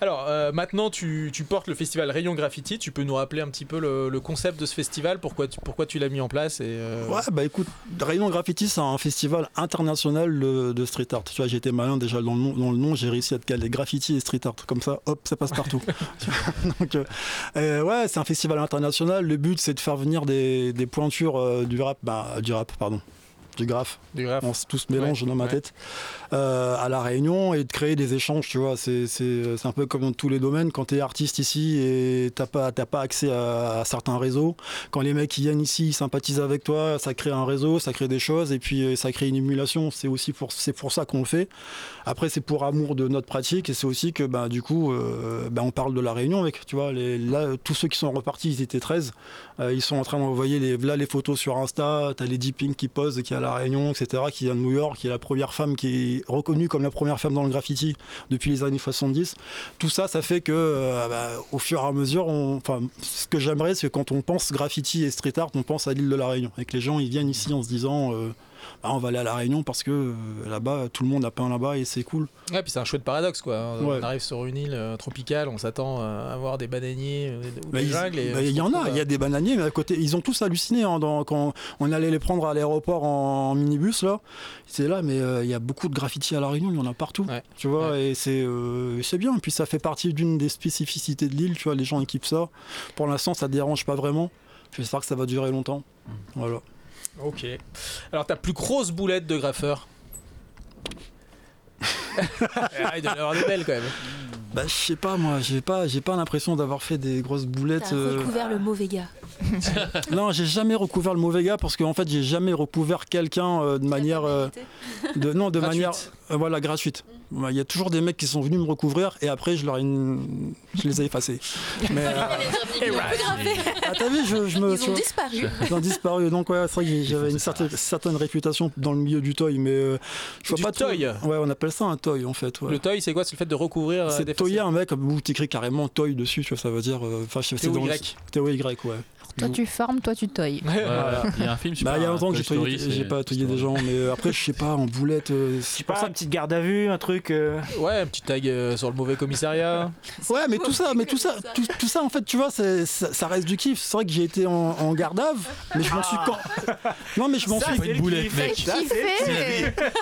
Speaker 1: Alors euh, maintenant, tu, tu portes le festival Rayon Graffiti. Tu peux nous rappeler un petit peu le, le concept de ce festival, pourquoi tu, pourquoi tu l'as mis en place et euh,
Speaker 17: Ouais, bah écoute, Rayon Graffiti, c'est un festival international de, de street art. Tu vois, j'étais malin déjà dans le nom, dans le nom j'ai réussi à te caler graffiti et street art. Comme ça, hop, ça passe partout. Donc, euh, euh, ouais, c'est un festival international. Le but, c'est de faire venir des, des pointures euh, du rap, bah, du rap, pardon. Du graphe.
Speaker 1: Du graphe.
Speaker 17: On se tous mélange dans ma tête. euh, à La Réunion et de créer des échanges, tu vois. C'est c'est- c'est un peu comme dans tous les domaines. Quand tu es artiste ici et t'as pas, t'as pas accès à, à certains réseaux, quand les mecs qui viennent ici, ils sympathisent avec toi, ça crée un réseau, ça crée des choses et puis euh, ça crée une émulation. C'est aussi pour, c'est pour ça qu'on le fait. Après, c'est pour amour de notre pratique et c'est aussi que bah, du coup, euh, bah, on parle de La Réunion avec, tu vois. Les, là, tous ceux qui sont repartis, ils étaient 13. Euh, ils sont en train d'envoyer les, là, les photos sur Insta. T'as Lady Pink qui pose, qui est à La Réunion, etc., qui vient de New York, qui est la première femme qui est reconnue comme la première femme dans le graffiti depuis les années 70. Tout ça, ça fait que, euh, bah, au fur et à mesure, on- enfin, ce que j'aimerais, c'est que quand on pense graffiti et street art, on pense à l'île de la Réunion. Et que les gens, ils viennent ici en se disant, euh, Bah, on va aller à la Réunion parce que euh, là-bas, tout le monde a peint là-bas et c'est cool.
Speaker 1: Ouais, puis c'est un chouette paradoxe quoi. On
Speaker 17: Ouais.
Speaker 1: arrive sur une île euh, tropicale, on s'attend à voir des bananiers euh, ou
Speaker 17: Bah,
Speaker 1: des
Speaker 17: ils-
Speaker 1: jungles. et
Speaker 17: bah,
Speaker 1: on se
Speaker 17: il y en
Speaker 1: retrouve
Speaker 17: a,
Speaker 1: à-
Speaker 17: il y a des bananiers, mais à côté, ils ont tous halluciné hein, dans- quand on allait les prendre à l'aéroport en, en minibus là. C'est là, mais euh, il y a beaucoup de graffitis à la Réunion, il y en a partout, tu vois, et c'est euh, c'est bien. Et puis ça fait partie d'une des spécificités de l'île, tu vois, les gens équipent ça. Pour l'instant, ça ne dérange pas vraiment. J'espère que ça va durer longtemps. Voilà.
Speaker 1: euh, Ok. Alors ta plus grosse boulette de graffeur Ah, Il doit y en avoir des belles quand même.
Speaker 17: Bah, je sais pas, moi, j'ai pas, j'ai pas l'impression d'avoir fait des grosses boulettes.
Speaker 7: T'as
Speaker 17: euh,
Speaker 7: recouvert le mauvais gars.
Speaker 17: non, j'ai jamais recouvert le mauvais gars parce qu'en fait, j'ai jamais recouvert quelqu'un euh, de manière, euh, de, non, de manière, euh, voilà, gratuite. Ouais, Il y a toujours des mecs qui sont venus me recouvrir et après, je leur ai, une- je les ai effacés. Mais, euh, ah, t'as vu, je, je me,
Speaker 7: Ils ont
Speaker 17: tu vois,
Speaker 7: disparu.
Speaker 17: Ils ont disparu. Donc ouais, c'est vrai que j'avais une certaine, certaine réputation dans le milieu du toy, mais euh, je vois
Speaker 1: Du
Speaker 17: pas trop-
Speaker 1: toy.
Speaker 17: Ouais, on appelle ça un toy en fait. ouais.
Speaker 1: Le toy, c'est quoi C'est le fait de recouvrir. euh,
Speaker 17: C'est
Speaker 1: des
Speaker 17: toyer un mec où t'écris carrément toy dessus, tu vois, ça veut dire. euh, Enfin, je sais- c'est
Speaker 1: T-O-Y.
Speaker 17: dans le- T-O-Y, ouais.
Speaker 2: Toi, tu formes, toi, tu toilles.
Speaker 17: Voilà.
Speaker 9: il y a un film
Speaker 17: Bah,
Speaker 9: super,
Speaker 17: il y a longtemps que j'ai
Speaker 9: Toy Story,
Speaker 17: toyé- j'ai
Speaker 9: c'est-
Speaker 17: pas toyé des gens, mais euh, après, je sais pas, en boulette. euh, c'est pour
Speaker 22: Pas
Speaker 17: ça
Speaker 22: une petite garde à vue, un truc. euh,
Speaker 1: Ouais, un petit tag euh, sur le mauvais commissariat.
Speaker 17: Ouais, mais tout ça, mais tout ça, tout, tout ça, en fait, tu vois, c'est- ça, ça reste du kiff. C'est vrai que j'ai été en, en garde à vue, mais je m'en suis quand. Non, mais je m'en
Speaker 22: Ça,
Speaker 17: suis.
Speaker 22: c'est le kiff. Ça, c'est le kiff.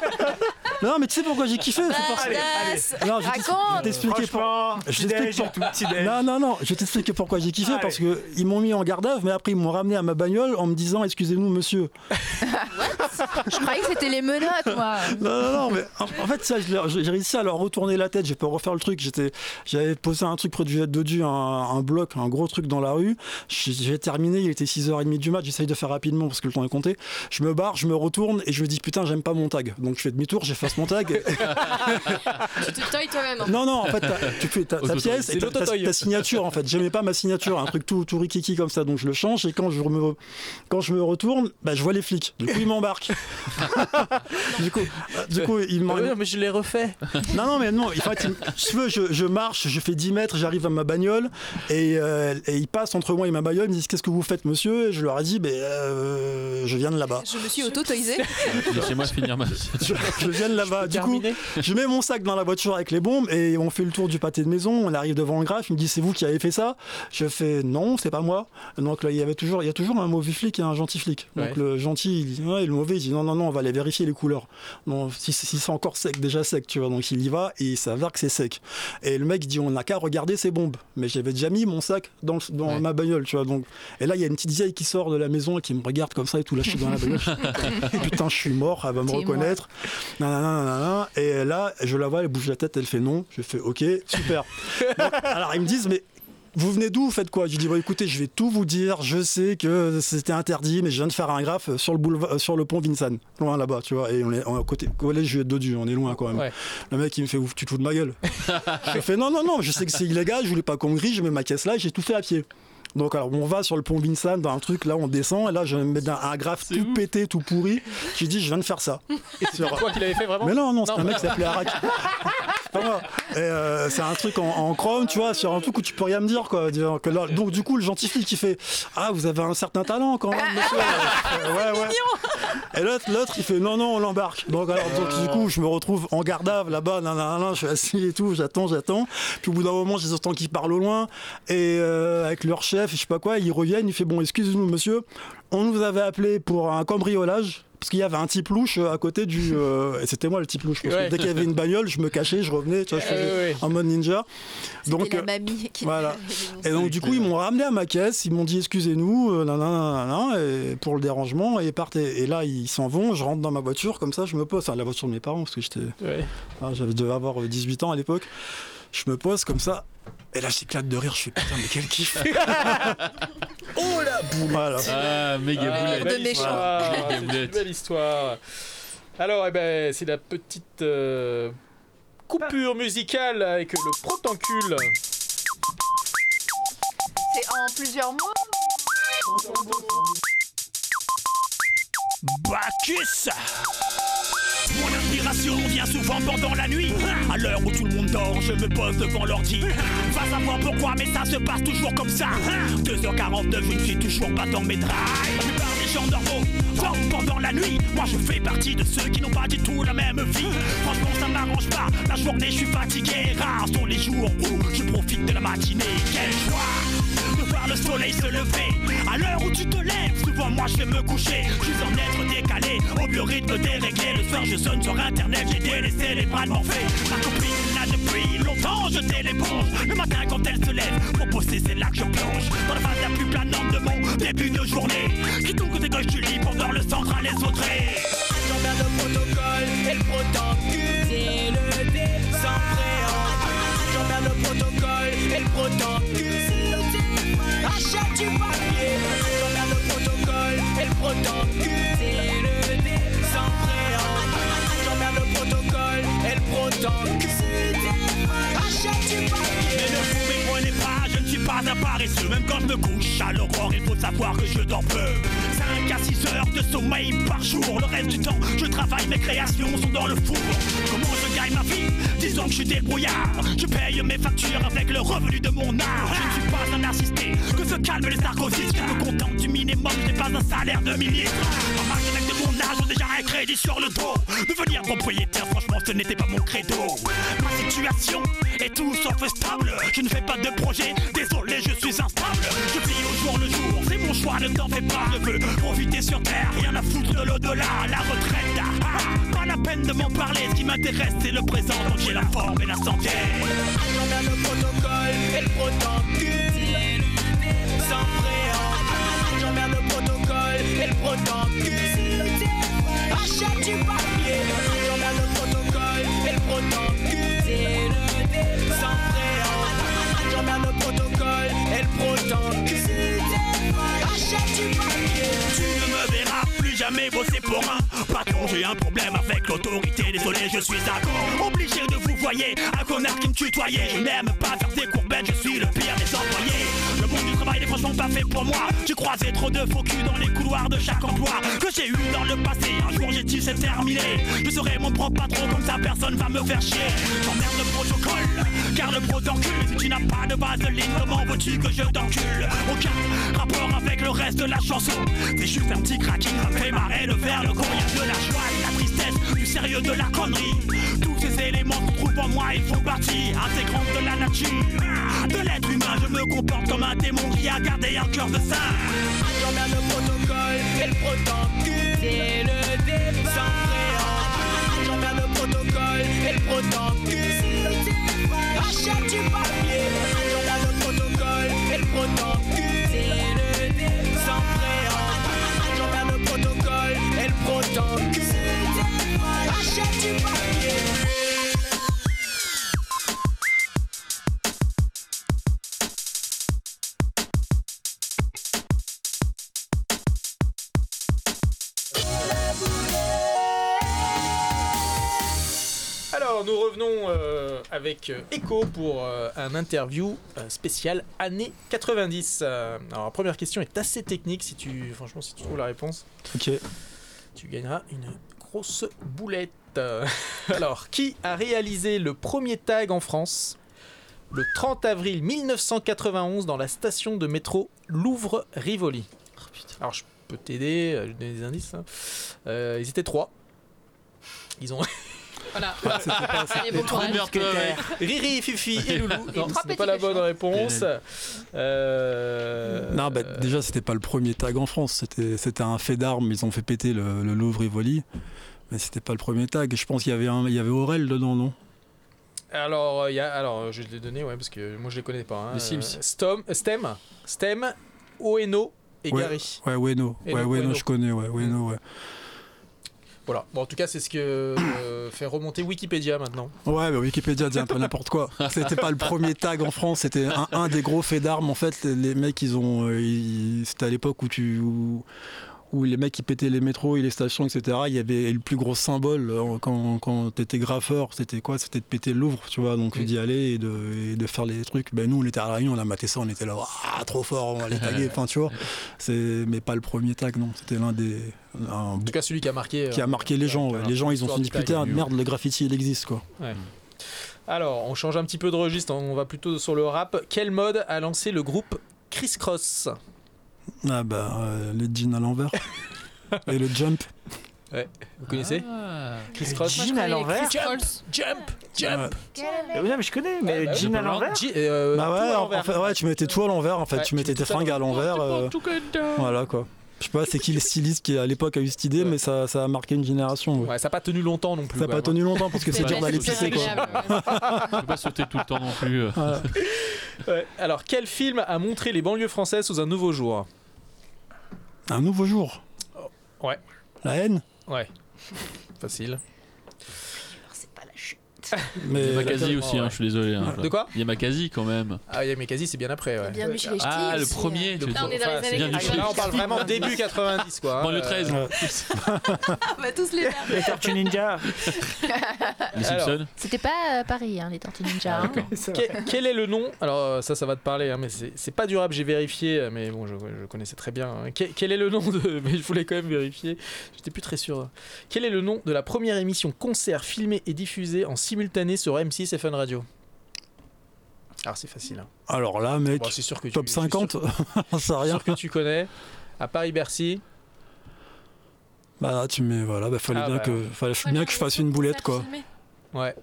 Speaker 17: Non, mais tu sais pourquoi j'ai kiffé C'est parce
Speaker 22: Allez, allez.
Speaker 17: Non, je vais
Speaker 22: Raconte.
Speaker 17: t'expliquer
Speaker 22: Franchement,
Speaker 17: Je
Speaker 22: petit-déj
Speaker 17: t'explique
Speaker 22: et tout, petit-déj.
Speaker 17: Non, non, non, je vais t'expliquer pourquoi j'ai kiffé parce que ils m'ont mis en garde à vue, mais après ils m'ont ramené à ma bagnole en me disant excusez-nous monsieur.
Speaker 2: Je croyais que c'était les menottes, moi.
Speaker 17: Non, non, non, mais en, en fait, ça, je leur- j'ai j'ai réussi à leur retourner la tête. J'ai pas refaire le truc. J'étais, j'avais posé un truc près du jet dodu, un, un bloc, un gros truc dans la rue. J'ai j'ai terminé. Il était 6h30 du match. J'essaye de faire rapidement parce que le temps est compté. Je me barre, je me retourne et je me dis putain, j'aime pas mon tag. Donc je fais demi-tour. J'ai fait lance mon tag.
Speaker 5: Tu te toilles toi-même. hein. en fait.
Speaker 17: Non, non, en fait, euh, t'as- tu fais ta, ta
Speaker 1: Autotoy.
Speaker 17: pièce
Speaker 1: C'est
Speaker 17: et ta, ta-
Speaker 1: l'autotoy.
Speaker 17: ta signature, en fait. J'aimais pas ma signature, un truc tout, tout rikiki comme ça, donc je le change. Et quand je me, quand je me retourne, bah, je vois les flics. Du coup, ils m'embarquent. du coup, euh, du coup ils
Speaker 1: Ah oui,
Speaker 17: m'embarquent.
Speaker 1: non, mais je l'ai refait.
Speaker 17: Non, non, mais non, en fait, il- je, veux, je, je marche, je fais 10 mètres, j'arrive à ma bagnole, et, euh, et ils passent entre moi et ma bagnole, ils me disent Qu'est-ce que vous faites, monsieur Et je leur ai dit Ben, euh, Je viens de là-bas.
Speaker 7: Je me suis auto-toisée.
Speaker 9: Laissez-moi finir ma
Speaker 17: Je, je viens de là-bas. Du coup, je mets mon sac dans la voiture avec les bombes et on fait le tour du pâté de maison. On arrive devant le graphe. Il me dit C'est vous qui avez fait ça Je fais Non, c'est pas moi. Donc là, il y, avait toujours, il y a toujours un mauvais flic et un gentil flic. Donc
Speaker 1: Ouais.
Speaker 17: le gentil, il dit Ouais, et le mauvais, il dit Non, non, non, on va aller vérifier les couleurs. Bon, si, si c'est encore sec, déjà sec, tu vois. Donc il y va et il s'avère que c'est sec. Et le mec dit On n'a qu'à regarder ces bombes. Mais j'avais déjà mis mon sac dans, le- dans ma bagnole, tu vois. Donc, et là, il y a une petite vieille qui sort de la maison et qui me regarde comme ça et tout lâché dans la bagnole. Putain, je suis mort, elle va me
Speaker 1: T'es
Speaker 17: reconnaître. Nanana, nanana. Et là, je la vois, elle bouge la tête, elle fait non. Je fais ok, super. Donc, alors ils me disent, mais. Vous venez d'où, vous faites quoi Je dis, bah, écoutez, je vais tout vous dire. Je sais que c'était interdit, mais je viens de faire un graphe sur le, boulevard, euh, sur le pont Vincennes, loin là-bas, tu vois. Et on est on est à côté collège Juliette Dodu, on est loin quand même. Le mec, il me fait, Ouf, tu te fous de ma gueule. Je fais non, non, non, je sais que c'est illégal, je voulais pas qu'on me grille, je mets ma caisse là, j'ai tout fait à pied. Donc alors on va sur le pont Vincennes dans un truc là on descend et là je mets un, un graphe tout pété tout pourri qui dit je viens de faire ça.
Speaker 1: Et c'est
Speaker 17: Sur-
Speaker 1: toi qui l'avais fait vraiment
Speaker 17: Mais non non c'est un mec qui s'appelait Arak. C'est pas moi. Et, euh, c'est un truc en, en chrome tu vois sur un truc où tu peux rien me dire quoi. Dire que là- donc du coup le gentil flic qui fait ah vous avez un certain talent quand même monsieur. Euh, ouais, ouais. Et l'autre, l'autre, il fait non, non, on l'embarque. Donc, alors, donc, du coup, je me retrouve en gardave là-bas, nanana, je suis assis et tout, j'attends, j'attends. Puis au bout d'un moment, je les entends qui parlent au loin, et euh, avec leur chef, je sais pas quoi, ils reviennent, il fait bon, excusez-nous, monsieur, on nous avait appelé pour un cambriolage. Parce qu'il y avait un type louche à côté du. euh, et c'était moi le type louche. parce que
Speaker 1: Ouais.
Speaker 17: dès qu'il y avait une bagnole, je me cachais, je revenais, tu vois, je faisais
Speaker 1: Ouais, ouais, ouais.
Speaker 17: en mode ninja. Donc,
Speaker 7: la
Speaker 17: euh,
Speaker 7: mamie qui
Speaker 17: voilà. Et donc du coup ils m'ont ramené à ma caisse, ils m'ont dit excusez-nous, euh, nanana, nanana, et pour le dérangement et partez. Et là ils s'en vont, je rentre dans ma voiture comme ça, je me pose, enfin la voiture de mes parents parce que j'étais,
Speaker 1: Ouais.
Speaker 17: Ah, j'avais devais avoir euh, 18 ans à l'époque. Je me pose comme ça et là j'éclate de rire, je suis putain mais quel kiff.
Speaker 1: Oh la boule
Speaker 17: Voilà.
Speaker 9: Ah, méga boulette.
Speaker 1: belle
Speaker 9: De méchant.
Speaker 1: histoire.
Speaker 9: Méga
Speaker 1: C'est une
Speaker 9: boulette.
Speaker 1: belle histoire. Alors, eh ben, c'est la petite euh, coupure musicale avec le protencule.
Speaker 2: C'est en plusieurs mots
Speaker 23: Bacchus Mon inspiration vient souvent pendant la nuit À l'heure où tout le monde dort, je me pose devant l'ordi Va savoir pourquoi, mais ça se passe toujours comme ça 2h49, je ne suis toujours pas dans mes draps La plupart des gens normaux dorment pendant la nuit Moi je fais partie de ceux qui n'ont pas du tout la même vie Franchement ça m'arrange pas, la journée je suis fatigué Rares sont les jours où je profite de la matinée Quelle joie de voir le soleil se lever. À l'heure où tu te lèves, souvent moi je vais me coucher. Je suis en être décalé, au biorhythme déréglé. Le soir je sonne sur internet, j'ai délaissé les bras de mon fait. Ma copine là depuis longtemps, je téléponge. Le matin quand elle se lève, pour bosser c'est là que je plonge. Dans la phase la plus planante de mon début de journée. Qui tombe côté gauche du lit pour voir le centre à les autres.
Speaker 12: J'emmerde le protocole et le protocule. C'est le débat. Sans préambule. J'emmerde le protocole et le protocule. Achète du papier. J'emmerde le protocole et le protocule. C'est le débat. Sans préambule. J'emmerde le protocole et le protocule. Achète du papier.
Speaker 23: Mais ne vous méprenez pas, je ne suis pas un paresseux Même quand je me couche à l'aurore, il faut savoir que je dors peu 5 à 6 heures de sommeil par jour Le reste du temps, je travaille, mes créations sont dans le four Comment je gagne ma vie Disons que je suis débrouillard Je paye mes factures avec le revenu de mon art Je ne suis pas un assisté, que se calment les sarcosistes Je me contente du minimum, je n'ai pas un salaire de ministre Ma marque avec de mon âge ont déjà un crédit sur le dos Devenir propriétaire, franchement, ce n'était pas mon credo Ma situation est tout sauf stable. Je ne fais pas de projet, désolé, je suis instable. Je vis au jour le jour, c'est mon choix, ne t'en fais pas. Je veux profiter sur terre, rien à foutre de l'au-delà. La retraite, ah, ah, pas la peine de m'en parler. Ce qui m'intéresse, c'est le présent, donc j'ai la forme et la santé.
Speaker 12: J'emmerde le protocole et le protocule. Sans préambule. J'emmerde le protocole et le protocule. Achète du papier. J'emmerde le protocole et le protocule. Sans préambule. J'emmerde le protocole et le protocule. Achète du papier.
Speaker 23: Tu ne me verras plus jamais. jamais bossé pour un patron. J'ai un problème avec l'autorité, désolé, je suis un con. Obligé de vous voyer, un connard qui me tutoyait. Je n'aime pas faire des courbettes, je suis le pire des employés. Le monde du travail n'est franchement pas fait pour moi. J'ai croisé trop de faux culs dans les couloirs de chaque emploi que j'ai eu dans le passé. Un jour j'ai dit c'est terminé. Je serai mon propre patron, comme ça personne va me faire chier. J'emmerde le protocole, car le pro t'encule. Si tu n'as pas de vaseline, comment veux-tu que je t'encule Aucun rapport avec le reste de la chanson. C'est juste un petit cracking, ça me fait marrer de faire le con. Y a de la joie, et de la tristesse, du sérieux, de la connerie. Tous ces éléments qu'on trouve en moi, ils font partie intégrante de la nature, de l'être humain. Je me comporte comme un démon qui a gardé un cœur de singe.
Speaker 12: J'emmerde le protocole et le protocule. C'est le débat. Sans préambule. J'emmerde le protocole et le protocule. Achète du papier. J'emmerde le protocole et le protocule. C'est le débat. Sans préambule. J'emmerde le protocole et le protocule. Achète du papier.
Speaker 1: Alors, nous revenons euh, avec euh, Echo pour euh, un interview euh, spécial année 90. Euh, alors, la première question est assez technique. Si tu, franchement, si tu trouves la réponse,
Speaker 17: Ok.
Speaker 1: tu gagneras une grosse boulette. Euh, alors, qui a réalisé le premier tag en France le 30 avril 1991 dans la station de métro Louvre-Rivoli Alors, je peux t'aider, euh, je vais te donner des indices. hein. Euh, ils étaient trois. Ils ont.
Speaker 5: Voilà.
Speaker 14: Ah,
Speaker 1: Ah,
Speaker 9: Allez, bon courage.
Speaker 1: Riri, Fifi et Loulou.
Speaker 5: Les
Speaker 1: Non,
Speaker 5: trois
Speaker 1: ce n'est pas la bonne réponse. Euh,
Speaker 17: Non, bah, déjà, c'était pas le premier tag en France. C'était, c'était un fait d'armes. Ils ont fait péter le, le Louvre Rivoli. Mais c'était pas le premier tag. Je pense qu'il y avait, un, il y avait Aurel dedans, non
Speaker 1: Alors, euh, il y a- alors, je vais te les donner, ouais, parce que moi je les connais pas. hein.
Speaker 17: Les Sims.
Speaker 1: Euh, Stom, Stem, Stem, Oeno et
Speaker 17: ouais,
Speaker 1: Gary.
Speaker 17: Ouais, Weno.
Speaker 1: Et
Speaker 17: ouais,
Speaker 1: donc,
Speaker 17: Weno,
Speaker 1: Weno.
Speaker 17: je connais. Ouais, Weno, ouais.
Speaker 1: Voilà. Bon, en tout cas, c'est ce que euh, fait remonter Wikipédia maintenant.
Speaker 17: Ouais, mais Wikipédia dit un peu n'importe quoi. C'était pas le premier tag en France, c'était un, un des gros faits d'armes. En fait, les, les mecs, ils ont. euh, ils- c'était à l'époque où tu. Où, où les mecs ils pétaient les métros et les stations, etc. Il y avait et le plus gros symbole euh, quand, quand t'étais graffeur, c'était quoi C'était de péter le Louvre, tu vois, donc d'y aller et de, et de faire les trucs. Ben nous, on était à la Réunion, on a maté ça, on était là, Ah, trop fort, on va les taguer, enfin tu vois. C'est- Mais pas le premier tag, non, c'était l'un des. un-
Speaker 1: En tout cas, celui qui a marqué. euh,
Speaker 17: qui a marqué les gens, ouais. les gens ils ont
Speaker 1: l'histoire
Speaker 17: fini
Speaker 1: du tag.
Speaker 17: putain, merde, le graffiti il existe quoi.
Speaker 1: Ouais. Alors, on change un petit peu de registre, hein. on va plutôt sur le rap. Quel mode a lancé le groupe Criss Cross
Speaker 17: Ah bah euh, les jeans à l'envers et le jump.
Speaker 1: Ouais, vous connaissez Criss Cross
Speaker 17: Ah. Jean à l'envers.
Speaker 1: Jump, jump, jump.
Speaker 17: Ouais, mais je connais, mais
Speaker 1: bah oui,
Speaker 17: jean
Speaker 1: tout
Speaker 17: à
Speaker 1: à
Speaker 17: l'envers.
Speaker 1: l'envers. euh, tout
Speaker 17: bah
Speaker 1: à
Speaker 17: ouais, en
Speaker 1: l'envers.
Speaker 17: fait, ouais, tu mettais tout à l'envers en fait,
Speaker 1: Ouais,
Speaker 17: tu mettais
Speaker 1: tu
Speaker 17: tes
Speaker 1: mets tout à
Speaker 17: fringues à l'envers. euh, voilà quoi. Je sais pas c'est qui le styliste qui à l'époque a eu cette idée, mais ça, ça a marqué une génération. ouais.
Speaker 1: Ouais, ça n'a pas tenu longtemps non plus.
Speaker 17: Ça a
Speaker 1: quand
Speaker 17: pas
Speaker 1: même. hein.
Speaker 17: tenu longtemps, parce que c'est
Speaker 1: Ouais,
Speaker 17: dur
Speaker 1: ouais,
Speaker 17: d'aller
Speaker 1: c'est
Speaker 17: pisser, quoi.
Speaker 1: agréable,
Speaker 9: Je peux pas sauter tout le temps non plus. euh.
Speaker 1: ouais. Ouais, Alors, quel film a montré les banlieues françaises sous un nouveau jour Oh,
Speaker 17: Un nouveau jour.
Speaker 1: Ouais.
Speaker 17: La haine.
Speaker 1: Ouais. Facile.
Speaker 17: Mais
Speaker 9: il y a Makazi
Speaker 1: Exactement,
Speaker 9: aussi, hein,
Speaker 1: ouais.
Speaker 9: je suis désolé. hein.
Speaker 1: De quoi
Speaker 9: Il y a Makazi quand même.
Speaker 1: Ah, il y a Mekazi, c'est bien après. Ouais.
Speaker 9: Bienvenue chez les Ch'tis Ah, le aussi, premier, euh.
Speaker 10: hein.
Speaker 9: tu veux
Speaker 5: Là, on est
Speaker 9: dire.
Speaker 5: dans
Speaker 9: Enfin,
Speaker 5: les
Speaker 9: c'est
Speaker 5: années
Speaker 9: bien du
Speaker 5: 90.
Speaker 1: Là, on parle vraiment début 90, quoi. hein.
Speaker 9: Banlieue 13.
Speaker 1: Euh,
Speaker 24: On va tous les faire.
Speaker 10: Les Tortues Ninja.
Speaker 9: Les
Speaker 1: Alors,
Speaker 9: Simpsons.
Speaker 24: C'était pas euh, Paris, hein, les Tortues
Speaker 9: Ah,
Speaker 24: Ninja. hein.
Speaker 1: que- quel est le nom Alors, ça, ça va te parler, hein, mais c'est c'est pas durable, j'ai vérifié, euh, mais bon, je, je connaissais très bien. hein. Que- quel est le nom de. Mais je voulais quand même vérifier, j'étais plus très sûr. Quel est le nom de la première émission concert filmée et diffusée en simultané sur M6 et Fun Radio Alors, c'est facile. hein.
Speaker 17: Alors là mec,
Speaker 1: Bon, c'est sûr que tu-
Speaker 17: top
Speaker 1: je suis
Speaker 17: 50, on sait rien.
Speaker 1: Sûr que tu connais, à Paris-Bercy.
Speaker 17: Bah là, tu mets voilà, bah fallait
Speaker 1: Ah,
Speaker 17: bien
Speaker 1: bah.
Speaker 17: que fallait bien que je fasse une boulette quoi.
Speaker 1: Ouais.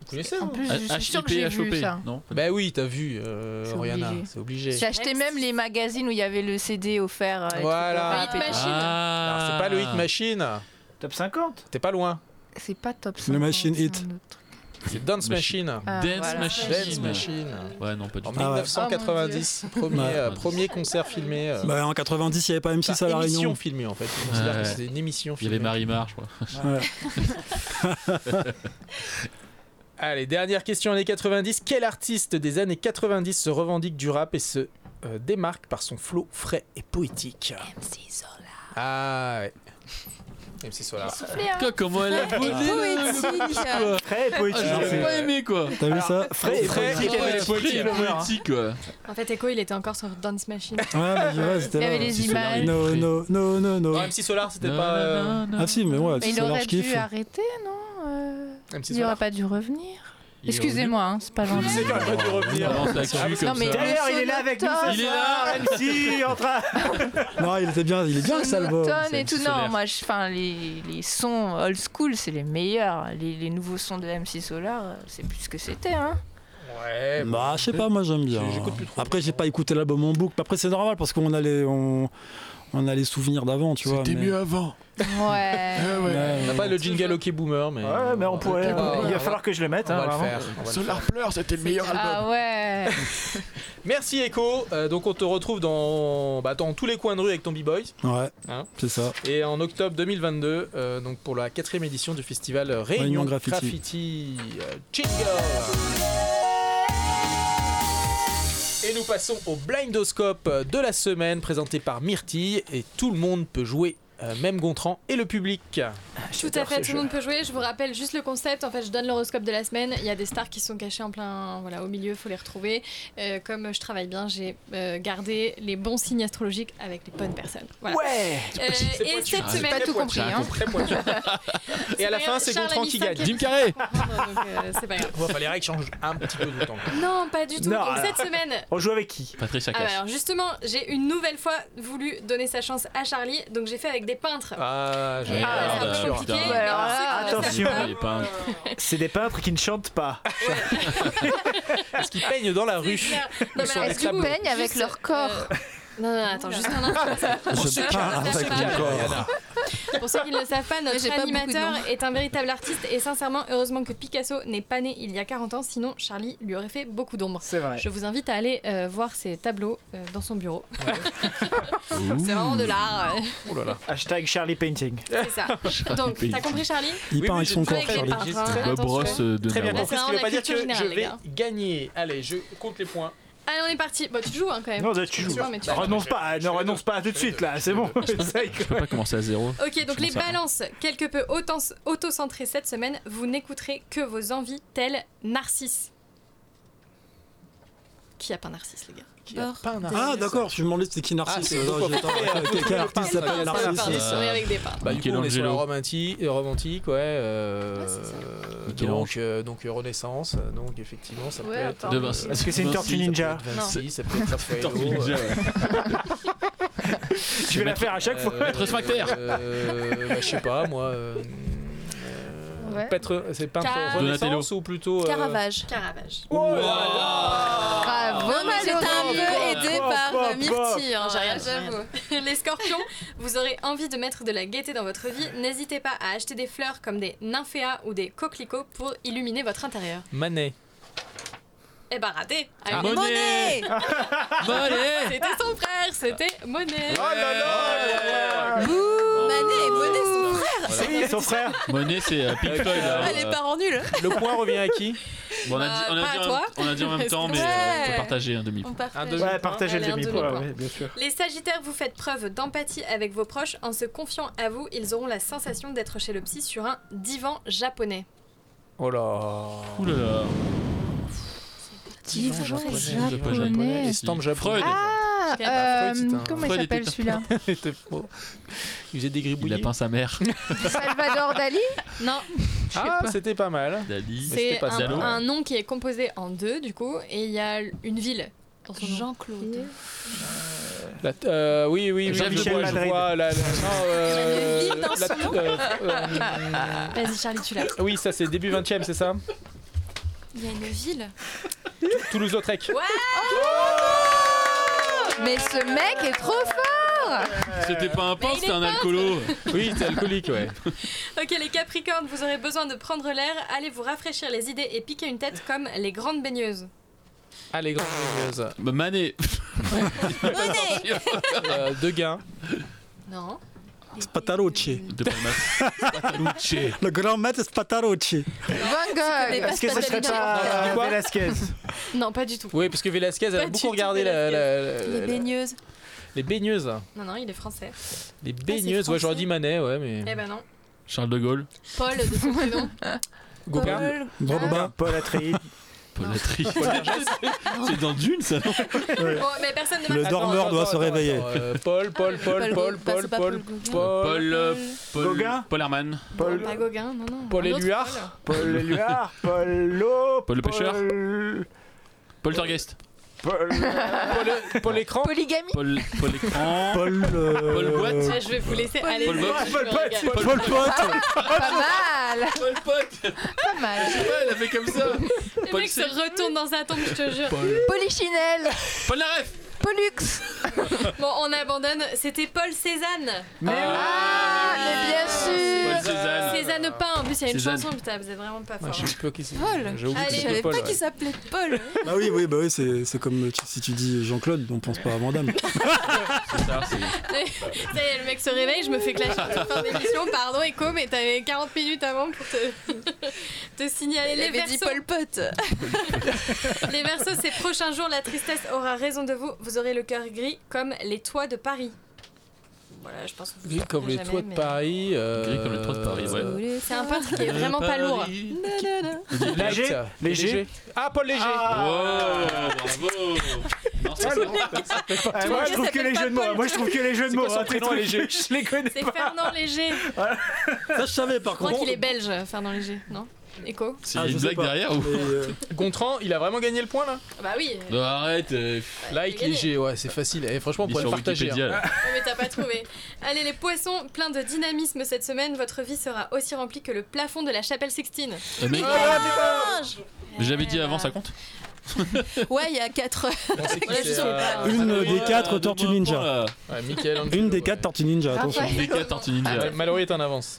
Speaker 1: Vous connaissez
Speaker 2: En
Speaker 1: non
Speaker 2: plus, je suis sûre que j'ai vu ça.
Speaker 9: non
Speaker 1: Bah oui, t'as vu, euh,
Speaker 2: C'est
Speaker 1: Rihanna,
Speaker 2: obligé.
Speaker 1: c'est obligé.
Speaker 2: J'ai acheté même les magazines où il y avait le CD offert. euh, et tout,
Speaker 17: Ah,
Speaker 1: Voilà.
Speaker 2: le rap et tout.
Speaker 1: Alors, c'est pas le Hit Machine.
Speaker 10: Top 50
Speaker 1: T'es pas loin.
Speaker 2: C'est pas top
Speaker 1: Le
Speaker 2: 50.
Speaker 1: Machine Hit. C'est Dance
Speaker 9: Machine.
Speaker 1: Machine.
Speaker 2: Ah, Dance voilà. Oh Machine.
Speaker 1: Dance Machine.
Speaker 9: Ouais, non, pas du
Speaker 1: En
Speaker 9: tout.
Speaker 1: 1990, premier, euh, premier concert filmé. euh,
Speaker 17: Bah en 90, il y avait pas M6 à la
Speaker 1: Bah, émission
Speaker 17: Réunion.
Speaker 1: filmée en fait. On considère
Speaker 9: Ouais.
Speaker 1: que c'était une émission
Speaker 9: Il y
Speaker 1: filmée.
Speaker 9: avait Marie-Mar, je crois.
Speaker 1: Allez, dernière question années 90. Quel artiste des années 90 se revendique du rap et se euh, démarque par son flow frais et poétique MC Zola. Ah ouais. MC Solar.
Speaker 9: soufflé, hein. Quoi, comment elle a
Speaker 1: Frais
Speaker 9: volé,
Speaker 1: et
Speaker 9: là, le
Speaker 1: poétique.
Speaker 9: petit, quoi.
Speaker 1: Frais et
Speaker 9: Ah,
Speaker 1: poétique.
Speaker 9: J'aurais
Speaker 1: Ouais.
Speaker 9: pas aimé quoi.
Speaker 17: T'as vu
Speaker 9: Alors,
Speaker 17: ça Frais et
Speaker 9: frais
Speaker 17: poétique, elle est poétique,
Speaker 9: et
Speaker 17: le meilleur, hein.
Speaker 9: poétique, quoi.
Speaker 5: En fait, Echo, il était encore sur Dance Machine.
Speaker 17: Ouais, mais ouais, c'était
Speaker 5: Il y
Speaker 17: là.
Speaker 5: avait les
Speaker 17: MC Solar,
Speaker 5: images.
Speaker 17: il est frais. Non, non, non, non.
Speaker 1: Non, MC Solar, c'était pas. euh,
Speaker 17: Ah si, mais ouais,
Speaker 2: Mais
Speaker 17: MC
Speaker 2: il
Speaker 17: Solar,
Speaker 2: aurait
Speaker 17: je
Speaker 2: dû hein.
Speaker 17: kiffe.
Speaker 2: arrêter, non Euh,
Speaker 1: Un petit
Speaker 2: Il
Speaker 1: soir.
Speaker 2: aurait pas dû revenir.
Speaker 1: Il est
Speaker 2: Excusez-moi, hein, c'est pas gentil.
Speaker 1: C'est quand même dû
Speaker 17: Oh,
Speaker 1: revenir.
Speaker 9: Balance la cul comme ça.
Speaker 2: D'ailleurs,
Speaker 22: il est là avec nous ce
Speaker 2: Il est
Speaker 22: soir,
Speaker 2: là.
Speaker 22: MC, en train.
Speaker 17: Non, il était bien, il est bien que ça le voit.
Speaker 2: Sonotone et tout. Non, moi, je, enfin, les, les sons old school, c'est les meilleurs. Les, les nouveaux sons de MC Solar, euh, c'est plus ce que c'était. Hein.
Speaker 1: Ouais.
Speaker 17: Bah, je sais pas, moi j'aime bien. Après, j'ai pas écouté l'album en boucle. Après, c'est normal parce qu'on a les, on, on a les souvenirs d'avant, tu vois.
Speaker 1: C'était mieux avant.
Speaker 2: Ouais.
Speaker 1: Euh,
Speaker 9: Ah,
Speaker 12: Ah
Speaker 1: On n'a pas le jingle OK Boomer, mais.
Speaker 10: Ouais, mais on pourrait. il va falloir que je le mette.
Speaker 1: On
Speaker 10: hein,
Speaker 1: va le
Speaker 10: vraiment.
Speaker 1: faire. on va le faire.
Speaker 10: Pleur, c'était le meilleur
Speaker 2: Ah ouais.
Speaker 1: Merci Echo. Euh, donc on te retrouve dans, bah, dans tous les coins de rue avec ton B-Boys.
Speaker 17: Ouais,
Speaker 1: Hein
Speaker 17: c'est ça.
Speaker 1: Et en octobre 2022, euh, donc pour la quatrième édition du festival Réunion,
Speaker 17: Réunion Graffiti.
Speaker 1: Graffiti. Euh, Jingle Et nous passons au blindoscope euh, de la semaine présenté par Myrtille. Et tout le monde peut jouer, euh, même Gontran et le public.
Speaker 5: Tout à fait, tout le monde peut jouer. Je vous rappelle juste le concept. En fait, je donne l'horoscope de la semaine. Il y a des stars qui sont cachées en plein, voilà, au milieu. Faut les retrouver. Euh, comme je travaille bien, j'ai euh, gardé les bons signes astrologiques avec les bonnes personnes. Voilà.
Speaker 1: Ouais.
Speaker 5: Euh,
Speaker 1: C'est
Speaker 5: Et
Speaker 1: pointu.
Speaker 5: cette
Speaker 1: J'ai
Speaker 5: semaine,
Speaker 1: pas tout compris, hein. Très pointu. Et à la fin, c'est
Speaker 5: Charles a
Speaker 1: Gontran
Speaker 5: mis
Speaker 1: qui
Speaker 5: cinq
Speaker 1: gagne.
Speaker 5: questions.
Speaker 1: Carré
Speaker 5: Donc, euh, c'est pas grave.
Speaker 1: Bon, enfin, les règles changent un petit peu du temps.
Speaker 5: Non, pas du tout.
Speaker 1: Non,
Speaker 5: Donc,
Speaker 1: alors.
Speaker 5: cette semaine,
Speaker 10: On joue avec qui
Speaker 1: Patricia
Speaker 5: Ah bah alors justement, j'ai une nouvelle fois voulu donner sa chance à Charlie, donc j'ai fait avec des peintres.
Speaker 1: Ah,
Speaker 5: j'ai Ah, c'est un peu compliqué, mais on sait qu'on ne sait
Speaker 10: Attention,
Speaker 5: pas.
Speaker 10: c'est des peintres qui ne chantent pas.
Speaker 1: Parce qu'ils peignent dans la rue.
Speaker 5: Claire. Non, mais
Speaker 2: sont
Speaker 5: alors,
Speaker 2: avec
Speaker 5: est-ce que
Speaker 2: la
Speaker 5: vous-
Speaker 2: bouche. Avec
Speaker 5: juste,
Speaker 2: leur corps.
Speaker 5: euh, Non, non, attends, juste un instant.
Speaker 1: On
Speaker 5: Pour ceux qui ne le savent pas- Pour ceux qui ne le savent pas,
Speaker 7: Mais j'ai
Speaker 5: notre
Speaker 7: pas beaucoup de
Speaker 5: animateur
Speaker 7: noms.
Speaker 5: est un véritable artiste et sincèrement, heureusement que Picasso n'est pas né il y a 40 ans, sinon Charlie lui aurait fait beaucoup d'ombre.
Speaker 10: C'est vrai.
Speaker 5: Je vous invite à aller euh, voir ses tableaux euh, dans son bureau. C'est vraiment de l'art. euh,
Speaker 10: Hashtag Charlie Painting.
Speaker 5: C'est ça. Donc, t'as compris Charlie
Speaker 10: Il peint avec son corps,
Speaker 5: Avec les
Speaker 10: Charlie.
Speaker 5: parfums,
Speaker 10: Très bien.
Speaker 5: attention.
Speaker 10: Brosse de
Speaker 1: Très bien compris,
Speaker 10: Nervo.
Speaker 5: Là,
Speaker 1: ce qui veut
Speaker 5: c'est
Speaker 1: pas
Speaker 5: vraiment la
Speaker 1: dire que
Speaker 5: culture
Speaker 1: je
Speaker 5: générale, les
Speaker 1: vais
Speaker 5: gars.
Speaker 1: gagner. Allez, je compte les points.
Speaker 5: Allez, on est parti. Bah, tu joues hein, quand même.
Speaker 10: Non, tu joues.
Speaker 5: Non, mais tu
Speaker 10: Bah,
Speaker 5: joues.
Speaker 10: renonce pas, ne renonce pas tout de suite là, c'est bon. Essaye,
Speaker 9: Je peux pas commencer à zéro.
Speaker 5: Ok, donc
Speaker 9: Je
Speaker 5: les
Speaker 9: commence à-
Speaker 5: balances, quelque peu autant- auto-centrées cette semaine, vous n'écouterez que vos envies telles Narcisse. Qui a pas Narcisse, les gars
Speaker 17: Ah, d'accord, je me demandais c'était qui Narcisse.
Speaker 1: Ah, c'est
Speaker 17: Non,
Speaker 1: beaucoup
Speaker 17: j'ai- attends,
Speaker 1: après,
Speaker 17: attends,
Speaker 1: euh,
Speaker 17: Quel artiste s'appelle
Speaker 1: Pardon,
Speaker 17: Euh, Narcisse
Speaker 1: pardon,
Speaker 5: On est avec des pains.
Speaker 1: Bah, du coup, on est sur la
Speaker 9: Michelangelo.
Speaker 1: romantique, euh, romantique ouais. euh, donc, euh, donc euh, Renaissance, euh, donc effectivement, ça peut
Speaker 5: Ouais,
Speaker 1: être.
Speaker 5: attends. De Vinci.
Speaker 10: Est-ce que c'est une
Speaker 1: Vinci,
Speaker 10: tortue
Speaker 1: ça peut
Speaker 10: ninja
Speaker 1: être Vinci,
Speaker 10: Non.
Speaker 1: ça peut être Raffaello,
Speaker 10: Tortue ninja,
Speaker 1: euh,
Speaker 10: Je vais la faire à chaque fois.
Speaker 1: euh, euh, bah, Je sais pas, moi. euh, euh,
Speaker 5: Ouais.
Speaker 1: peintre- c'est peintre
Speaker 5: Car-
Speaker 1: Renaissance
Speaker 5: Donatello.
Speaker 1: ou plutôt. euh,
Speaker 7: Caravage.
Speaker 5: Caravage.
Speaker 1: Oh là
Speaker 17: Ah
Speaker 1: là
Speaker 7: Bravo, j'étais un peu aidée par euh, Myrtille. hein,
Speaker 5: Ouais,
Speaker 7: j'ai rien,
Speaker 5: j'avoue. Les scorpions, vous aurez envie de mettre de la gaieté dans votre vie. N'hésitez pas à acheter des fleurs comme des nymphéas ou des coquelicots pour illuminer votre intérieur.
Speaker 1: Manet.
Speaker 5: Eh bah raté
Speaker 1: Ah,
Speaker 5: Allez.
Speaker 1: Monet Monet
Speaker 5: C'était son frère, c'était Monet
Speaker 1: Oh là là
Speaker 7: Manet et Monet sont frères.
Speaker 9: Voilà.
Speaker 10: Son frère
Speaker 9: Monet, c'est euh, Pink Floyd. là.
Speaker 7: Ah, les parents nuls.
Speaker 1: Euh, Le point revient à qui
Speaker 9: Bon, on, a
Speaker 7: Bah,
Speaker 9: dit, on, a
Speaker 7: pas
Speaker 9: dit
Speaker 7: à
Speaker 9: en-
Speaker 7: toi.
Speaker 9: on a dit en même temps, mais euh, on
Speaker 7: Ouais.
Speaker 9: peut partager un demi.
Speaker 7: On partage.
Speaker 10: Ouais, partagez le
Speaker 5: Allez, un
Speaker 10: demi-point, Ah
Speaker 5: demi-point.
Speaker 10: ouais, bien sûr.
Speaker 5: Les Sagittaires, vous faites preuve d'empathie avec vos proches en se confiant à vous. Ils auront la sensation d'être chez le psy sur un divan japonais.
Speaker 1: Oh là
Speaker 9: Ouh là là.
Speaker 2: Divan
Speaker 1: japonais,
Speaker 2: japonais.
Speaker 1: Estampe japonais.
Speaker 9: Freud.
Speaker 2: Ah,
Speaker 5: Je sais pas,
Speaker 2: euh,
Speaker 1: Freud, c'était un-
Speaker 2: comment il s'appelle celui-là
Speaker 1: Il était pro. Il faisait des gribouillis.
Speaker 9: Il a peint sa mère.
Speaker 2: Salvador Dali
Speaker 5: Non,
Speaker 1: Ah, c'était pas mal.
Speaker 9: Dali.
Speaker 5: c'est un,
Speaker 1: Dalo.
Speaker 5: un nom qui est composé en deux, du coup, et il y a une ville dans son Jean-Claude.
Speaker 1: La- euh, oui, oui, oui,
Speaker 10: Jean-Michel
Speaker 1: je vois, je
Speaker 10: Madrid.
Speaker 1: vois. La, la- non, euh,
Speaker 5: Il y a une ville dans
Speaker 1: la-
Speaker 5: son nom.
Speaker 1: euh, euh,
Speaker 5: Vas-y, Charlie, tu l'as.
Speaker 1: oui, ça c'est début 20 e c'est ça
Speaker 7: Il y a une ville.
Speaker 1: Toulouse-Lautrec.
Speaker 2: Oh Mais ce mec est trop fort
Speaker 9: C'était pas un
Speaker 5: Mais
Speaker 9: peintre,
Speaker 5: il
Speaker 9: c'était
Speaker 5: est
Speaker 9: un
Speaker 5: peintre.
Speaker 9: alcoolo.
Speaker 1: Oui, il était alcoolique, ouais.
Speaker 5: Ok, les Capricornes, vous aurez besoin de prendre l'air, allez vous rafraîchir les idées et piquer une tête comme les grandes baigneuses.
Speaker 1: Ah, les grandes glorieuses.
Speaker 9: Bah, Manet.
Speaker 1: Euh, Degain.
Speaker 5: Non.
Speaker 17: Spataroche.
Speaker 9: De Palmas. Spatarucci.
Speaker 17: Le grand maître Spataroche.
Speaker 2: Van
Speaker 5: Ah,
Speaker 2: Gogh
Speaker 17: Est-ce que ce serait pas euh,
Speaker 1: Quoi
Speaker 17: Velasquez
Speaker 5: Non, pas du tout.
Speaker 1: Oui, parce que Velasquez
Speaker 5: Pas
Speaker 1: a
Speaker 5: du
Speaker 1: beaucoup
Speaker 5: tout
Speaker 1: regardé la, la- la-
Speaker 7: Les baigneuses.
Speaker 1: Les baigneuses.
Speaker 5: Non, non, il est français.
Speaker 7: Ah,
Speaker 1: Les baigneuses. ouais, j'aurais dit Manet, ouais, mais.
Speaker 5: Eh ben non.
Speaker 9: Charles de Gaulle.
Speaker 5: Paul de son prénom.
Speaker 1: Gauguin.
Speaker 5: Paul.
Speaker 1: Gauguin.
Speaker 10: Paul Atreides.
Speaker 9: Ah. Paul Atreides. C'est dans Dune, ça, non
Speaker 5: Bon, mais personne ne m'a
Speaker 17: Le dormeur doit se réveiller.
Speaker 9: euh,
Speaker 1: Paul, Paul, Paul, Paul, Paul, Paul,
Speaker 9: Paul. euh, Paul.
Speaker 1: Gauguin
Speaker 9: Paul Herman.
Speaker 5: Paul. Pas Gauguin, non, non.
Speaker 1: Paul
Speaker 5: Un autre
Speaker 1: Éluard.
Speaker 10: Paul Éluard, Paul Lo,
Speaker 9: Paul le pêcheur. Paul Torghest.
Speaker 10: Paul.
Speaker 1: Paul, Paul écran.
Speaker 2: Polygamie.
Speaker 9: Paul, Paul écran.
Speaker 17: Paul. euh,
Speaker 9: Paul boîte.
Speaker 5: Ouais, je vais vous laisser aller.
Speaker 9: Euh, Paul Box.
Speaker 5: Je me régale.
Speaker 9: Paul
Speaker 2: Pas mal.
Speaker 9: Paul Pot.
Speaker 2: Pas
Speaker 1: Ah,
Speaker 2: mal.
Speaker 9: Ouais, elle a fait comme ça.
Speaker 5: Le mec se retourne dans sa tombe, je te jure.
Speaker 9: Paul.
Speaker 2: Polichinelle.
Speaker 9: Paul Naref.
Speaker 2: Pollux.
Speaker 5: Bon, on abandonne. C'était Paul Cézanne.
Speaker 10: Mais
Speaker 2: Ah, mais bien sûr.
Speaker 9: Paul Cézanne.
Speaker 5: Cézanne Pain, en plus, il y a une
Speaker 17: Cézanne.
Speaker 5: chanson. Putain, vous êtes vraiment pas
Speaker 17: Ah,
Speaker 5: fort.
Speaker 17: j'ai plus qui c'est.
Speaker 7: Paul
Speaker 17: J'ai oublié
Speaker 7: Allez,
Speaker 17: que
Speaker 7: je
Speaker 17: c'était
Speaker 7: savais
Speaker 17: Paul,
Speaker 7: pas
Speaker 17: ouais.
Speaker 7: qu'il s'appelait Paul.
Speaker 17: Bah oui, oui, bah oui, c'est c'est comme tu- si tu dis Jean-Claude, on pense pas à Van Damme.
Speaker 5: Ça y est, le mec se réveille, je me fais clasher à la fin d'émission. Pardon, Echo, mais t'avais 40 minutes avant pour te, te signaler
Speaker 7: Il
Speaker 5: les
Speaker 7: avait dit
Speaker 5: versos.
Speaker 7: Paul Pot.
Speaker 5: Les versos, ces prochains jours, la tristesse aura raison de vous. Vous aurez le cœur gris comme les toits de Paris. Voilà, je pense que vous
Speaker 1: Gris comme les
Speaker 5: jamais,
Speaker 1: toits de
Speaker 5: mais-
Speaker 1: Paris. euh,
Speaker 9: Gris comme les toits de Paris, ouais.
Speaker 5: C'est un peintre qui est vraiment pas
Speaker 1: Paris.
Speaker 5: lourd.
Speaker 1: Léger.
Speaker 10: Léger. Léger.
Speaker 1: Ah, Paul Léger.
Speaker 9: Oh, bravo. Non, c'est
Speaker 10: Ah, moi, je trouve que les jeux de mots. Moi, je trouve que les jeux de
Speaker 1: C'est
Speaker 10: mots.
Speaker 1: quoi son
Speaker 10: hein, tes
Speaker 1: prénom,
Speaker 10: trucs,
Speaker 1: Léger
Speaker 10: Je les connais
Speaker 5: C'est
Speaker 10: pas.
Speaker 5: Fernand Léger.
Speaker 17: Ça, je savais par
Speaker 5: Je crois
Speaker 1: contre.
Speaker 5: qu'il est belge, Fernand Léger, non Echo
Speaker 9: C'est
Speaker 10: Ah,
Speaker 9: une blague derrière ou
Speaker 10: euh,
Speaker 1: Gontran, il a vraiment gagné le point là
Speaker 5: Bah oui,
Speaker 9: Non, Arrête. euh,
Speaker 1: Like
Speaker 5: il a gagné.
Speaker 1: Léger, ouais, c'est facile. Et franchement, on
Speaker 9: Dis
Speaker 1: pourrait le
Speaker 9: sur
Speaker 1: partager.
Speaker 9: Wikipédia, là.
Speaker 5: Ouais, mais t'as pas trouvé. Allez, les poissons, plein de dynamisme cette semaine, votre vie sera aussi remplie que le plafond de la chapelle Sixtine.
Speaker 9: Euh,
Speaker 12: ben.
Speaker 9: mais-
Speaker 12: Ah
Speaker 1: Ah,
Speaker 9: J'avais dit avant, ça compte
Speaker 7: Ouais, il y a 4
Speaker 1: euh,
Speaker 17: Une des quatre Tortues Ninja.
Speaker 1: Ouais, Michael
Speaker 17: Une des quatre Tortues Ninja, attention.
Speaker 9: Une des quatre Tortues Ninja.
Speaker 1: Ouais, Ah, Mallory est en avance.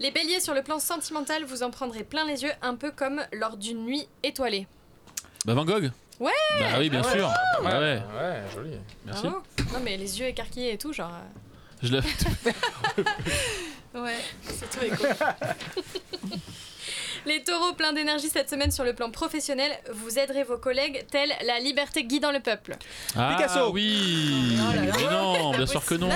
Speaker 5: Les béliers, sur le plan sentimental, vous en prendrez plein les yeux, un peu comme lors d'une nuit étoilée.
Speaker 9: Bah Van Gogh
Speaker 5: Ouais
Speaker 9: Bah oui, bien
Speaker 1: Ah ouais.
Speaker 9: sûr Bah ouais
Speaker 1: Ouais, joli.
Speaker 9: Merci.
Speaker 5: Bravo. Hein Non, mais les yeux écarquillés et tout, genre.
Speaker 9: Je l'ai-
Speaker 5: euh, Ouais, c'est tout Echo. les taureaux, plein d'énergie cette semaine sur le plan professionnel, vous aiderez vos collègues, telle la liberté guidant le peuple.
Speaker 9: Ah
Speaker 1: Picasso.
Speaker 9: oui
Speaker 5: Oh
Speaker 9: Mais non, bien sûr que non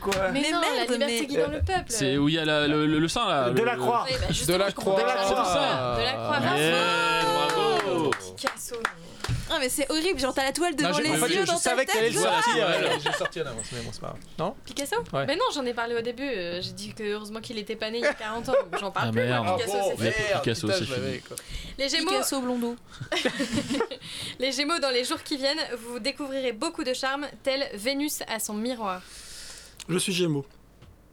Speaker 10: Quoi
Speaker 5: Mais, euh, non, la liberté guidant le peuple.
Speaker 9: C'est où il y a la- le, le- le sein là
Speaker 10: De
Speaker 9: le-
Speaker 10: la croix.
Speaker 5: Oui, bah,
Speaker 1: De la croix.
Speaker 5: C'est pour ça. De la croix. Bravo.
Speaker 9: Yeah, bravo
Speaker 5: Picasso.
Speaker 7: Ah, mais c'est horrible, genre t'as la toile devant
Speaker 1: Non,
Speaker 7: les
Speaker 1: j'ai- je,
Speaker 7: yeux
Speaker 1: je
Speaker 7: dans ta
Speaker 1: savais que t'allais
Speaker 7: tête.
Speaker 1: le
Speaker 9: Voilà,
Speaker 1: sortir.
Speaker 9: voilà.
Speaker 1: ouais, J'ai sorti en avance, mais bon, c'est pas grave. Non
Speaker 5: Picasso
Speaker 1: Ouais.
Speaker 5: Mais non, j'en ai parlé au début. euh, J'ai dit que heureusement qu'il était pas né il y a 40 ans. donc J'en parle
Speaker 9: Ah,
Speaker 5: plus. moi,
Speaker 9: merde.
Speaker 5: Picasso, c'est
Speaker 9: Mais
Speaker 5: fait.
Speaker 9: pour Picasso,
Speaker 1: putain,
Speaker 9: c'est
Speaker 1: je l'avais,
Speaker 9: fini.
Speaker 1: quoi.
Speaker 5: Les Gémeaux,
Speaker 7: Picasso Blondeau.
Speaker 5: les Gémeaux, dans les jours qui viennent, vous découvrirez beaucoup de charme, telle Vénus à son miroir. Ah bah,
Speaker 17: Je suis Gémeaux.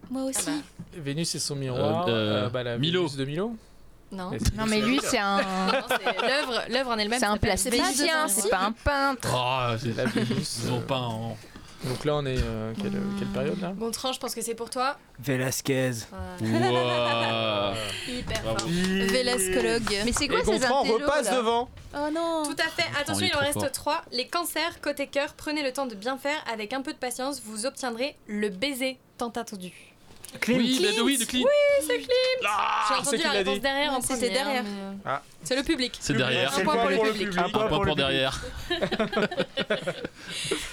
Speaker 7: Moi aussi.
Speaker 1: Vénus et son miroir.
Speaker 9: Euh, euh,
Speaker 1: euh, bah, la
Speaker 9: Milo.
Speaker 1: Vénus de Milo.
Speaker 5: Non.
Speaker 1: Et c'est-
Speaker 2: Non mais lui c'est un
Speaker 5: Non, c'est L'œuvre, l'œuvre en elle-même.
Speaker 2: c'est un
Speaker 5: s'appelle
Speaker 2: plasticien,
Speaker 5: Vénus.
Speaker 2: c'est pas un peintre.
Speaker 9: Oh, c'est
Speaker 1: La Vénus.
Speaker 9: Ils ont pas en...
Speaker 1: Donc là, on est. euh, quelle, quelle période là
Speaker 5: Gontran, je pense que c'est pour toi.
Speaker 10: Velasquez.
Speaker 9: Ouah.
Speaker 5: Hyper fort.
Speaker 7: Vélascologue.
Speaker 2: Mais c'est
Speaker 1: Et
Speaker 2: quoi ces
Speaker 1: Gontran
Speaker 2: intellos
Speaker 1: repasse
Speaker 2: là
Speaker 1: devant.
Speaker 7: Oh non.
Speaker 5: Tout à fait. Attention,
Speaker 9: il est
Speaker 5: il en
Speaker 9: trop
Speaker 5: reste
Speaker 9: fort.
Speaker 5: trois. Les cancers, côté cœur, prenez le temps de bien faire. Avec un peu de patience, vous obtiendrez le baiser tant attendu.
Speaker 10: Clint.
Speaker 9: Oui, bah, oui, de Clint
Speaker 5: Ah, C'est Clint J'ai
Speaker 1: c'est
Speaker 5: entendu
Speaker 1: qui
Speaker 5: la
Speaker 1: l'a
Speaker 5: réponse
Speaker 1: dit
Speaker 5: derrière en
Speaker 7: Ouais, c'était
Speaker 5: premier. hein,
Speaker 7: derrière.
Speaker 5: mais, euh,
Speaker 1: Ah.
Speaker 5: C'est le public.
Speaker 9: C'est derrière.
Speaker 5: Un point pour le public. Ah.
Speaker 10: Un
Speaker 9: Un
Speaker 10: point
Speaker 9: point
Speaker 10: pour
Speaker 9: pour
Speaker 10: le public.
Speaker 9: derrière.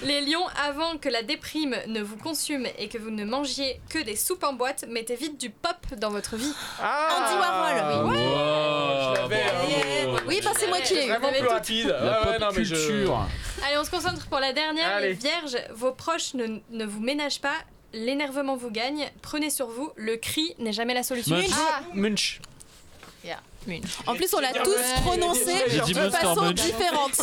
Speaker 5: Les lions, avant que la déprime ne vous consume et que vous ne mangiez que des soupes en boîte, mettez vite du pop dans votre vie.
Speaker 7: Andy Warhol.
Speaker 9: Wow,
Speaker 1: je l'avais, hein.
Speaker 9: bravo.
Speaker 7: Oui, bah c'est moi qui ai eu.
Speaker 5: Vraiment
Speaker 1: Vraiment plus rapide.
Speaker 9: La
Speaker 1: Ouais, ouais,
Speaker 9: pop
Speaker 1: non, mais je-
Speaker 9: culture.
Speaker 5: Allez, on se concentre pour la dernière.
Speaker 1: Allez.
Speaker 5: Les vierges, vos proches ne, ne vous ménagent pas. L'énervement vous gagne. Prenez sur vous. Le cri n'est jamais la solution.
Speaker 9: Munch.
Speaker 5: Ah,
Speaker 1: Munch.
Speaker 7: En plus, on l'a tous prononcé
Speaker 9: J'ai dit
Speaker 7: de
Speaker 9: Monster
Speaker 7: façon
Speaker 9: Munch.
Speaker 7: différente.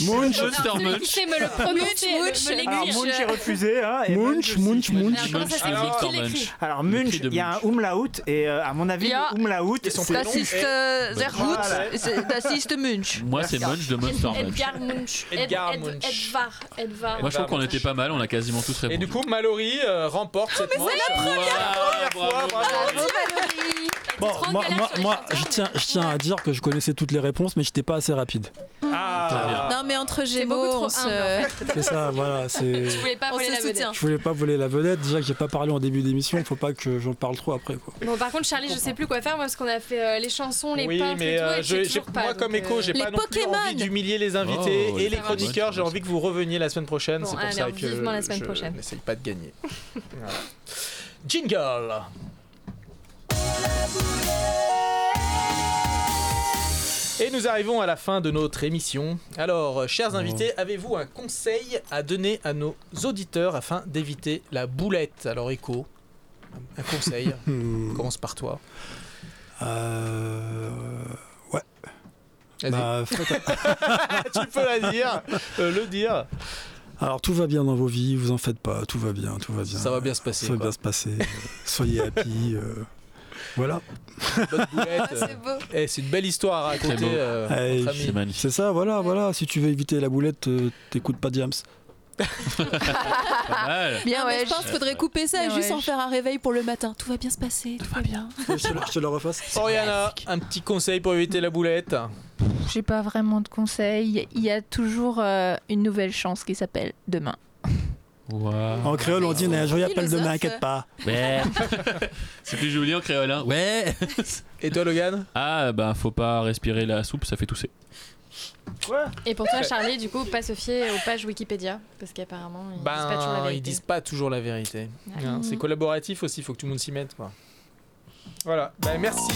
Speaker 10: Munch.
Speaker 9: Monster
Speaker 5: celui qui
Speaker 9: Munch.
Speaker 5: sait me le prononcer, me-
Speaker 7: Munch,
Speaker 5: me
Speaker 10: Alors, Munch est
Speaker 5: l'écrire.
Speaker 10: refusé. Hein, et
Speaker 17: Munch,
Speaker 10: Munch
Speaker 17: Munch,
Speaker 10: aussi.
Speaker 17: Munch.
Speaker 5: comment ça
Speaker 9: Munch.
Speaker 5: s'écrit
Speaker 9: Monster
Speaker 5: Qui l'écrit
Speaker 9: Munch.
Speaker 10: Alors,
Speaker 9: Le
Speaker 10: Munch,
Speaker 9: cri de
Speaker 10: il y a un
Speaker 9: Munch.
Speaker 10: umlaut, et euh, à mon avis,
Speaker 2: Il y a-
Speaker 10: le umlaut,
Speaker 1: Et son
Speaker 10: c'est-
Speaker 1: prénom.
Speaker 2: Das ist euh, sehr gut, c'est- das ist Munch.
Speaker 9: Moi, c'est Munch de Monster Munch.
Speaker 5: Edgar Munch. Ed-
Speaker 1: Edgar
Speaker 5: Ed-
Speaker 1: Munch.
Speaker 5: Edvar. Edvar.
Speaker 9: Moi, je trouve qu'on
Speaker 1: Edgar
Speaker 9: était pas mal, on a quasiment tous
Speaker 1: Et du
Speaker 9: répondu.
Speaker 1: coup, Mallory euh, remporte
Speaker 5: Ah,
Speaker 1: cette manche.
Speaker 9: Waouh, bravo.
Speaker 1: bravo.
Speaker 17: Bon,
Speaker 5: Trop
Speaker 17: moi,
Speaker 5: galère
Speaker 17: moi,
Speaker 5: sur les
Speaker 17: moi,
Speaker 5: critères.
Speaker 17: je tiens, je tiens à dire que je connaissais toutes les réponses, mais j'étais pas assez rapide.
Speaker 1: Ah,
Speaker 7: Non, Non, mais entre gémeaux,
Speaker 5: beaucoup trop
Speaker 7: on se-
Speaker 5: humble, en fait.
Speaker 17: C'est ça, voilà. C'est...
Speaker 5: Tu voulais pas
Speaker 7: On
Speaker 5: voler
Speaker 7: se
Speaker 5: la vedette.
Speaker 7: soutient.
Speaker 17: Je voulais pas voler la vedette, déjà que j'ai pas parlé en début d'émission, faut pas que j'en parle trop après quoi.
Speaker 5: Bon, par contre, Charlie, je sais plus quoi faire parce qu'on a fait euh, les chansons, les
Speaker 1: Oui,
Speaker 5: peintres
Speaker 1: mais
Speaker 5: et tout.
Speaker 1: euh,
Speaker 5: et
Speaker 1: je-
Speaker 5: j'ai
Speaker 1: j'ai-
Speaker 5: toujours pas,
Speaker 1: moi,
Speaker 5: donc,
Speaker 1: comme écho, j'ai
Speaker 5: euh,
Speaker 1: pas non plus envie d'humilier les invités
Speaker 18: Oh,
Speaker 1: et
Speaker 18: les
Speaker 1: les
Speaker 18: Pokémon.
Speaker 1: chroniqueurs. J'ai envie que vous reveniez la semaine prochaine.
Speaker 5: Bon,
Speaker 1: c'est pour
Speaker 5: alors,
Speaker 1: ça que
Speaker 5: vivement la semaine
Speaker 1: je
Speaker 5: prochaine.
Speaker 1: n'essaye pas de gagner. Voilà. Jingle Et nous arrivons à la fin de notre émission. Alors, euh, chers invités, avez-vous un conseil à donner à nos auditeurs afin d'éviter la boulette Alors, Echo, un conseil. On commence par toi.
Speaker 17: Hmm. Euh... Ouais.
Speaker 1: Vas-y.
Speaker 17: Bah, faites-
Speaker 1: tu peux la dire, euh, le dire.
Speaker 17: Alors tout va bien dans vos vies, vous en faites pas, tout va bien, tout va bien.
Speaker 1: Ça va bien se passer,
Speaker 17: Ça va
Speaker 1: quoi.
Speaker 17: bien se passer. Euh, Soyez happy. euh, Voilà.
Speaker 1: Bonne boulette.
Speaker 5: Ah,
Speaker 1: Eh, c'est une belle histoire à raconter. euh,
Speaker 17: Hey,
Speaker 1: entre amis.
Speaker 17: c'est ça, voilà, voilà. Si tu veux éviter la boulette, euh, t'écoutes pas James.
Speaker 7: Bien, ouais, je pense qu'il faudrait couper ça et
Speaker 2: Bien
Speaker 7: juste
Speaker 2: ouais.
Speaker 7: en faire un réveil pour le matin. Tout va bien se passer, tout va bien.
Speaker 17: Je te le refasse.
Speaker 1: Oriana, un petit conseil pour éviter la boulette.
Speaker 2: J'ai pas vraiment de conseils. Il y a toujours euh, une nouvelle chance qui s'appelle demain.
Speaker 17: En créole, on dit un joyeux appel demain, inquiète pas.
Speaker 9: Ouais. C'est plus joli en créole, hein. Ouais.
Speaker 1: Et toi, Logan
Speaker 9: Ah, bah, faut pas respirer la soupe, ça fait tousser.
Speaker 5: Et pour toi, Charlie, du coup, pas se fier aux pages Wikipédia parce qu'apparemment, ils disent pas toujours la
Speaker 1: Ben, ils
Speaker 5: vérité.
Speaker 1: disent pas toujours la vérité.
Speaker 5: Ouais.
Speaker 1: Hein, C'est
Speaker 5: Mhm.
Speaker 1: collaboratif aussi, faut que tout le monde s'y mette. Quoi. Voilà, ben, merci.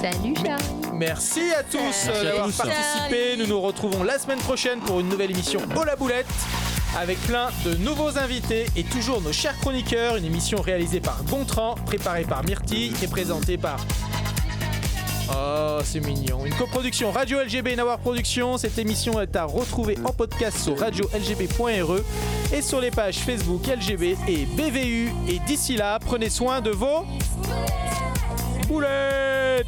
Speaker 2: Salut Charles.
Speaker 1: Merci à tous
Speaker 2: Merci
Speaker 1: euh,
Speaker 2: à
Speaker 1: d'avoir
Speaker 2: tous.
Speaker 1: participé. Nous nous retrouvons la semaine prochaine pour une nouvelle émission Oh la boulette avec plein de nouveaux invités et toujours nos chers chroniqueurs. Une émission réalisée par Gontran, préparée par Myrtille et présentée par. Oh, c'est mignon. Une coproduction Radio LGB et Nawar Productions. Cette émission est à retrouver en podcast sur radiolgb.re E et sur les pages Facebook LGB et BVU. Et d'ici là, prenez soin de vos boulettes.